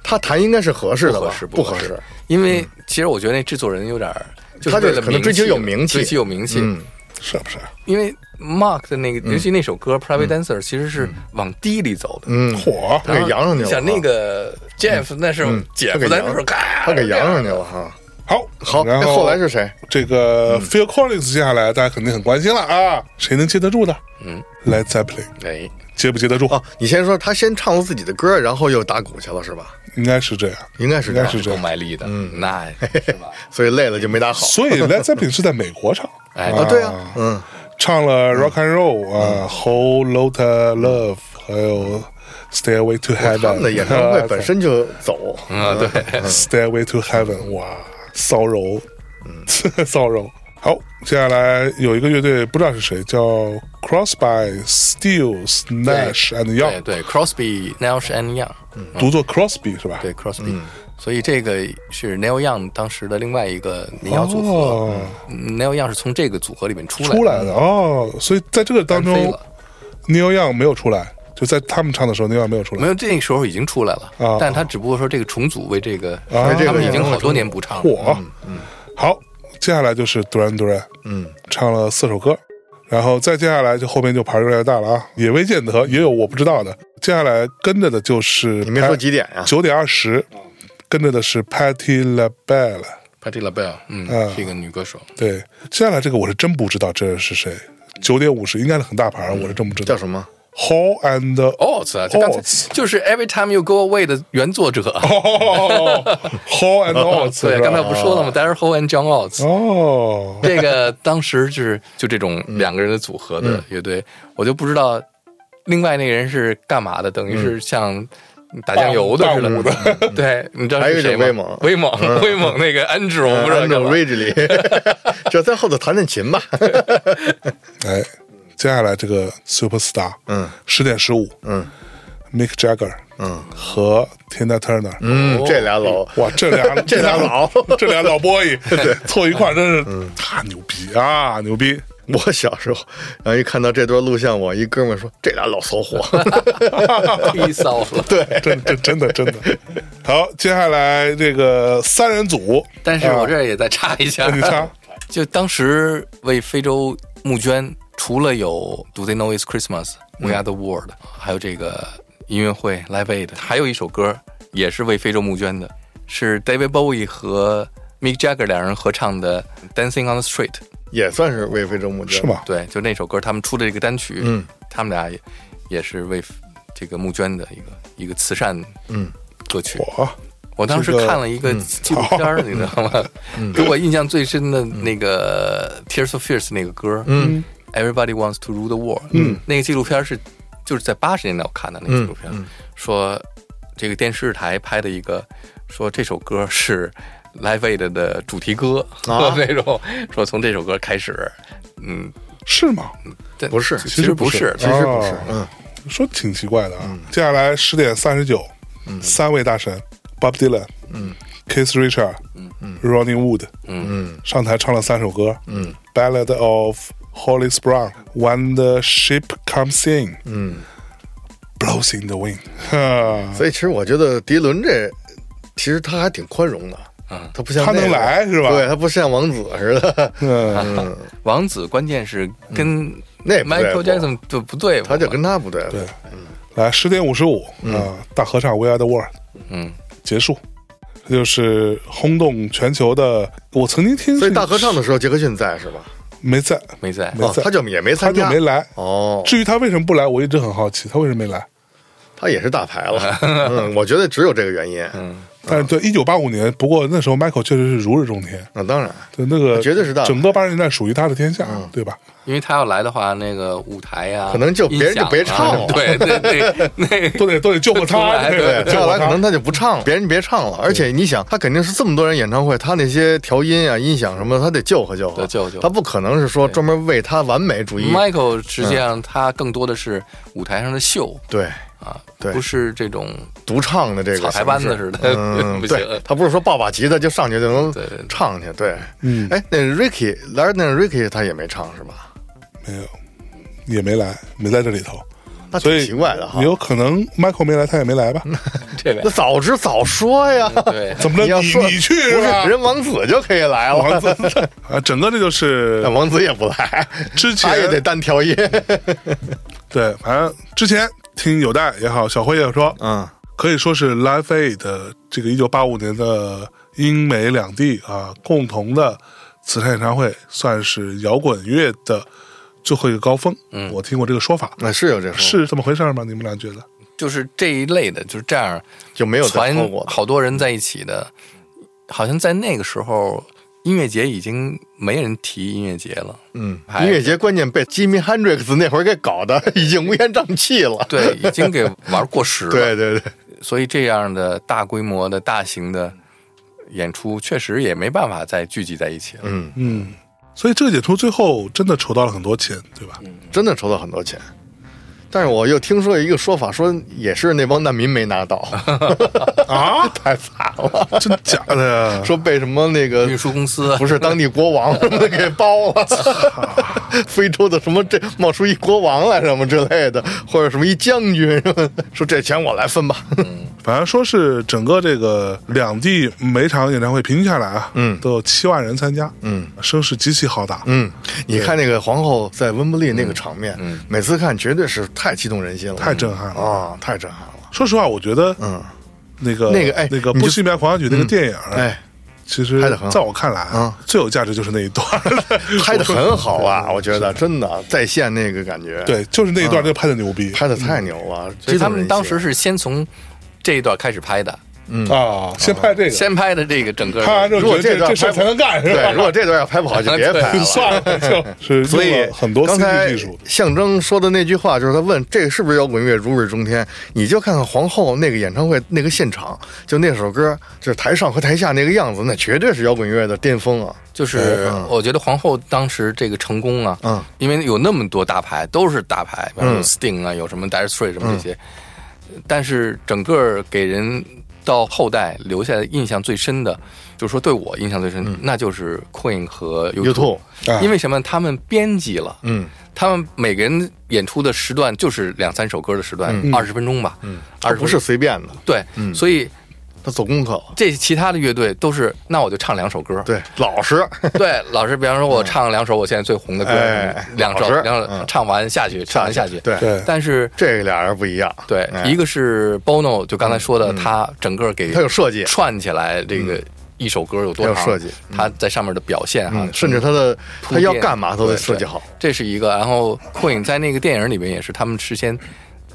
B: 他弹应该是合适的
A: 不合
B: 吧？
A: 适，
B: 不
A: 合
B: 合
A: 适
B: 适。。
A: 因为其实我觉得那制作人有点儿，就
B: 嗯他
A: 是
B: 就
A: 为了
B: 可能
A: 名
B: 追求
A: 气
B: 有
A: 了
B: 名气
A: 追求有名气。
B: 嗯，
D: 是不是？
A: 因为 Mark 的那个，尤其那首歌《Private Dancer》，其实是往低里走的。
B: 嗯，
D: 火
B: 他给扬上去了。
A: 想那个 Jeff 那是姐
B: 啊
A: 夫
B: 嗯他给
A: 在
B: 扬
A: 那时候，咔，哎
B: 他给扬上去了哈。
D: 好，
B: 好，
D: 然
B: 那
D: 后
B: 后来是谁？嗯
D: 这个 Phil Collins 接下来大家肯定很关心了啊，谁能接得住呢？嗯，Led Zeppelin
A: 哎，
D: 接不接得住？
B: 哦，你先说，他先唱了自己的歌，然后又打鼓去了，是吧？
D: 应该是这样。
B: 应该是
D: 应该
B: 样嗯
D: 是这
A: 够
D: 样，
A: 卖力的，那是 吧？
B: 所以累了就没打好。
D: 所以 Led Zeppelin 是在美 国唱，
A: 哎
B: 啊，对啊，嗯，
D: 唱了 Rock and Roll 啊，Whole Lotta Love，还有 Stairway to
B: 他们
D: Heaven
B: 的 演唱会
D: 啊
B: 本身就走，
A: 啊，对，
D: Stairway to Heaven，哇，骚扰， 嗯，骚扰。好，接下来有一个乐队，不知道是谁，叫 Crosby, Stills, Nash and
A: 对
D: Young，
A: 对，Crosby, Nash and
B: 嗯
A: Young，嗯
D: 读作 Crosby 是吧？
A: 对 Crosby，所以这个是 Neil Young 当时的另外一个民谣组合嗯
D: 哦，
A: ，Neil Young 是从这个组合里面出来
D: 出来的哦，所以在这个当中
A: 单飞了
D: ，Neil Young 没有出来，就在他们唱的时候，Neil Young 没有出
A: 没
D: 来。
A: 有，这个时候已经出来了，
D: 啊
A: 但他只不过说这个重组为这个，
D: 啊
A: 他们已经好多年不唱了。嗯
D: 火，好，接下来就是杜然杜然，
B: 嗯，
D: 唱了四首歌，然后再接下来就后面就牌越来越大了啊，也未见得，也有我不知道的。接下来跟着的就是
B: 你没说几点呀？
D: 九点二十，跟着的是 Patty LaBelle，
A: Patti LaBelle，嗯，
D: 啊
A: 是一个女歌手，
D: 对，接下来这个我是真不知道这是谁。九点五十应该是很大牌，我是真不知
B: 嗯
D: 道
B: 叫。什么？
D: Hall and
A: 哦，是啊，就刚才
D: Oates
A: 就是 Every Time You Go Away 的原作者。
D: 哦，Hall and Oates，
A: 对，
D: 是吧
A: 刚才不说了吗？Daryl Hall and John Oates，
D: 哦，
A: 这个当时就是就这种两个人的组合的乐队，我就不知道另外那个人是干嘛的，等于是像。打酱油的似
D: 伴舞
A: 的， 对，你知道
B: 还有
A: 是
B: 一
A: 谁
B: 种
A: 吗？
B: 威猛
A: 威猛，威猛，那个 Andrew，我不知道
B: 那
A: 干嘛
B: 种 r a g e 里，就在后头弹弹琴吧。
A: 嗯
D: 哎，接下来这个 Superstar，
B: 嗯，
D: 十点十五，
B: 嗯
D: ，Mick Jagger，嗯，和 Tina Turner，嗯，
A: 哦
B: 嗯，这俩老
D: 哇，这俩
B: 这俩老
D: 这俩老 boy 凑一块儿真是太牛逼啊，牛逼！
B: 我小时候，然后一看到这段录像，我一哥们儿说这俩老 骚货，
A: 低骚了。
D: 真真真的真的。好，接下来这个三人组，啊
A: 但是我这儿也再插一下，
D: 你 看，
A: 就当时为非洲募捐，除了有 Do They Know It's Christmas、We Are the World，还有这个音乐会 Live Aid，还有一首歌也是为非洲募捐的，是 David Bowie 和 Mick Jagger 两人合唱的《Dancing on the Street》。
B: 也算是为非洲募捐
D: 是？吗？
A: 对，就那首歌，他们出的这个单曲，嗯，他们俩也也是为这个募捐的一个一个慈善，嗯，歌曲。
D: 我
A: 我当时
D: 这个
A: 看了一个纪录片儿，你知道吗？给我印象最深的那个《Tears of Fears》那个歌，嗯，Everybody Wants to Rule the World，嗯，那个纪录片是就是在八十年代我看的那个纪录片，说这个电视台拍的一个，说这首歌是 Live Aid 的主题歌，
B: 啊
A: 那种说从这首歌开始，嗯，
D: 是吗？
A: 但
B: 不是
A: 其实不是，
B: 其实不是
D: 哦，
B: 嗯，
D: 说挺奇怪的啊。接下来十点三十九，三位大神，Bob Dylan，嗯，Keith Richard，嗯，Ronnie Wood，嗯，上台唱了三首歌，嗯，Ballad of Holly Sprung，When the Ship Comes In，嗯，Blows in the Wind，哈，
B: 所以其实我觉得迪伦这，其实他还挺宽容的，嗯，他不像
D: 啊他
B: 那
D: 能
B: 个
D: 来是吧
B: 对他不像王子似的，
D: 嗯，
A: 王子关键是跟
B: 那不对
A: Michael
B: 付
A: Jackson 就不对付嘛，
B: 他就跟他不对付，嗯
D: 来十点五十五啊，大合唱 We Are the World，
A: 嗯，
D: 结束，就是轰动全球的。我曾经听，
B: 所以大合唱的时候，杰克逊在是吧？
D: 没在，
A: 没在，
D: 没
B: 哦，
D: 在
B: 他就也没
D: 他
B: 参
D: 就
B: 加，
D: 没来。
B: 哦，嗯
D: 至于他为什么不来，我一直很好奇，他为什么没来？
B: 他也是大牌 了。嗯，我觉得只有这个原因。嗯，
D: 但是对，一九八五年，不过那时候 Michael 确实是如日中天，
B: 那 当然，
D: 对那个
B: 绝对是大嗯牌
D: 整个八十年代属于他的天下，对吧？
A: 因为他要来的话，那个舞台呀、
B: 可能就别人就别
A: 音响啊
B: 唱了
A: 对对 对，那
D: 都得都得救过
A: 出
D: 他，
A: 来
D: 对
B: 对，
D: 对，
B: 接
D: 救
B: 下
D: 过
B: 来可
D: 他
B: 能。他就不唱了，别人别唱了。而且你想，他肯定是这么多人演唱会，他那些调音啊、音响什么的，他得救和救和，
A: 得救救
B: 他不可能是说专门为他完美主义。
A: Michael 实际
B: 嗯
A: 上他更多的是舞台上的秀
B: 对，
A: 啊，
B: 对
A: 不是这种
B: 独唱的这个
A: 草台班
B: 形
A: 子
B: 式
A: 似的，，
B: 嗯
A: 不
B: 对
A: 行。
B: 他不是说抱把吉他就上去就能
A: 对对对
B: 唱去，对，
D: 嗯
B: 哎，那 Ricky 来那 Ricky 他也没唱是吧？
D: 没有，也没来，没在这里头，
B: 那
D: 所
B: 挺
D: 以
B: 奇怪的哈
D: 也。有可能 Michael 没来，他也 没来吧？
A: 这边
B: 那早知早说呀，
A: 对，
D: 怎么 着？
B: 你要
D: 嗯你
B: 说
D: 你去
B: 不
D: 是
B: 是
D: 吧？
B: 人王子就可以来了，
D: 王子啊，整个这就是
B: 但王子也不来，
D: 之前
B: 他也得单调音。
D: 对，反正之前听有代也好，小辉也说，
B: 嗯，
D: 可以说是 Live Aid 的这个一九八五年的英美两地啊共同的慈善演唱会，算是摇滚乐的最后一个高峰。嗯，我听过这个说法，
B: 那是有这说，
D: 是这么回事吗？你们俩觉得？
A: 就是这一类的，就是这样
B: 就没有再
A: 传
B: 错过的。
A: 好多人在一起的，好像在那个时候音乐节已经没人提音乐节了，
B: 嗯，
A: 还
B: 音乐节关键被 Jimmy Hendrix 那会儿给搞得已经乌烟瘴气了。
A: 对，已经给玩过时了。
B: 对对对，
A: 所以这样的大规模的大型的演出，确实也没办法再聚集在一起了。
B: 嗯，
D: 嗯，所以这个演出最后真的筹到了很多钱，对吧？
B: 真的筹到很多钱。但是我又听说一个说法，说也是那帮难民没拿到，
D: 啊，
B: 太惨了，
D: 真假的呀？
B: 说被什么那个
A: 运输公司
B: 不是当地国王什么的给包了，非洲的什么这冒出一国王来什么之类的，或者什么一将军什么的，说这钱我来分吧。
D: 反正说是整个这个两地每场演唱会平均下来啊，
B: 嗯
D: 都有七万人参加，
B: 嗯，
D: 声势极其浩大，
B: 嗯， 你看那个皇后在温布利那个场面，每次看绝对是太激动人心了，
D: 太震撼了。
B: 啊，太震撼了。
D: 说实话，我觉得，
B: 嗯，
D: 那个
B: 那个哎
D: 那个
B: 你就
D: 《不西米亚狂想曲》那个电影，，啊
B: 哎，
D: 其实
B: 拍得很好
D: 在我看来
B: 啊，
D: 最有价值就是那一段，
B: 拍的很好啊，我觉得真的在线那个感觉，，
D: 对，就是那一段就拍的牛逼
B: 嗯拍的太牛了。
A: 所嗯以他们
B: 激动人心
A: 当时是先从这一段开始拍的，
D: 啊！先拍这个，
A: 先拍的这个整个
D: 拍完之后
B: 如
D: 觉
B: 果
D: 得
B: 这
D: 这
B: 段
D: 这事儿
B: 嗯拍
D: 才
B: 不
D: 能干，是吧？
B: 对， 如果这段要拍不好就别拍 了。
D: 算 了，就是
B: 所以
D: 用了很多
B: 刚
D: CG
B: 才
D: 技术，
B: 象征说的那句话，就是他问这个是不是摇滚乐如日中天？你就看看皇后那个演唱会那个现场，就那首歌，就是台上和台下那个样子，那绝对是摇滚乐的巅峰啊！
A: 就是我觉得皇后当时这个成功啊，
B: 嗯，
A: 因为有那么多大牌，都是大牌，比方
B: 嗯
A: 有 Sting 啊，有什么 Dire Straits 什么这些，但是整个给人到后代留下印象最深的，就是说对我印象最深，
B: 嗯
A: 那就是 Queen 和
B: YouTube
A: U2，因为什么？他们编辑了，
B: 哎嗯，
A: 他们每个人演出的时段就是两三首歌的时段，二十、分钟吧，嗯，
B: 而
A: 二
B: 哦不是嗯随便的，
A: 对，所以
B: 他做功课了，
A: 这其他的乐队都是，那我就唱两首歌，
B: 对，老实，
A: 对，老师，比方说我唱两首我现在最红的歌，
B: 哎
A: 两
B: 老
A: 首
B: 师，
A: 两
B: 嗯
A: 首唱完下去，唱完下去。
B: 对
D: 对
A: 但是
B: 这俩人不一样，
A: 对，
B: 哎嗯
A: 一个是 Bono，就刚才说的，他整个给
B: 他有设计嗯
A: 串起来这个一首歌有多
B: 他
A: 长，
B: 有设计
A: 他在上面的表现哈
B: 嗯，甚至他的
A: 铺
B: 他
A: 垫
B: 要干嘛都得
A: 对
B: 设计好，
A: 这是一个。然后 Queen 在那个电影里面也是，他们事先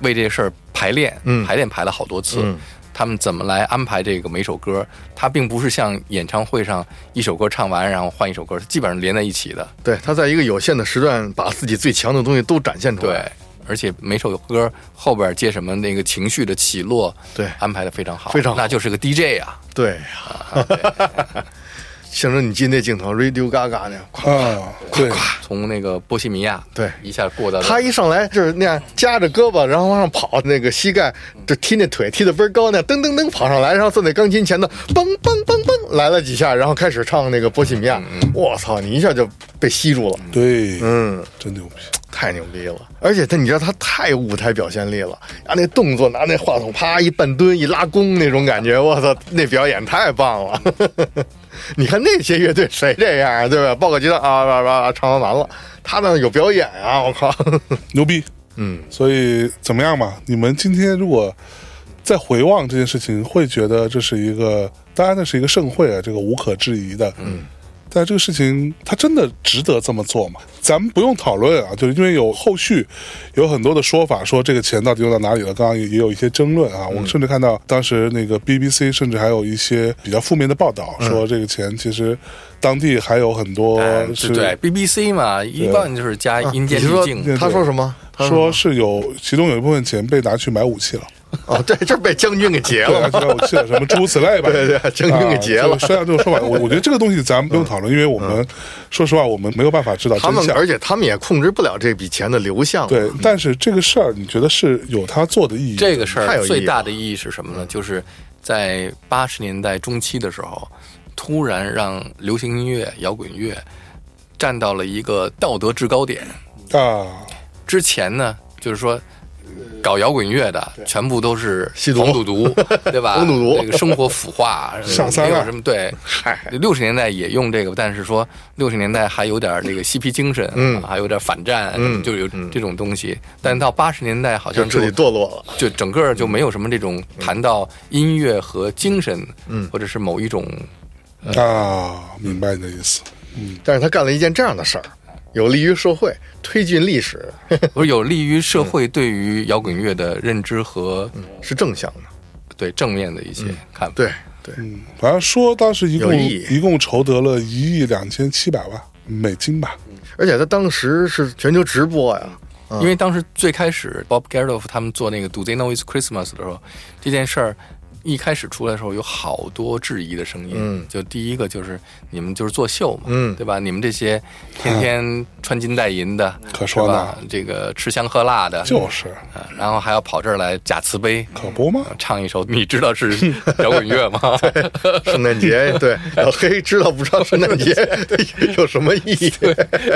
A: 为这事儿排练，
B: 嗯
A: 排练排了好多次。
B: 嗯
A: 他们怎么来安排这个每首歌？它并不是像演唱会上一首歌唱完，然后换一首歌，它基本上连在一起的。
B: 对他在一个有限的时段把自己最强的东西都展现出来
A: 对，，而且每首歌后边接什么那个情绪的起落，
B: 对
A: 安排的非常好，
B: 非常好
A: 那就是个 DJ 啊，
B: 对呀，象征你进那镜头，Radio Gaga 那样，咵
D: 啊，对，
A: 从那个波西米亚
B: 对
A: 一下过到了
B: 他一上来就是那样夹着胳膊，然后往上跑，那个膝盖就踢那腿踢得倍儿高，那样噔噔噔跑上来，然后坐那钢琴前头，嘣嘣嘣嘣来了几下，然后开始唱那个波西米亚。我操，你一下就被吸住了，
D: 对，
B: 嗯，
D: 真牛逼，
B: 太牛逼了！而且他你知道他太有舞台表现力了，啊，那动作拿那话筒啪一半蹲一拉弓那种感觉，我操，那表演太棒了！ 你看那些乐队谁这样啊，对吧？抱个吉他啊，哇哇哇，唱完完了，他呢有表演啊，我靠！
D: 牛逼，
B: 嗯，
D: 所以怎么样嘛？你们今天如果在回望这件事情，会觉得这是一个，当然那是一个盛会啊，这个无可置疑的。嗯，但这个事情它真的值得这么做吗？咱们不用讨论啊，就是因为有后续有很多的说法，说这个钱到底用到哪里了。刚刚也也有一些争论啊，我甚至看到当时那个 BBC 甚至还有一些比较负面的报道，说这个钱其实当地还有很多
A: 嗯
D: 是
A: 对对，BBC 嘛，一般就是加阴间
B: 呃啊 你
A: 滤
B: 说
A: 镜，
B: 他说什么？他
D: 说是有，其中有一部分钱被拿去买武 器了，
B: 哦，对，这被将军给劫
D: 对，拿
B: 了。
D: 去买武器了，什么诸如此类吧。
B: 对对对将军给劫了嗯
D: 啊就说到这种说法， 我我觉得这个东西咱们不用讨论，因为我们说实话，我们没有办法知道
B: 他
D: 真
B: 们
D: 相。
B: 而且他们也控制不了这笔钱的流向。啊
D: 对，但是这个事儿，你觉得是有它做的意义？
A: 这个事
B: 太有
A: 儿
B: 意义嗯
A: 最大的意义是什么呢？就是在八十年代中期的时候，突然让流行音乐、摇滚乐站到了一个道德制高点。
D: 啊，
A: 之前呢，就是说。搞摇滚乐的全部都是
B: 呃吸毒
A: 黄赌 毒，对吧？
B: 黄赌毒
A: 这个生活腐化，
D: 上三
A: 没
D: 滥
A: 有什么对。
B: 嗨，
A: 六十年代也用这个，但是说六十年代还有点这个嬉皮精神，啊
B: 嗯
A: 还有点反战，啊
B: 嗯
A: 就有这种东西。但到八十年代好
B: 就
A: 像
B: 彻底堕落了。
A: 就整个就没有什么这种谈到音乐和精神，嗯，或者是某一种，
B: 嗯
D: 啊，明白你的意思。
B: 但是他干了一件这样的事儿，有利于社会，推进历史，
A: 不是呃有利于社会对于摇滚乐的认知和
D: 嗯
B: 是正向的。
A: 对正面的一些看法。
B: 对对，
D: 嗯，反正说当时一共
B: 有意义
D: 一共筹得了一亿两千七百万美金吧。
B: 而且他当时是全球直播呀，
A: 因为当时最开始 Bob Geldof 他们做那个 Do They Know It's Christmas 的时候，这件事儿一开始出来的时候有好多质疑的声音。
B: 嗯
A: 就第一个就是你们就是作秀嘛，
B: 嗯
A: 对吧？你们这些天天穿金戴银的，
D: 可说呢
A: 是吧，这个吃香喝辣的，
D: 就是，
A: 啊然后还要跑这儿来假慈悲，
D: 可不吗？
A: 唱一首你知道是 摇滚乐吗？
B: 圣诞节对老黑知道不知道圣诞节有什么意 义？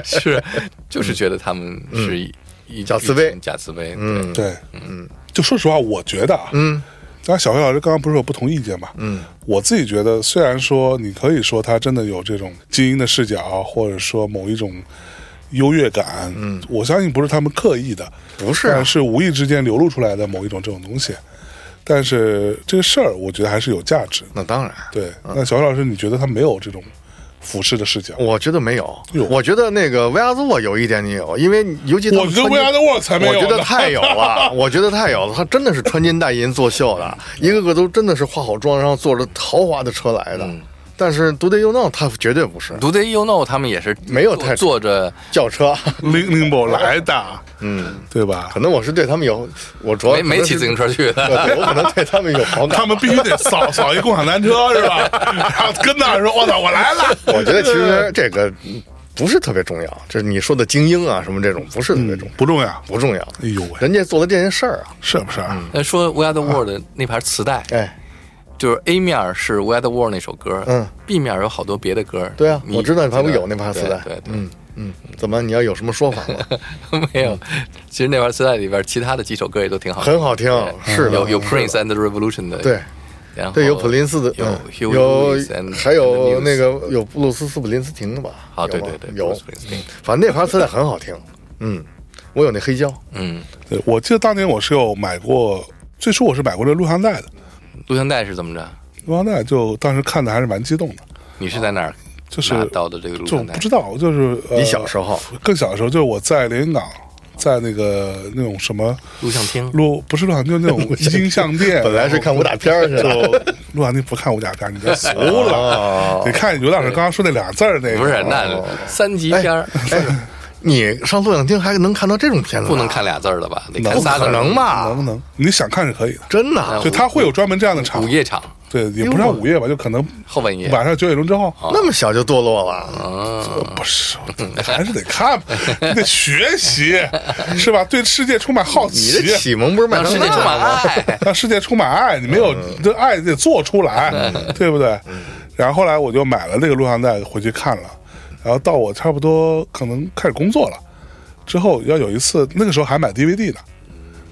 A: 是，就是觉得他们是一一
B: 假嗯慈悲
A: 一群假慈悲，
B: 嗯
A: 对，
D: 对，嗯，就说实话，我觉得啊，嗯，当然小黑老师刚刚不是有不同意见嘛，嗯，我自己觉得，虽然说你可以说他真的有这种精英的视角，啊或者说某一种优越感，嗯，我相信不是他们刻意的，
B: 不是啊
D: 但是无意之间流露出来的某一种这种东西，但是这个事儿，我觉得还是有价值。
B: 那当然，
D: 对，那嗯小黑老师，你觉得他没有这种俯视的视角？
B: 我觉得没有
D: 哟。
B: 我觉得那个维阿兹沃有一点你有，因为尤其他们
D: 我觉得
B: 穿
D: 维阿的沃才没有
B: 我
D: 呢，
B: 觉得太有了，我觉得太有了。他真的是穿金戴银作秀的，一个个都真的是化好妆，然后坐着豪华的车来的。但是独 o 又闹，他绝对不是
A: Do They You Know 他们也是
B: 没有
A: 坐
B: 太
A: 坐着。
B: 轿车。
D: 林林博来的，嗯，对吧
B: 可？能我是对他们有，我主要
A: 没没骑自行
B: 车，
A: 车去的，
B: 对我可能对他们有好感。
D: 他们必须得扫扫一共享单车是 吧？然后跟那儿说：“我操，我来了！”
B: 我觉得其实这个不是特别重要， 就是你说的精英啊什么这种不是特别重，
D: 不重要，
B: 不重要。
D: 哎呦喂，
B: 人家做的这件事儿啊，
D: 是不是？啊？
A: 呃 说《We Are the World》那盘磁 带，
B: 哎，
A: 就是 A 面是《We Are the World》那首歌，
B: 嗯
A: ，B 面有好多别的歌。
B: 对啊，
A: 你
B: 我知道他们有那盘磁带，
A: 对对对，
B: 嗯嗯，怎么你要有什么说法吗？
A: 没有。其实那盘磁带里边其他的几首歌也都挺好听，
B: 很好 听
A: 对，
B: 是的
A: 有有
B: 是
A: Prince and the Revolution 的，
B: 对，
A: 然后
B: 对，有普林斯的，嗯
A: 有 Huey
B: 有
A: Lewis and-
B: 还有
A: and the News
B: 那个有布鲁斯斯普林斯廷的吧？
A: 啊，对
B: 有吗
A: 对对，
B: 有嗯
A: Bruce，Springsteen
B: 反正那盘磁带很好听，嗯，我有那黑胶，
A: 嗯，
D: 对，我记得当年我是有买过，最初我是买过这录像带的，
A: 录像带是怎么着？
D: 录像带就当时看的还是蛮激动的，
A: 你是在哪儿
D: 就是
A: 拿到的这个录
D: 就
A: 像带
D: 不？知道，就是呃
B: 你小时候
D: 更小的时候，就是我在连云港，在那个那种什么
A: 录像厅
D: 录 不是录像，就那种音像店，
B: 本来是看武打片儿去
D: 就
B: 的，
D: 录像厅不看武打片，你这俗 了
B: 哦。
D: 你看刘老师刚刚说那俩字儿，那个
A: 不是，那三级片儿
B: 哎，你上录像厅还能看到这种片子？啊
A: 不能，看俩字儿的吧？得看
B: 不
A: 仨字
B: 可
A: 儿。
B: 能吧？
D: 哦能不能？你想看是可以的，
B: 真的啊
A: 嗯
D: 就他会有专门这样的场
A: 午，夜场
D: 对，也不算午夜吧，就可能
A: 后半夜，
D: 晚上九点钟之后，
B: 那么小就堕落
A: 嗯
B: 了？
D: 不是，还是得看，你得学 习，是吧？对世界充满好
B: 你这
D: 奇，
B: 启蒙不是麦
A: 让
B: 当
A: 世界充满
B: 娜？
A: 爱。
D: 让世界充满爱，你没有这爱得做出来，嗯对嗯不对？然后后来我就买了那个录像带回去看了，然后到我差不多可能开始工作了之后，要有一次，那个时候还买 DVD 呢。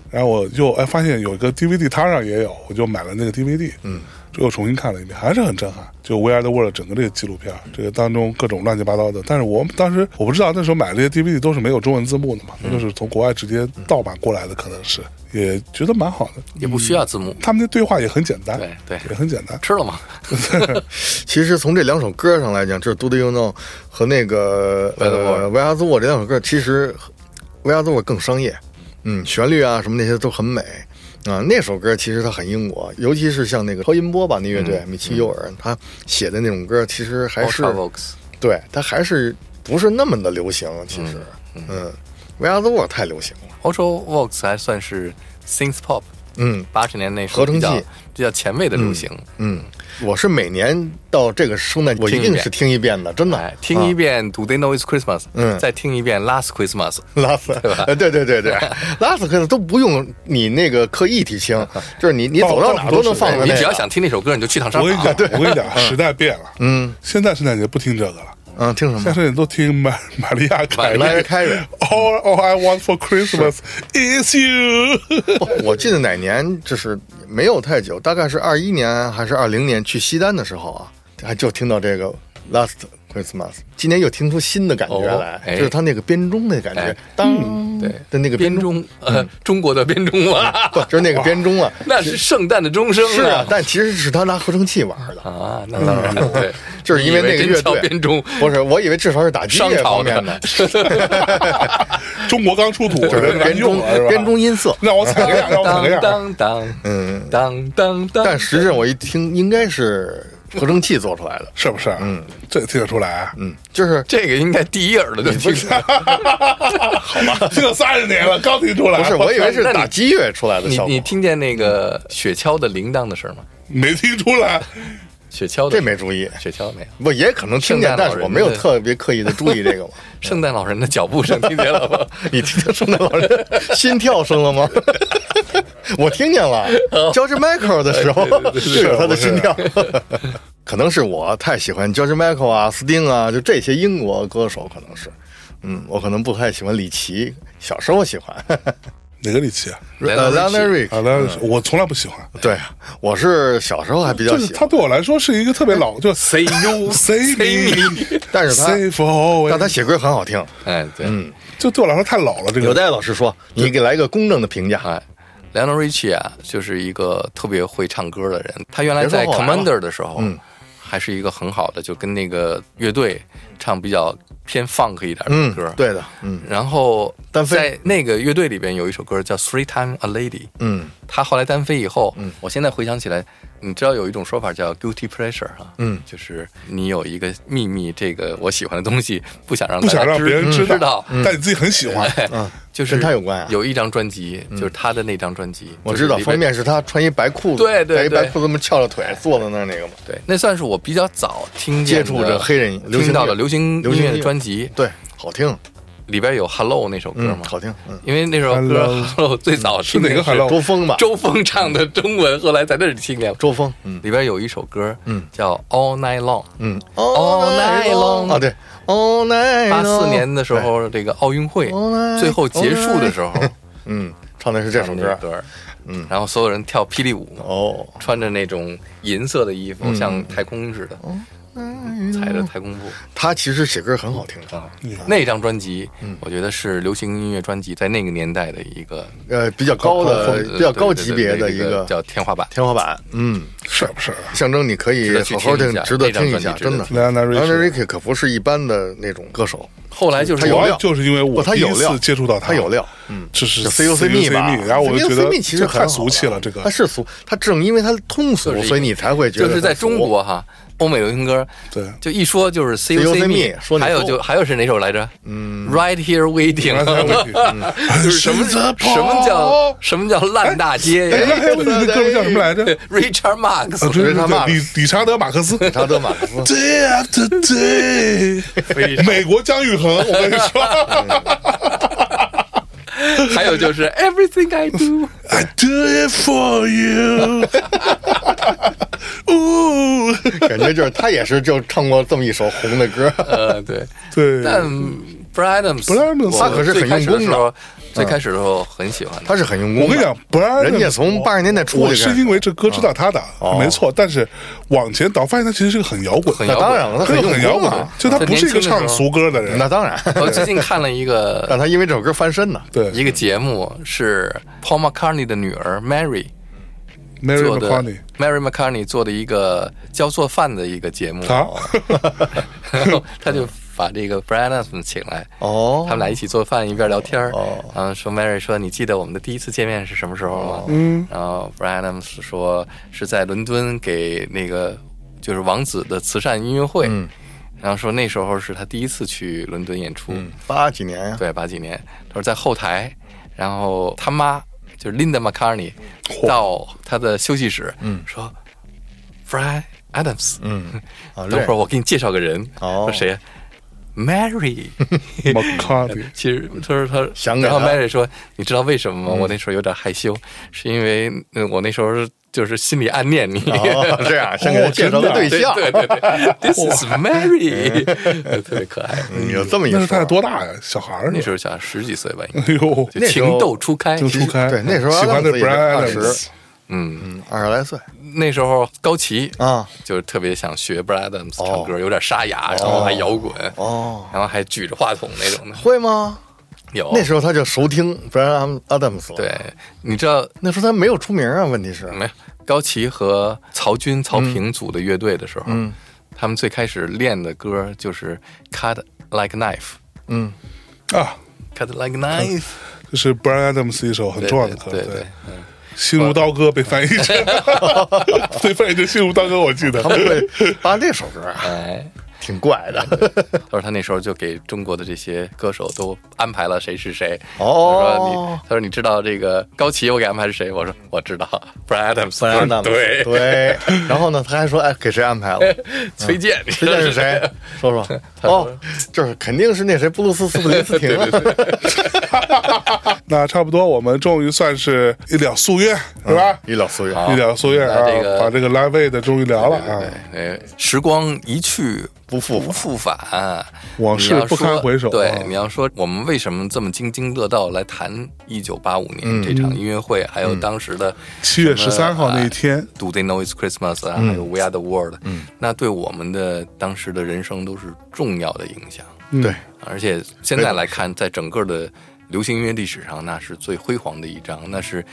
D: 然后我就哎发现有一个 DVD 摊上也有，我就买了那个 DVD，嗯，又重新看了一遍，还是很震撼。就《We Are the World》整个这个纪录片，这个当中各种乱七八糟的，但是我们当时我不知道那时候买这些 DVD 都是没有中文字幕的嘛，就是从国外直接盗版过来的，可能是也觉得蛮好的。
A: 也不需要字幕，
D: 他们的对话也很简单，
A: 对对
D: 也很简单。
A: 吃了吗？
B: 其实从这两首歌上来讲，就是《Do Do You Know》和那个
A: 维亚兹
B: 呃
A: 沃
B: 《维亚兹沃》这两首歌，其实《维亚兹沃》更商业，嗯，旋律啊什么那些都很美啊。那首歌其实它很英国，尤其是像那个超音波吧那乐队、
A: 嗯
B: 米奇尤尔他写的那种歌，其实还是
A: Ultra Vox
B: 对它还是不是那么的流行，其实嗯。维亚兹沃太流行了，
A: Ultra Vox 还算是 synth pop，
B: 嗯
A: 八十年那时候
B: 合成
A: 比
B: 器
A: 较比较前卫的流行。
B: 嗯，我是每年到这个圣诞，我一
A: 听一
B: 定
A: 遍
B: 是听一遍的，真的
A: 哎，，听一遍《Do They Know It's Christmas》，
B: 嗯
A: 再听一遍《Last Christmas》，
B: 拉斯，呃对对对对，拉斯可能都不用你那个刻意 提清，就是你你
D: 到
B: 走到哪儿
D: 到处
B: 都
D: 都
B: 能
D: 是
B: 放着。
A: 你只要想，听那首歌，你就去趟商
D: 我跟你
A: 场。
D: 讲，我跟你讲，时代变了，
B: 嗯
D: 现在圣诞节不听这个了。
B: 嗯，听什
D: 现
B: 么？
D: 在你都听玛玛利亚凯
B: 玛利
D: 莉
B: 亚凯 莉
D: ，All All I Want for Christmas is You。
B: 我记得哪年就是没有太久，大概是二一年还是二零年去西单的时候啊，还就听到这个 Last Christmas。今年又听出新的感觉
A: 哦
B: 来，
A: 哎
B: 就是他那个编钟的感觉
A: 哎，
B: 当
A: 对
B: 的那个
A: 编
B: 钟，
A: 钟，呃，中国的编钟啊，
B: 不就是那个编钟啊。
A: 那是圣诞的钟声
B: 嗯是啊，但其实是他拿合成器玩的，
A: 啊，那当然了，对，
B: 嗯 就是因为那个乐
A: 真敲
B: 队
A: 编钟，
B: 不是，我以为至少是打击
A: 商
B: 乐
A: 朝
B: 方面的，
D: 中国刚出土，
B: 就是
D: 人
B: 编
D: 难用
B: 钟
D: 了是吧？
B: 编钟音色。
D: 让我踩个样，让我踩个
A: 当
D: 样。
A: 当当，
B: 嗯，
A: 当当当。
B: 但实际上我一听，应该是合成器做出来的。
D: 是不是？嗯，这听得出来啊，
B: 嗯， 就是
A: 这个应该第一耳朵就听出来了。
D: 听了三十年了，刚听出来。
B: 不是？我以为是
A: 那你
B: 打击乐出来的
A: 你
B: 效果。
A: 你听见那个雪橇的铃铛的声吗？
D: 没听出来，
A: 雪橇的
B: 这没注意，
A: 雪橇没有？
B: 不也可能听
A: 圣
B: 见，
A: 诞老
B: 但是我
A: 人
B: 没有
A: 的
B: 特别刻意的注意这个嘛。
A: 圣诞老人的脚步 声听见了吗？
B: 你听见圣诞老人心跳声了吗？ 我听见了，George
D: 哦
B: Michael 的时候
D: 哎
B: 是有他的心跳， 可能是我太喜欢 George Michael 啊、Sting 啊，就这些英国歌手，可能是，嗯，我可能不太喜欢李琦，小时候喜欢，
D: 哪个里奇啊？
A: 莱
B: 呃
A: 昂纳
B: l
A: 瑞奇
B: a n r i c
D: 啊，来，我从来不喜欢，
B: 对，啊我是小时候还比较
D: 就是
B: 喜
D: 他
B: 欢，哎
D: 对我来说是一个特别老，就
A: Say you,
D: Say me，
B: 但是他
D: Say for always，
B: 但他写歌很好听。嗯
A: 哎，对，
D: 就对我来说太老了，这
B: 有
D: 个
B: 戴老师说，你给来一个公正的评价。
A: 哎。莱昂纳瑞奇啊，就是一个特别会唱歌的人。他原来
B: 别说
A: 在
B: 后来了
A: Commander 的时候
B: 嗯，
A: 还是一个很好的，就跟那个乐队唱比较偏 funk 一点的
B: 嗯
A: 歌。，。
B: 对的，嗯
A: 然后
B: 单飞
A: 在那个乐队里边有一首歌叫《Three Time a Lady》，
B: 嗯
A: 他后来单飞以后，我现在回想起来，你知道有一种说法叫 guilty pleasure 啊，
B: 嗯
A: 就是你有一个秘密，这个我喜欢的东西，不想让
D: 不
A: 大
D: 想
A: 家
D: 让
A: 知
D: 别人
A: 知哎
D: 知道， 但你自己很喜欢。
B: 啊，
A: 就是
B: 嗯跟他有关啊
A: 有一张专辑，就是他的那张专辑，
B: 我知
A: 就
B: 道
A: 是里
B: 封
A: 边
B: 面是他穿一白裤子，
A: 对对
B: 在一白
A: 对
B: 裤子那么翘着腿坐在那儿那个嘛。
A: 对，那算是我比较早听见
B: 接
A: 的
B: 触着黑人流行
A: 听到的
B: 乐
A: 流行
B: 流
A: 音
B: 行
A: 乐
B: 音
A: 的
B: 乐
A: 专辑，
B: 对，好听，
A: 里边有 Hello 那首歌
B: 嗯，
A: 嘛，
B: 好听，嗯，
A: 因为那首歌
D: Hello
A: Hello 最早
D: 是哪个
A: 听见
D: Hello？
B: 周峰吧，
A: 周峰唱的中文，后来在那里听见。
B: 周峰，嗯
A: 里边有一首歌，
B: 嗯
A: 叫《All Night Long》，
B: 嗯
A: 哦 All night long
B: 啊，对，All night，
A: 八
B: long
A: 四年的时，候，这个奥运会
B: All right,
A: 最后结束的时候，
B: 对嗯，唱的是 这首
A: 唱那个
B: 歌，
A: 歌，嗯，然后所有人跳霹雳舞，
B: 哦，嗯
A: 穿着那种银色的衣服，像太空似的，踩着太空步。
B: 他其实写歌很好听
A: 啊
B: 的，
A: 那张专辑，
B: 嗯
A: 我觉得是流行音乐专辑在那个年代的一个
B: 呃，比较高
A: 呃
B: 的，比较高
A: 对对
B: 级别的
A: 对
B: 一
A: 那
B: 个
A: 叫天花板。
B: 天花板，嗯，
D: 是啊不是？
B: 象征你可以
A: 值得去
B: 好好
A: 听一
B: 听，
A: 下
B: 值得
A: 那张
B: 听一
A: 专辑
B: 下，
A: 值得
B: 真的。
A: 听
D: Lana Ricky
B: Lana Ricky 可不是一般的那种歌手，
A: 后来就是
B: 他有
D: 主
B: 料
D: 要就是因为
B: 不，
D: 我
B: 他
D: 第
B: 有
D: 一
B: 料，
D: 次接触到
B: 他，有料，嗯，
D: 就是
B: 就 CUC
D: CUC
B: 吧
D: 密然后我就觉
B: CUC
D: 得
B: 密其实
D: 这
B: 很
D: 太
B: 好
D: 俗气
B: 玩
D: 了，这个
B: 它是俗，它正因为它通俗
A: 就，是
B: 所以你才会觉得
A: 就是在中 国哈，欧美流行歌，
D: 对
A: 就一说就是 C
B: COC
A: C
B: 蜜说你
A: 还有
B: 疯
A: 就还有是哪首来着？嗯，Right Here Waiting，
D: Right
B: 嗯
D: Here Waiting，
A: 就是什么
D: 是 的
A: 什么叫什么叫烂大街
D: 哎，那
A: 呀
D: 还有你那哥们叫什么来着？
B: 哎
A: ？Richard
D: 啊，
A: Marx
D: 对对
B: 查马克
D: 对，理理查德马克思。。
B: 查德马克思
D: Day after day，美国姜育恒，我跟你说
A: 哎还有就是 Everything I Do，
D: ，I do it for you。呜，
B: 感觉就是他也是就唱过这么一首红 的歌，
A: 呃，对，
D: 对，
A: 但 Brian
D: Brian Adams，
A: Adams，
B: 他可是很用功
A: 的
B: 的
A: 时候，最开始的时候很喜欢
B: 他
A: 他，
B: 是很用功的。
D: 我跟你讲，不让
B: 人家从八十年代初就
D: 我
B: 开始
D: 是因为这歌知道他的，没错。但是往前倒，发现他其实是个很摇滚，
A: 很
B: 那
A: 摇滚
B: 当然了，他
D: 很
B: 很
D: 摇呃
B: 用
D: 滚
B: 功
D: 的
B: 啊，，
D: 就他不是一
A: 在
D: 个
A: 年轻的时候
D: 唱俗歌的人。啊
B: 那当然，
A: 我最近看了一
B: 让
A: 个
B: 他因为这首歌翻身呢。
D: 对
A: 一个节目，是 Paul McCartney 的女儿 Mary
D: ，Mary
A: 做的
D: McCartney，
A: Mary McCartney 做的一个教做饭的一个节目，
D: 他
A: 然后他就把这个 Brian Adams 请来，
B: 哦
A: 他们俩一起做饭，一边聊天儿
B: 哦
A: 然后说 Mary 说：“你记得我们的第一次见面是什么时候吗？”嗯，然后 Brian Adams 说是在伦敦给那个就是王子的慈善音乐会，
B: 嗯
A: 然后说那时候是他第一次去伦敦演出，
B: 八几年 呀，
A: 对，八几年，他说在后台，然后他妈就是 Linda McCartney 到他的休息室，嗯，说 Brian Adams，
B: 嗯，啊，
A: 等会儿
B: 我
A: 我给你介绍个人，
B: 哦
A: 说谁呀？Mary，
D: McCartney，
A: 其实他说他
B: 想给
A: 然
B: 他嗯
A: 后 Mary 说，你知道为什么吗？我那时候有点害羞，是因为嗯我那时候就是心里暗恋你。
B: 哦这样先给他介绍个
D: 哦
B: 对
D: 真
A: 对
B: 象，
A: 对对 对，This is Mary，特 别可爱。
B: 嗯有这么一
D: 那
B: 说，
D: 是他多大呀？小孩儿
A: 那时
D: 候，
A: 候想十几岁吧，应该
D: 哎呦，
A: 就情窦初开。
D: 就初开，
B: 对那时候
D: 喜欢的
B: Adams 也是
D: Brian
B: 二十
D: Adams
A: 嗯，
B: 二十来岁
A: 那时候高旗
B: 啊，
A: 就是特别想学 Brad Adams
B: 哦
A: 唱歌，有点沙哑，然后还摇滚，
B: 哦，
A: 然后还举着话筒那种的。
B: 会吗？
A: 有
D: 哦
B: 那时候他就熟听 Brian Adams 了。
A: 对，你知道
B: 那时候他没有出名啊，问题 是，
A: 没有？高旗和曹军、曹平组的乐队的时候，
B: 嗯
A: 他们最开始练的歌就是《Cut Like Knife
B: 嗯，
D: 啊，》
A: ，Cut Like Knife，
D: 这是 Brian Adams 一首很
A: 对
D: 重要的歌，
A: 对对，
D: 心如刀割被翻译成， 被翻译成心如刀割，我记得
B: 他。们会把这首歌啊
A: 哎，
B: 挺 怪的，
A: 他说他那时候就给中国的这些歌手都安排了谁是谁。他说
B: 哦
A: 你，他说你知道这个高旗我给安排是谁？我说我知道，Brad Adams，
B: Brian Adams
A: 对，
B: 对，然后呢，他还说，哎，给谁安排了？
A: 崔健，你知
B: 崔
A: 道
B: 健是谁？ 说说。哦，就是肯定是那谁，布鲁斯·斯普林斯廷 啊。
D: 那差不多，我们终于算是一了夙愿，是吧？
B: 一了所
A: 嗯好
B: 有，
D: 一了夙愿啊
A: 那这，个
D: 把这个 Live Aid 终于聊了啊。
A: 对，时光一去
B: 不复
A: 不复返，
D: 往事
A: 你要
D: 不堪
A: 说
D: 回首
A: 对
D: 啊，
A: 你要说我们为什么这么津津乐道来谈一九八五年这场音乐会，还有当时的
D: 七月十三
A: 啊
D: 号那一天，
A: Do They Know It's Christmas 啊，还有 We Are the World，那对我们的当时的人生都是重要的影响。
B: 对，
A: 而且现在来看，在整个的流行音乐历史上，那是最辉煌的一章，那是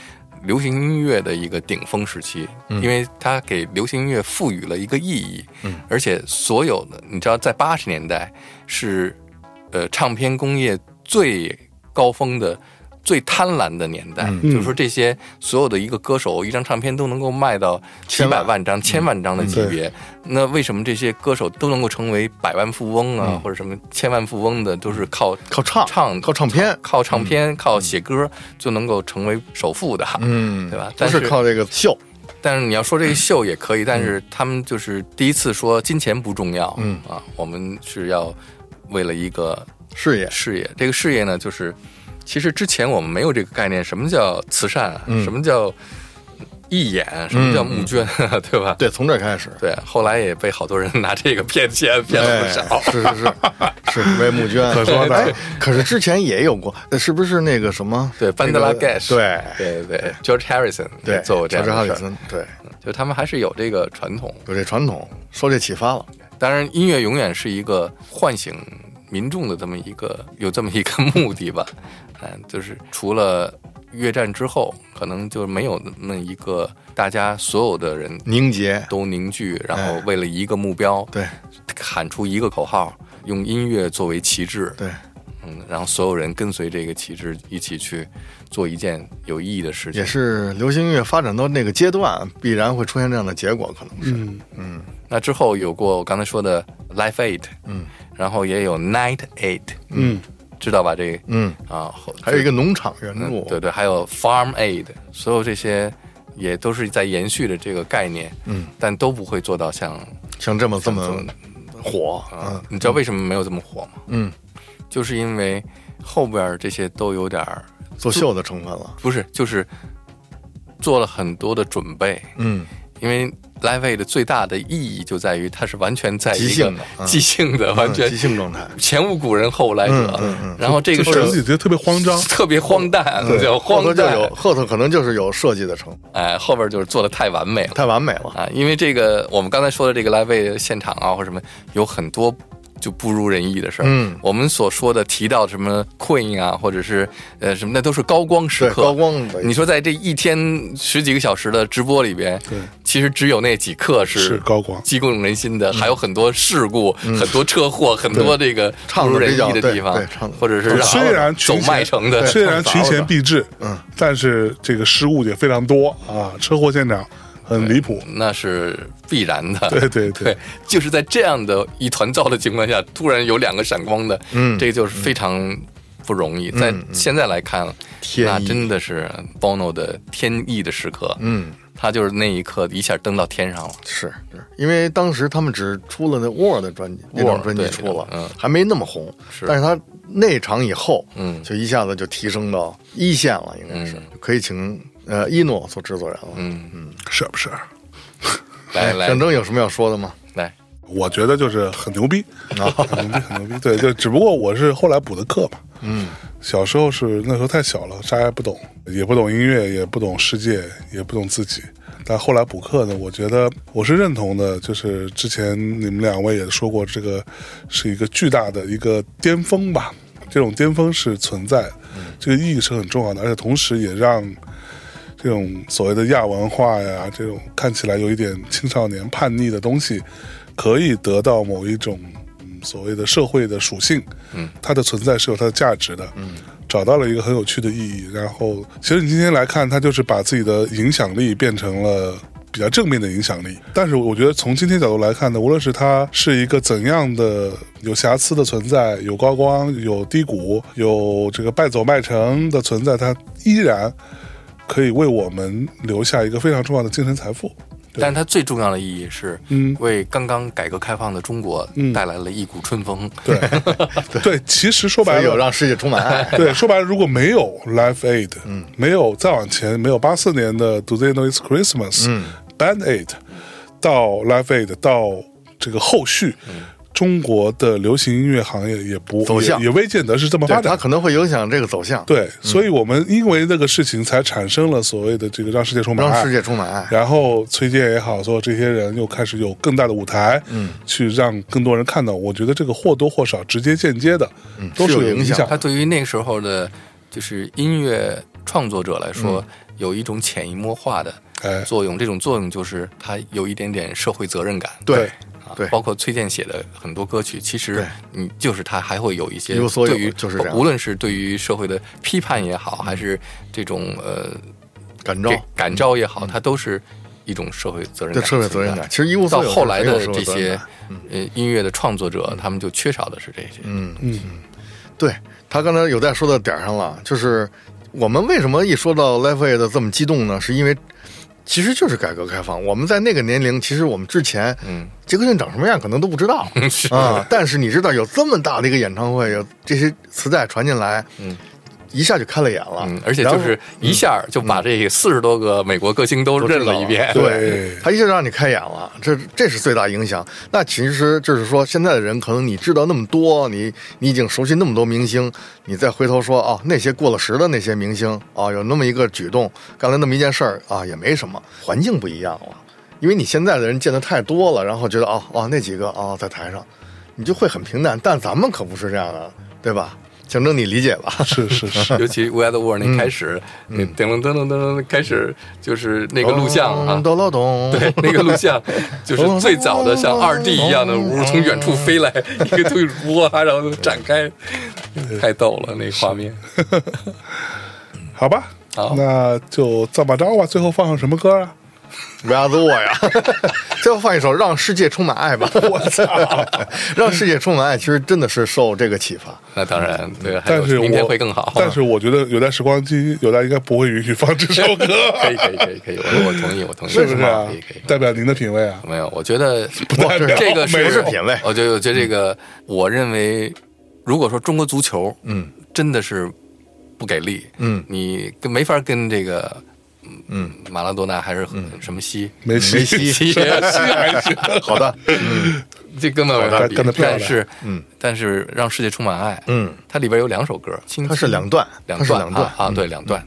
A: 流行音乐的一个顶峰时期，因为它给流行音乐赋予了一个意义。嗯，而且所有的，你知道，在八十年代是呃唱片工业最高峰的。最贪婪的年代，就是说这些所有的一个歌手一张唱片都能够卖到几百万张、
B: 嗯
A: 千万张的级别，那为什么这些歌手都能够成为百万富翁啊，
B: 嗯
A: 或者什么千万富翁的，都是靠
B: 靠唱
A: 唱
B: 靠唱片
A: 靠唱片、靠写歌就能够成为首富的？
B: 嗯，
A: 对吧
B: 不
A: 但
B: 是
A: 是
B: 靠这个秀，
A: 但是你要说这个秀也可以，但是他们就是第一次说金钱不重要，
B: 嗯
A: 啊，我们是要为了一个
B: 事业
A: 事业，这个事业呢，就是其实之前我们没有这个概念，什么叫慈善啊，
B: 嗯
A: 什么叫义演，什么叫募捐， 对吧？
B: 对，从这儿开始，
A: 对，后来也被好多人拿这个骗 钱，骗了不少。
B: 哎是 是是，是为募捐可说的。哎可是之前也有过，呃是不是那个什么？
A: 对，Bandela
B: 那个
A: Gash，
B: 对
A: 对对对，George Harrison
B: 对，
A: 做过这样
B: 乔治哈
A: 的
B: 里
A: 事儿，
B: 森，对，
A: 就他们还是有这个传统。
B: 有这传统，受这启发了。
A: 当然，音乐永远是一个唤醒民众的这么一个有这么一个目的吧。 嗯，就是除了越战之后，可能就没有那么一个大家所有的人
B: 凝结，
A: 都凝聚，然后
B: 哎
A: 为了一个目标，
B: 对
A: 喊出一个口号，用音乐作为旗帜，
B: 对，
A: 嗯，然后所有人跟随这个旗帜一起去做一件有意义的事情
B: 也。是流行音乐发展到那个阶段，必然会出现这样的结果，可
A: 嗯
B: 能是。
A: 那之后有过我刚才说的 Life Aid，
B: 嗯，
A: 然后也有 Night Aid，
D: 嗯，
A: 知道吧？这个
B: 嗯，
A: 啊，后
B: 还有一个农场援
A: 嗯
B: 助，
A: 对对，还有 Farm Aid，所有这些也都是在延续着这个概念，
B: 嗯，
A: 但都不会做到像
B: 像这么这
A: 像
B: 么
A: 这么
B: 火，
A: 啊，你知道为什么没有这么火吗？
B: 嗯，
A: 就是因为后边儿这些都有点儿
B: 嗯做秀的成分了，
A: 不是，就是做了很多的准备，
B: 嗯，
A: 因为 Live Aid 最大的意义就在于它是完全在一个
B: 即兴的嗯
A: 即兴的，完全
B: 即兴嗯 状态
A: 前无古人后无来者。然后这个
D: 就让自己
A: 是
D: 觉得特别慌张，
A: 特别荒诞，叫荒
B: 后头就
A: 诞
B: 有。后头可能就是有设计的成分，
A: 哎，后边就是做的太完美了。
B: 太完美了。
A: 啊，因为这个我们刚才说的这个 live 现场啊，或者什么，有很多就不如人意的事儿。
B: 嗯
A: 我们所说的提到什么 Queen 啊，或者是呃什么，那都是高光时刻。
B: 对高光的
A: 你说在这一天十几个小时的直播里边，
D: 对
A: 其实只有那几刻是
D: 是高光
A: 激动人心
B: 嗯
A: 的，还有很多事故、很多车祸、很多这个
B: 唱
A: 不如
B: 得
A: 人
B: 比较
A: 意的
B: 对
A: 地方
B: 对唱得，
A: 或者是让
D: 虽然
A: 走
D: 群贤
A: 麦城的，
D: 虽然
B: 对
D: 群贤毕至，嗯，但是这个失误也非常多啊，车祸现场很离谱，
A: 那是必然的。
D: 对对对
A: 对，就是在这样的一团糟的情况下，突然有两个闪光的，嗯，这个就是非常不容易。在现在来看，
B: 天意
A: 那真的是 Bono 的天意的时刻，
B: 嗯，
A: 他就是那一刻一下登到天上了。
B: 是，是因为当时他们只出了那 War 的专辑，那张
A: War，
B: 专辑
A: 对
B: 出了，
A: 嗯
B: 还没那么红。
A: 是
B: 但是他那场以后，
A: 嗯
B: 就一下子就提升到一线了，应该是、可以请呃一诺做制作人了。嗯，
D: 是不是？
A: 来来
B: 象征有什么要说的吗？
A: 来，
D: 我觉得就是很牛逼，很牛逼，很牛逼。对，就只不过我是后来补的课吧。嗯，小时候是那时候太小了，啥也不懂，也不懂音乐，也不懂世界，也不懂自己。但后来补课呢，我觉得我是认同的，就是之前你们两位也说过，这个是一个巨大的一个巅峰吧，这种巅峰是存在，这个意义是很重要的，而且同时也让这种所谓的亚文化呀，这种看起来有一点青少年叛逆的东西，可以得到某一种、嗯、所谓的社会的属性，嗯，它的存在是有它的价值的，嗯，找到了一个很有趣的意义。然后，其实你今天来看，它就是把自己的影响力变成了。比较正面的影响力，但是我觉得从今天角度来看呢，无论是它是一个怎样的有瑕疵的存在，有高光，有低谷，有这个败走麦城的存在，它依然可以为我们留下一个非常重要的精神财富。对
A: 但是它最重要的意义是，
D: 嗯
A: 为刚刚改革开放的中国
D: 嗯
A: 带来了一股春风。
D: 对对，其实说
B: 所
D: 白
B: 以有
D: 了，
B: 让世界充满爱。
D: 对，说白了，如果没有 Life Aid，嗯，没有再往前，没有八四年的 Do They Know It's Christmas，嗯，Band Aid，到 Life Aid，到这个后续，中国的流行音乐行业也不
B: 嗯走向
D: 也也未见得是这么
B: 对
D: 发
B: 它嗯
D: 展。
B: 可能会影响这个走向，
D: 对，所以我们因为这个事情才产生了所谓的这个让世界充满爱，
B: 让世界充满爱。
D: 然后崔健也好，所有这些人又开始有更大的舞台，嗯，去让更多人看到。我觉得这个或多或少、直接间接的，嗯、都
B: 是有
D: 有
B: 影响
D: 响
A: 它。对于那个时候的，就是音乐创作者来说，有一种潜移默化的
D: 哎
A: 作用。这种作用就是它有一点点社会责任感。啊
B: 对对
A: 包括崔健写的很多歌曲，其实
B: 对
A: 你就是他还会有一些
B: 有所有
A: 对于
B: 就是这样
A: 无论是对于社会的批判也好，还是这种呃
B: 感召
A: 这感召也好，它都是一种社会责任感
B: 嗯
A: 的
B: 对社
A: 存
B: 会
A: 在。
B: 责任感其实一无
A: 到
B: 所有
A: 后来
B: 是没有
A: 的
B: 社
A: 这
B: 会责任
A: 些
B: 感嗯
A: 呃音乐的创作者，他们就缺少的是这些。嗯，
B: 对他刚才有在说到点儿上了，就是我们为什么一说到 Life Aid 这么激动呢？是因为其实就是改革开放，我们在那个年龄，其实我们之前，嗯，杰克逊长什么样可能都不知道
A: 是
B: 啊。但是你知道有这么大的一个演唱会，有这些磁带传进来，嗯，一下就开了眼了，
A: 嗯，而且就是一下就
B: 嗯
A: 把这四十多个美国歌星都认了一遍。
B: 对，
D: 对
B: 他一下让你开眼了，这这是最大影响。那其实就是说，现在的人可能你知道那么多，你你已经熟悉那么多明星，你再回头说哦，那些过了时的那些明星哦，有那么一个举动，干了那么一件事儿啊，也没什么，环境不一样了。因为你现在的人见的太多了，然后觉得哦哦那几个哦在台上，你就会很平淡。但咱们可不是这样的，对吧？象征你理解吧？
D: 是是 是，
A: 尤其《We Are the World》那开
D: 嗯
A: 始，那噔噔噔噔噔开始就是那个录像啊
B: 咚，
D: 哦
B: 咚咚咚，
A: 对，那个录像就是最早的像二 D 一样的，呜从远处飞来
D: 哦
A: 一个东西，哇，然后展开，太逗了那个画面。
D: 好吧，
A: 好
D: 那就这么着吧。最后放上什么歌啊？
B: 不要做呀！ 最后放一首《让世界充满爱》吧。我操，让世界充满爱，其实真的是受这个启发。
A: 那当然，对，还有
D: 但是我
A: 哎明天会更好。
D: 但是我觉得有台时光机，有台应该不会允许放这 首歌，
A: 可以可以可以可以，我我同意，我同意，
D: 是不是啊
A: 可以可以。？
D: 代表您的品味啊。
A: 没有，我觉得
B: 代表
A: 这个
B: 哦美式品味
A: 我觉得，我觉得这个，我认为，如果说中国足球，嗯，真的是不给力，
B: 嗯
A: 你跟没法跟这个嗯，马拉多纳还是很什么西，
D: 梅
B: 嗯
D: 西
B: 梅西
A: 西 嗯
D: 还行，
B: 好的，嗯
A: 这根本没法比
D: 干得漂亮
A: 但是，嗯，但是让世界充满爱，
B: 嗯，
A: 它里边有两首歌，亲
B: 它是两段
A: 两
B: 它是两段
A: 啊
B: 嗯
A: 啊，对，两段。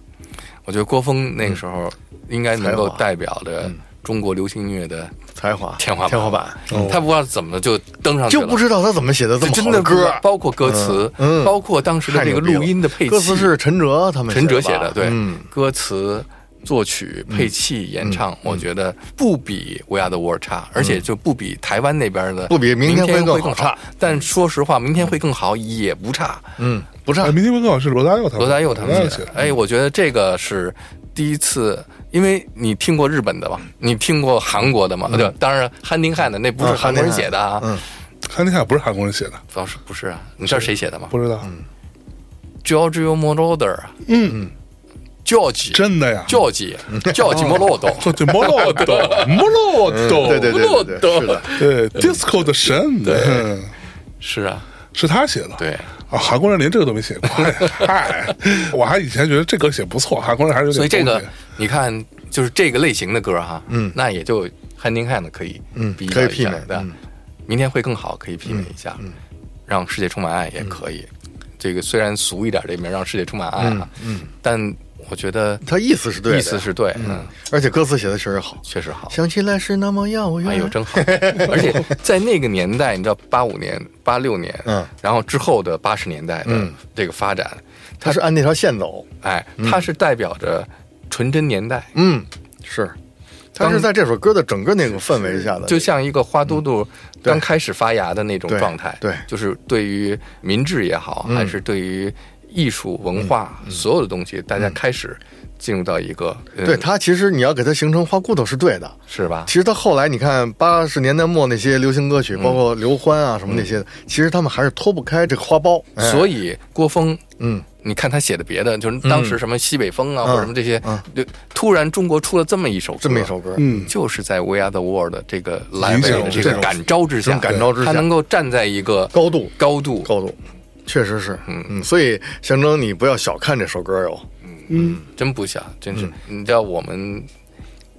A: 我觉得郭峰那个时候应该能够
B: 才华嗯
A: 代表着中国流行音乐的
B: 才华
A: 啊天花板
B: 天花板，
A: 他不知道怎么的就登上去
B: 哦就
A: 了，
B: 不知道他怎么写的这
A: 这
B: 么
A: 真
B: 好
A: 的不知
B: 歌
A: 道，包括歌词，
B: 嗯嗯
A: 包括当时的
B: 太
A: 这
B: 牛
A: 个
B: 逼了
A: 录音的配器，
B: 歌词是陈哲他们
A: 陈哲
B: 吧
A: 写的，对，
B: 嗯，
A: 歌词、作曲、配器、演唱，我觉得不比《We Are the World》差，而且就不比台湾那边的，
B: 嗯不比明
A: 明
B: 天会
A: 会
B: 更好
A: 更
B: 差。
A: 但说实话，明天会更好也不差。
B: 嗯，不差
D: 啊，明天文稿是罗大佑他们，
A: 罗大佑他们写
D: 写
A: 的
D: 的，，
B: 嗯
A: 哎，我觉得这个是第一次。因为你听过日本的吧？你听过韩国的吗？对，当然憨丁汉的那不是
B: 嗯啊
A: 韩国人
B: 憨丁汉
A: 写的啊，
B: 嗯
D: 康尼卡不是韩国人写的，
A: 不是不是啊？你知道谁写的吗
D: 不知道，
A: ？Giorgio Moroder，嗯，George，
D: 真的呀，
A: George
B: 嗯
A: George Moroder，
B: 哦
D: 做这摩 洛多，摩洛
A: 嗯
D: 多，
B: 对对对对对，是的，
D: 对 disco 的神，嗯
A: 是啊，
D: 是他写的，
A: 对
D: 啊，韩国人连这个都没写 过，嗨，我还以前觉得这歌写不错，韩国人还是有
A: 所以
D: 点
A: 这个
D: 东西
A: 你看，就是这个类型的歌哈，嗯，那也就汉丁汉的可以，
B: 嗯
A: 比较
B: 可以
A: 一下
B: 媲美
A: 对吧
B: 嗯
A: 明天会更好，可以媲美一下，让世界充满爱也可以。
B: 嗯
A: 这个虽然俗一点，这名让世界充满爱啊，嗯，但我觉得
B: 他意思是对的，
A: 意思是对，嗯，
B: 而且歌词写的确实好。
A: 确实好。
B: 想起来是那么遥远，
A: 哎呦，真好！而且在那个年代，你知道，八五年、八六年，
B: 嗯，
A: 然后之后的八十年代的这个发展，
B: 他是按那条线走，
A: 哎，它是代表着纯真年代，
B: 嗯，是，他是在这首歌的整个那个氛围下的，
A: 就像一个花嘟嘟刚开始发芽的那种
B: 嗯对
A: 状态，
B: 对嗯
A: 就是对于民智也好，还是对于艺术文化所有的东西，大家开始进入到一个嗯
B: 嗯对他其实你要给他形成花骨朵是对的。
A: 是吧
B: 其？实他后来你看八十年代末那些流行歌
A: 嗯
B: 曲，包括刘欢啊什么那些的，其实他们还是脱不开这个花苞，哎
A: 所以郭峰，
B: 嗯。
A: 你看他写的别的，就是当时什么西北风啊，
B: 嗯
A: 或者什么这些
B: 嗯，
A: 就突然中国出了这么一首歌
B: 这么一首，歌，
D: 嗯，
A: 就是在 We Are the World 这个来位的
D: 影响
A: 这
D: 这
A: 个
D: 种
A: 感召之
B: 这
A: 下，
B: 种感召之
A: 他
B: 下
A: 能够站在一个
B: 高度
A: 高度
B: 高度，确实是，嗯嗯，所以象征你不要小看这首歌哟。
A: 真不想，真是。
B: 嗯
A: 你知道我们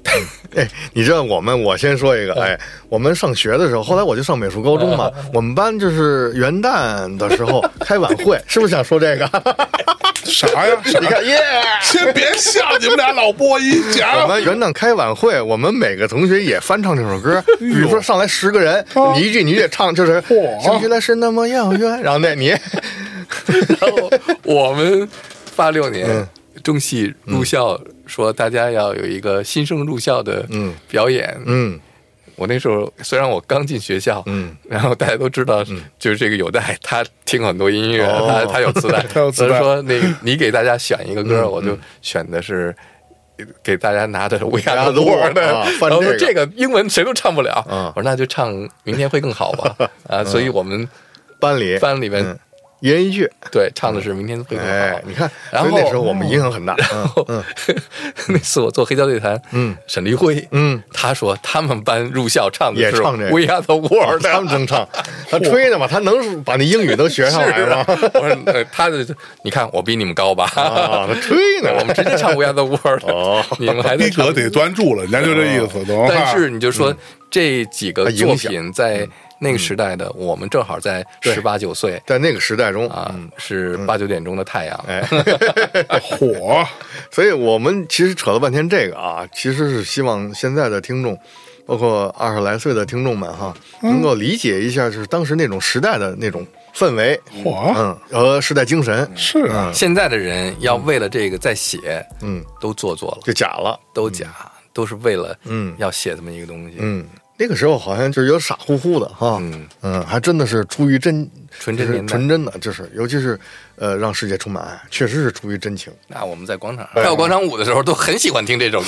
B: 哎，你知道我们，我先说
A: 嗯
B: 一个，哎，我们上学的时候，后来我就上美术高中嘛，我们班就是元旦的时 候开晚会，是不是想说这个？
D: 啥 呀？啥
B: 你看，耶！
D: 先别笑，你们俩老播一
B: 我
A: 哎
D: 讲，
B: 们元旦开晚会，我们每个同学也翻唱这首歌。
A: 哎
B: 比如说上来十个人，
A: 啊
B: 你一句你一句唱，就是
D: 嚯
B: 想起来是那么遥远。然后那 你，
A: 然后我们八六
B: 嗯
A: 年中戏入校，说大家要有一个新生入校的表演。
B: 嗯，
A: 我那时候虽然我刚进学校，
B: 嗯，
A: 然后大家都知道，就是这个有代他听很多音乐，
B: 哦
A: 他他有 磁带，
D: 他有磁带
A: 所以说那个你给大家选一个
B: 嗯
A: 歌，我就选的是。给大家拿的《维亚多
B: We Are
A: 的
B: the World，啊，翻
A: 然后说
B: 这
A: 这个英文谁都唱不了，
B: 嗯
A: 我说那就唱《明天会更好》 吧，啊，所以我们
B: 班里
A: 班里面
B: 嗯一人一句，
A: 对唱的是《明天会更好》，
B: 哎，你看，
A: 哦然后哦
B: 所以那时候我们影响很大。 嗯
A: 那次我做黑胶对谈，
B: 嗯，
A: 沈黎辉，
B: 嗯，
A: 他说他们班入校唱的
B: 也
A: 是
B: 唱这个
A: We Are the World，
B: 他们真唱，他吹的嘛，他能把那英语都学上来
A: 哦是
B: 吗
A: 吧？？ 我说呃他的，你看我比你们高吧？
B: 啊，他吹呢，
A: 我们直接唱 We Are the World，
B: 哦
A: 你们还在
D: 逼
A: 哎唱哦
D: 格得端住了，人家就这意思，懂吗？
A: 但是你就说、这几个
B: 嗯影
A: 作
B: 响嗯
A: 品在那个时代的，我们正好在
B: 对
A: 十八九岁
B: 在那个时代中
A: 啊，是八九点钟的太阳，
B: 哎，
D: 火，
B: 所以我们其实扯了半天这个啊，其实是希望现在的听众，包括二十来岁的听众们哈，能够理解一下，就是当时那种时代的那种氛围，
D: 嚯
B: 嗯，和时代精神，
D: 是啊，
A: 现在的人要为了这个再写，
B: 嗯，
A: 都做作了，
B: 就假了，
A: 都假，都是为了
B: 嗯
A: 要写这么一个东西，
B: 嗯。那个时候好像就是有傻乎乎的哈，
A: 嗯
B: 还真的是出于真
A: 纯真
B: 就是
A: 年代
B: 纯真的，就是尤其是呃，让世界充满爱，确实是出于真情。
A: 那我们在广场跳广场舞的时候，都很喜欢听这首歌。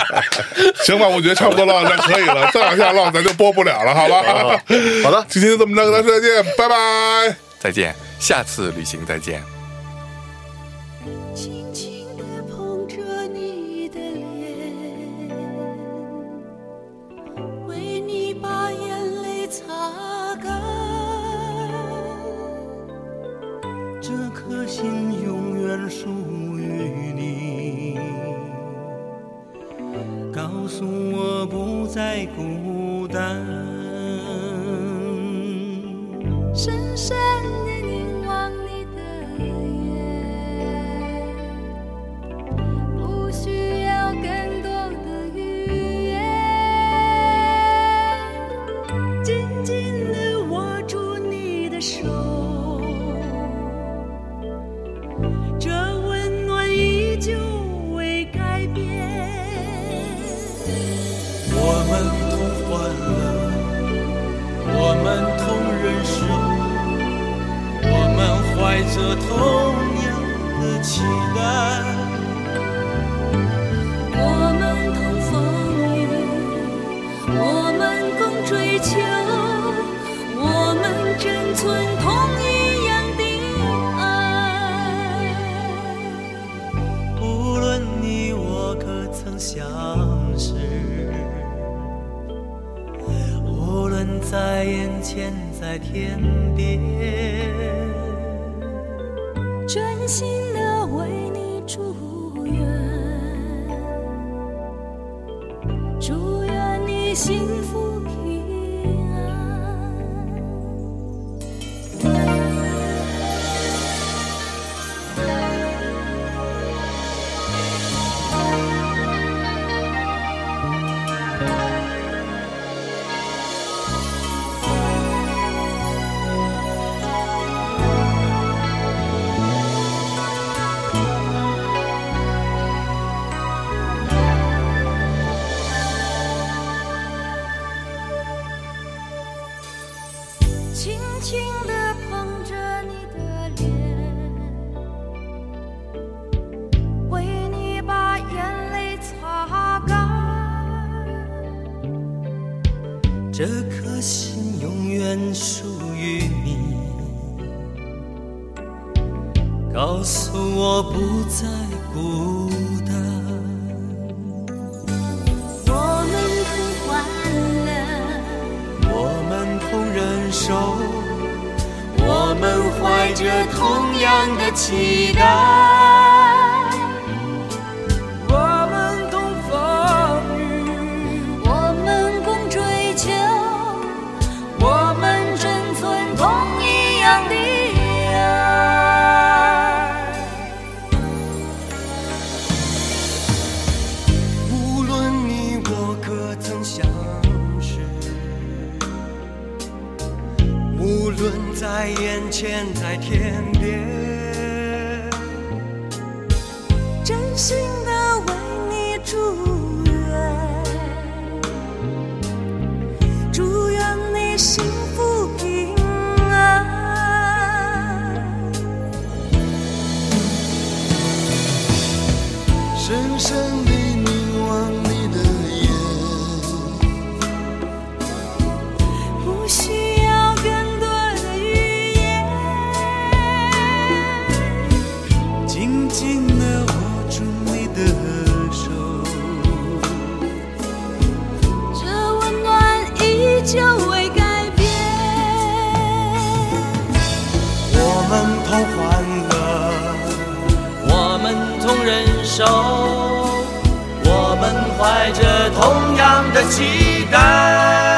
D: 行吧，我觉得差不多了，那可以了，再往下唠咱就播不了了，好吧？
A: 嗯
B: 好的，
D: 今天就这么着，跟大家说再见，拜拜。
A: 再见，下次旅行再见。
E: 轻轻地捧着你的脸，为你把眼泪擦干。
F: 这颗心永远属于你。太孤单。
E: 深深地凝望你的眼，不需要更多的语言，紧紧地握住你的手，这温暖依旧未改变。
F: 我们同欢乐，我们同忍受，我们怀着同样的期待，
E: 我们同风雨，我们共追求，我们珍存同一样的爱。
F: 无论你我可曾相识，无论在眼前，在天边。
E: 真心的为你祝愿，祝愿你幸福平安。轻轻地捧着你的脸，为你把眼泪擦干。
F: 这颗心永远属于你。告诉我不再孤单，
E: 我们同欢乐，
F: 我们同忍受，我们怀着同样的期待。我们同风雨，
E: 我们共追求，
F: 我们
E: 珍存同一样的爱。
F: 无论你我可曾相识，无论在眼前，在天边，
E: 真心的为你祝愿，祝愿你幸福平安。
F: 深深地凝望你的眼，
E: 不需要更多的语言，
F: 紧紧地握住你的手，
E: 这温暖依旧未改变。
F: 我们同欢乐，我们同忍受，我们怀着同样的期待。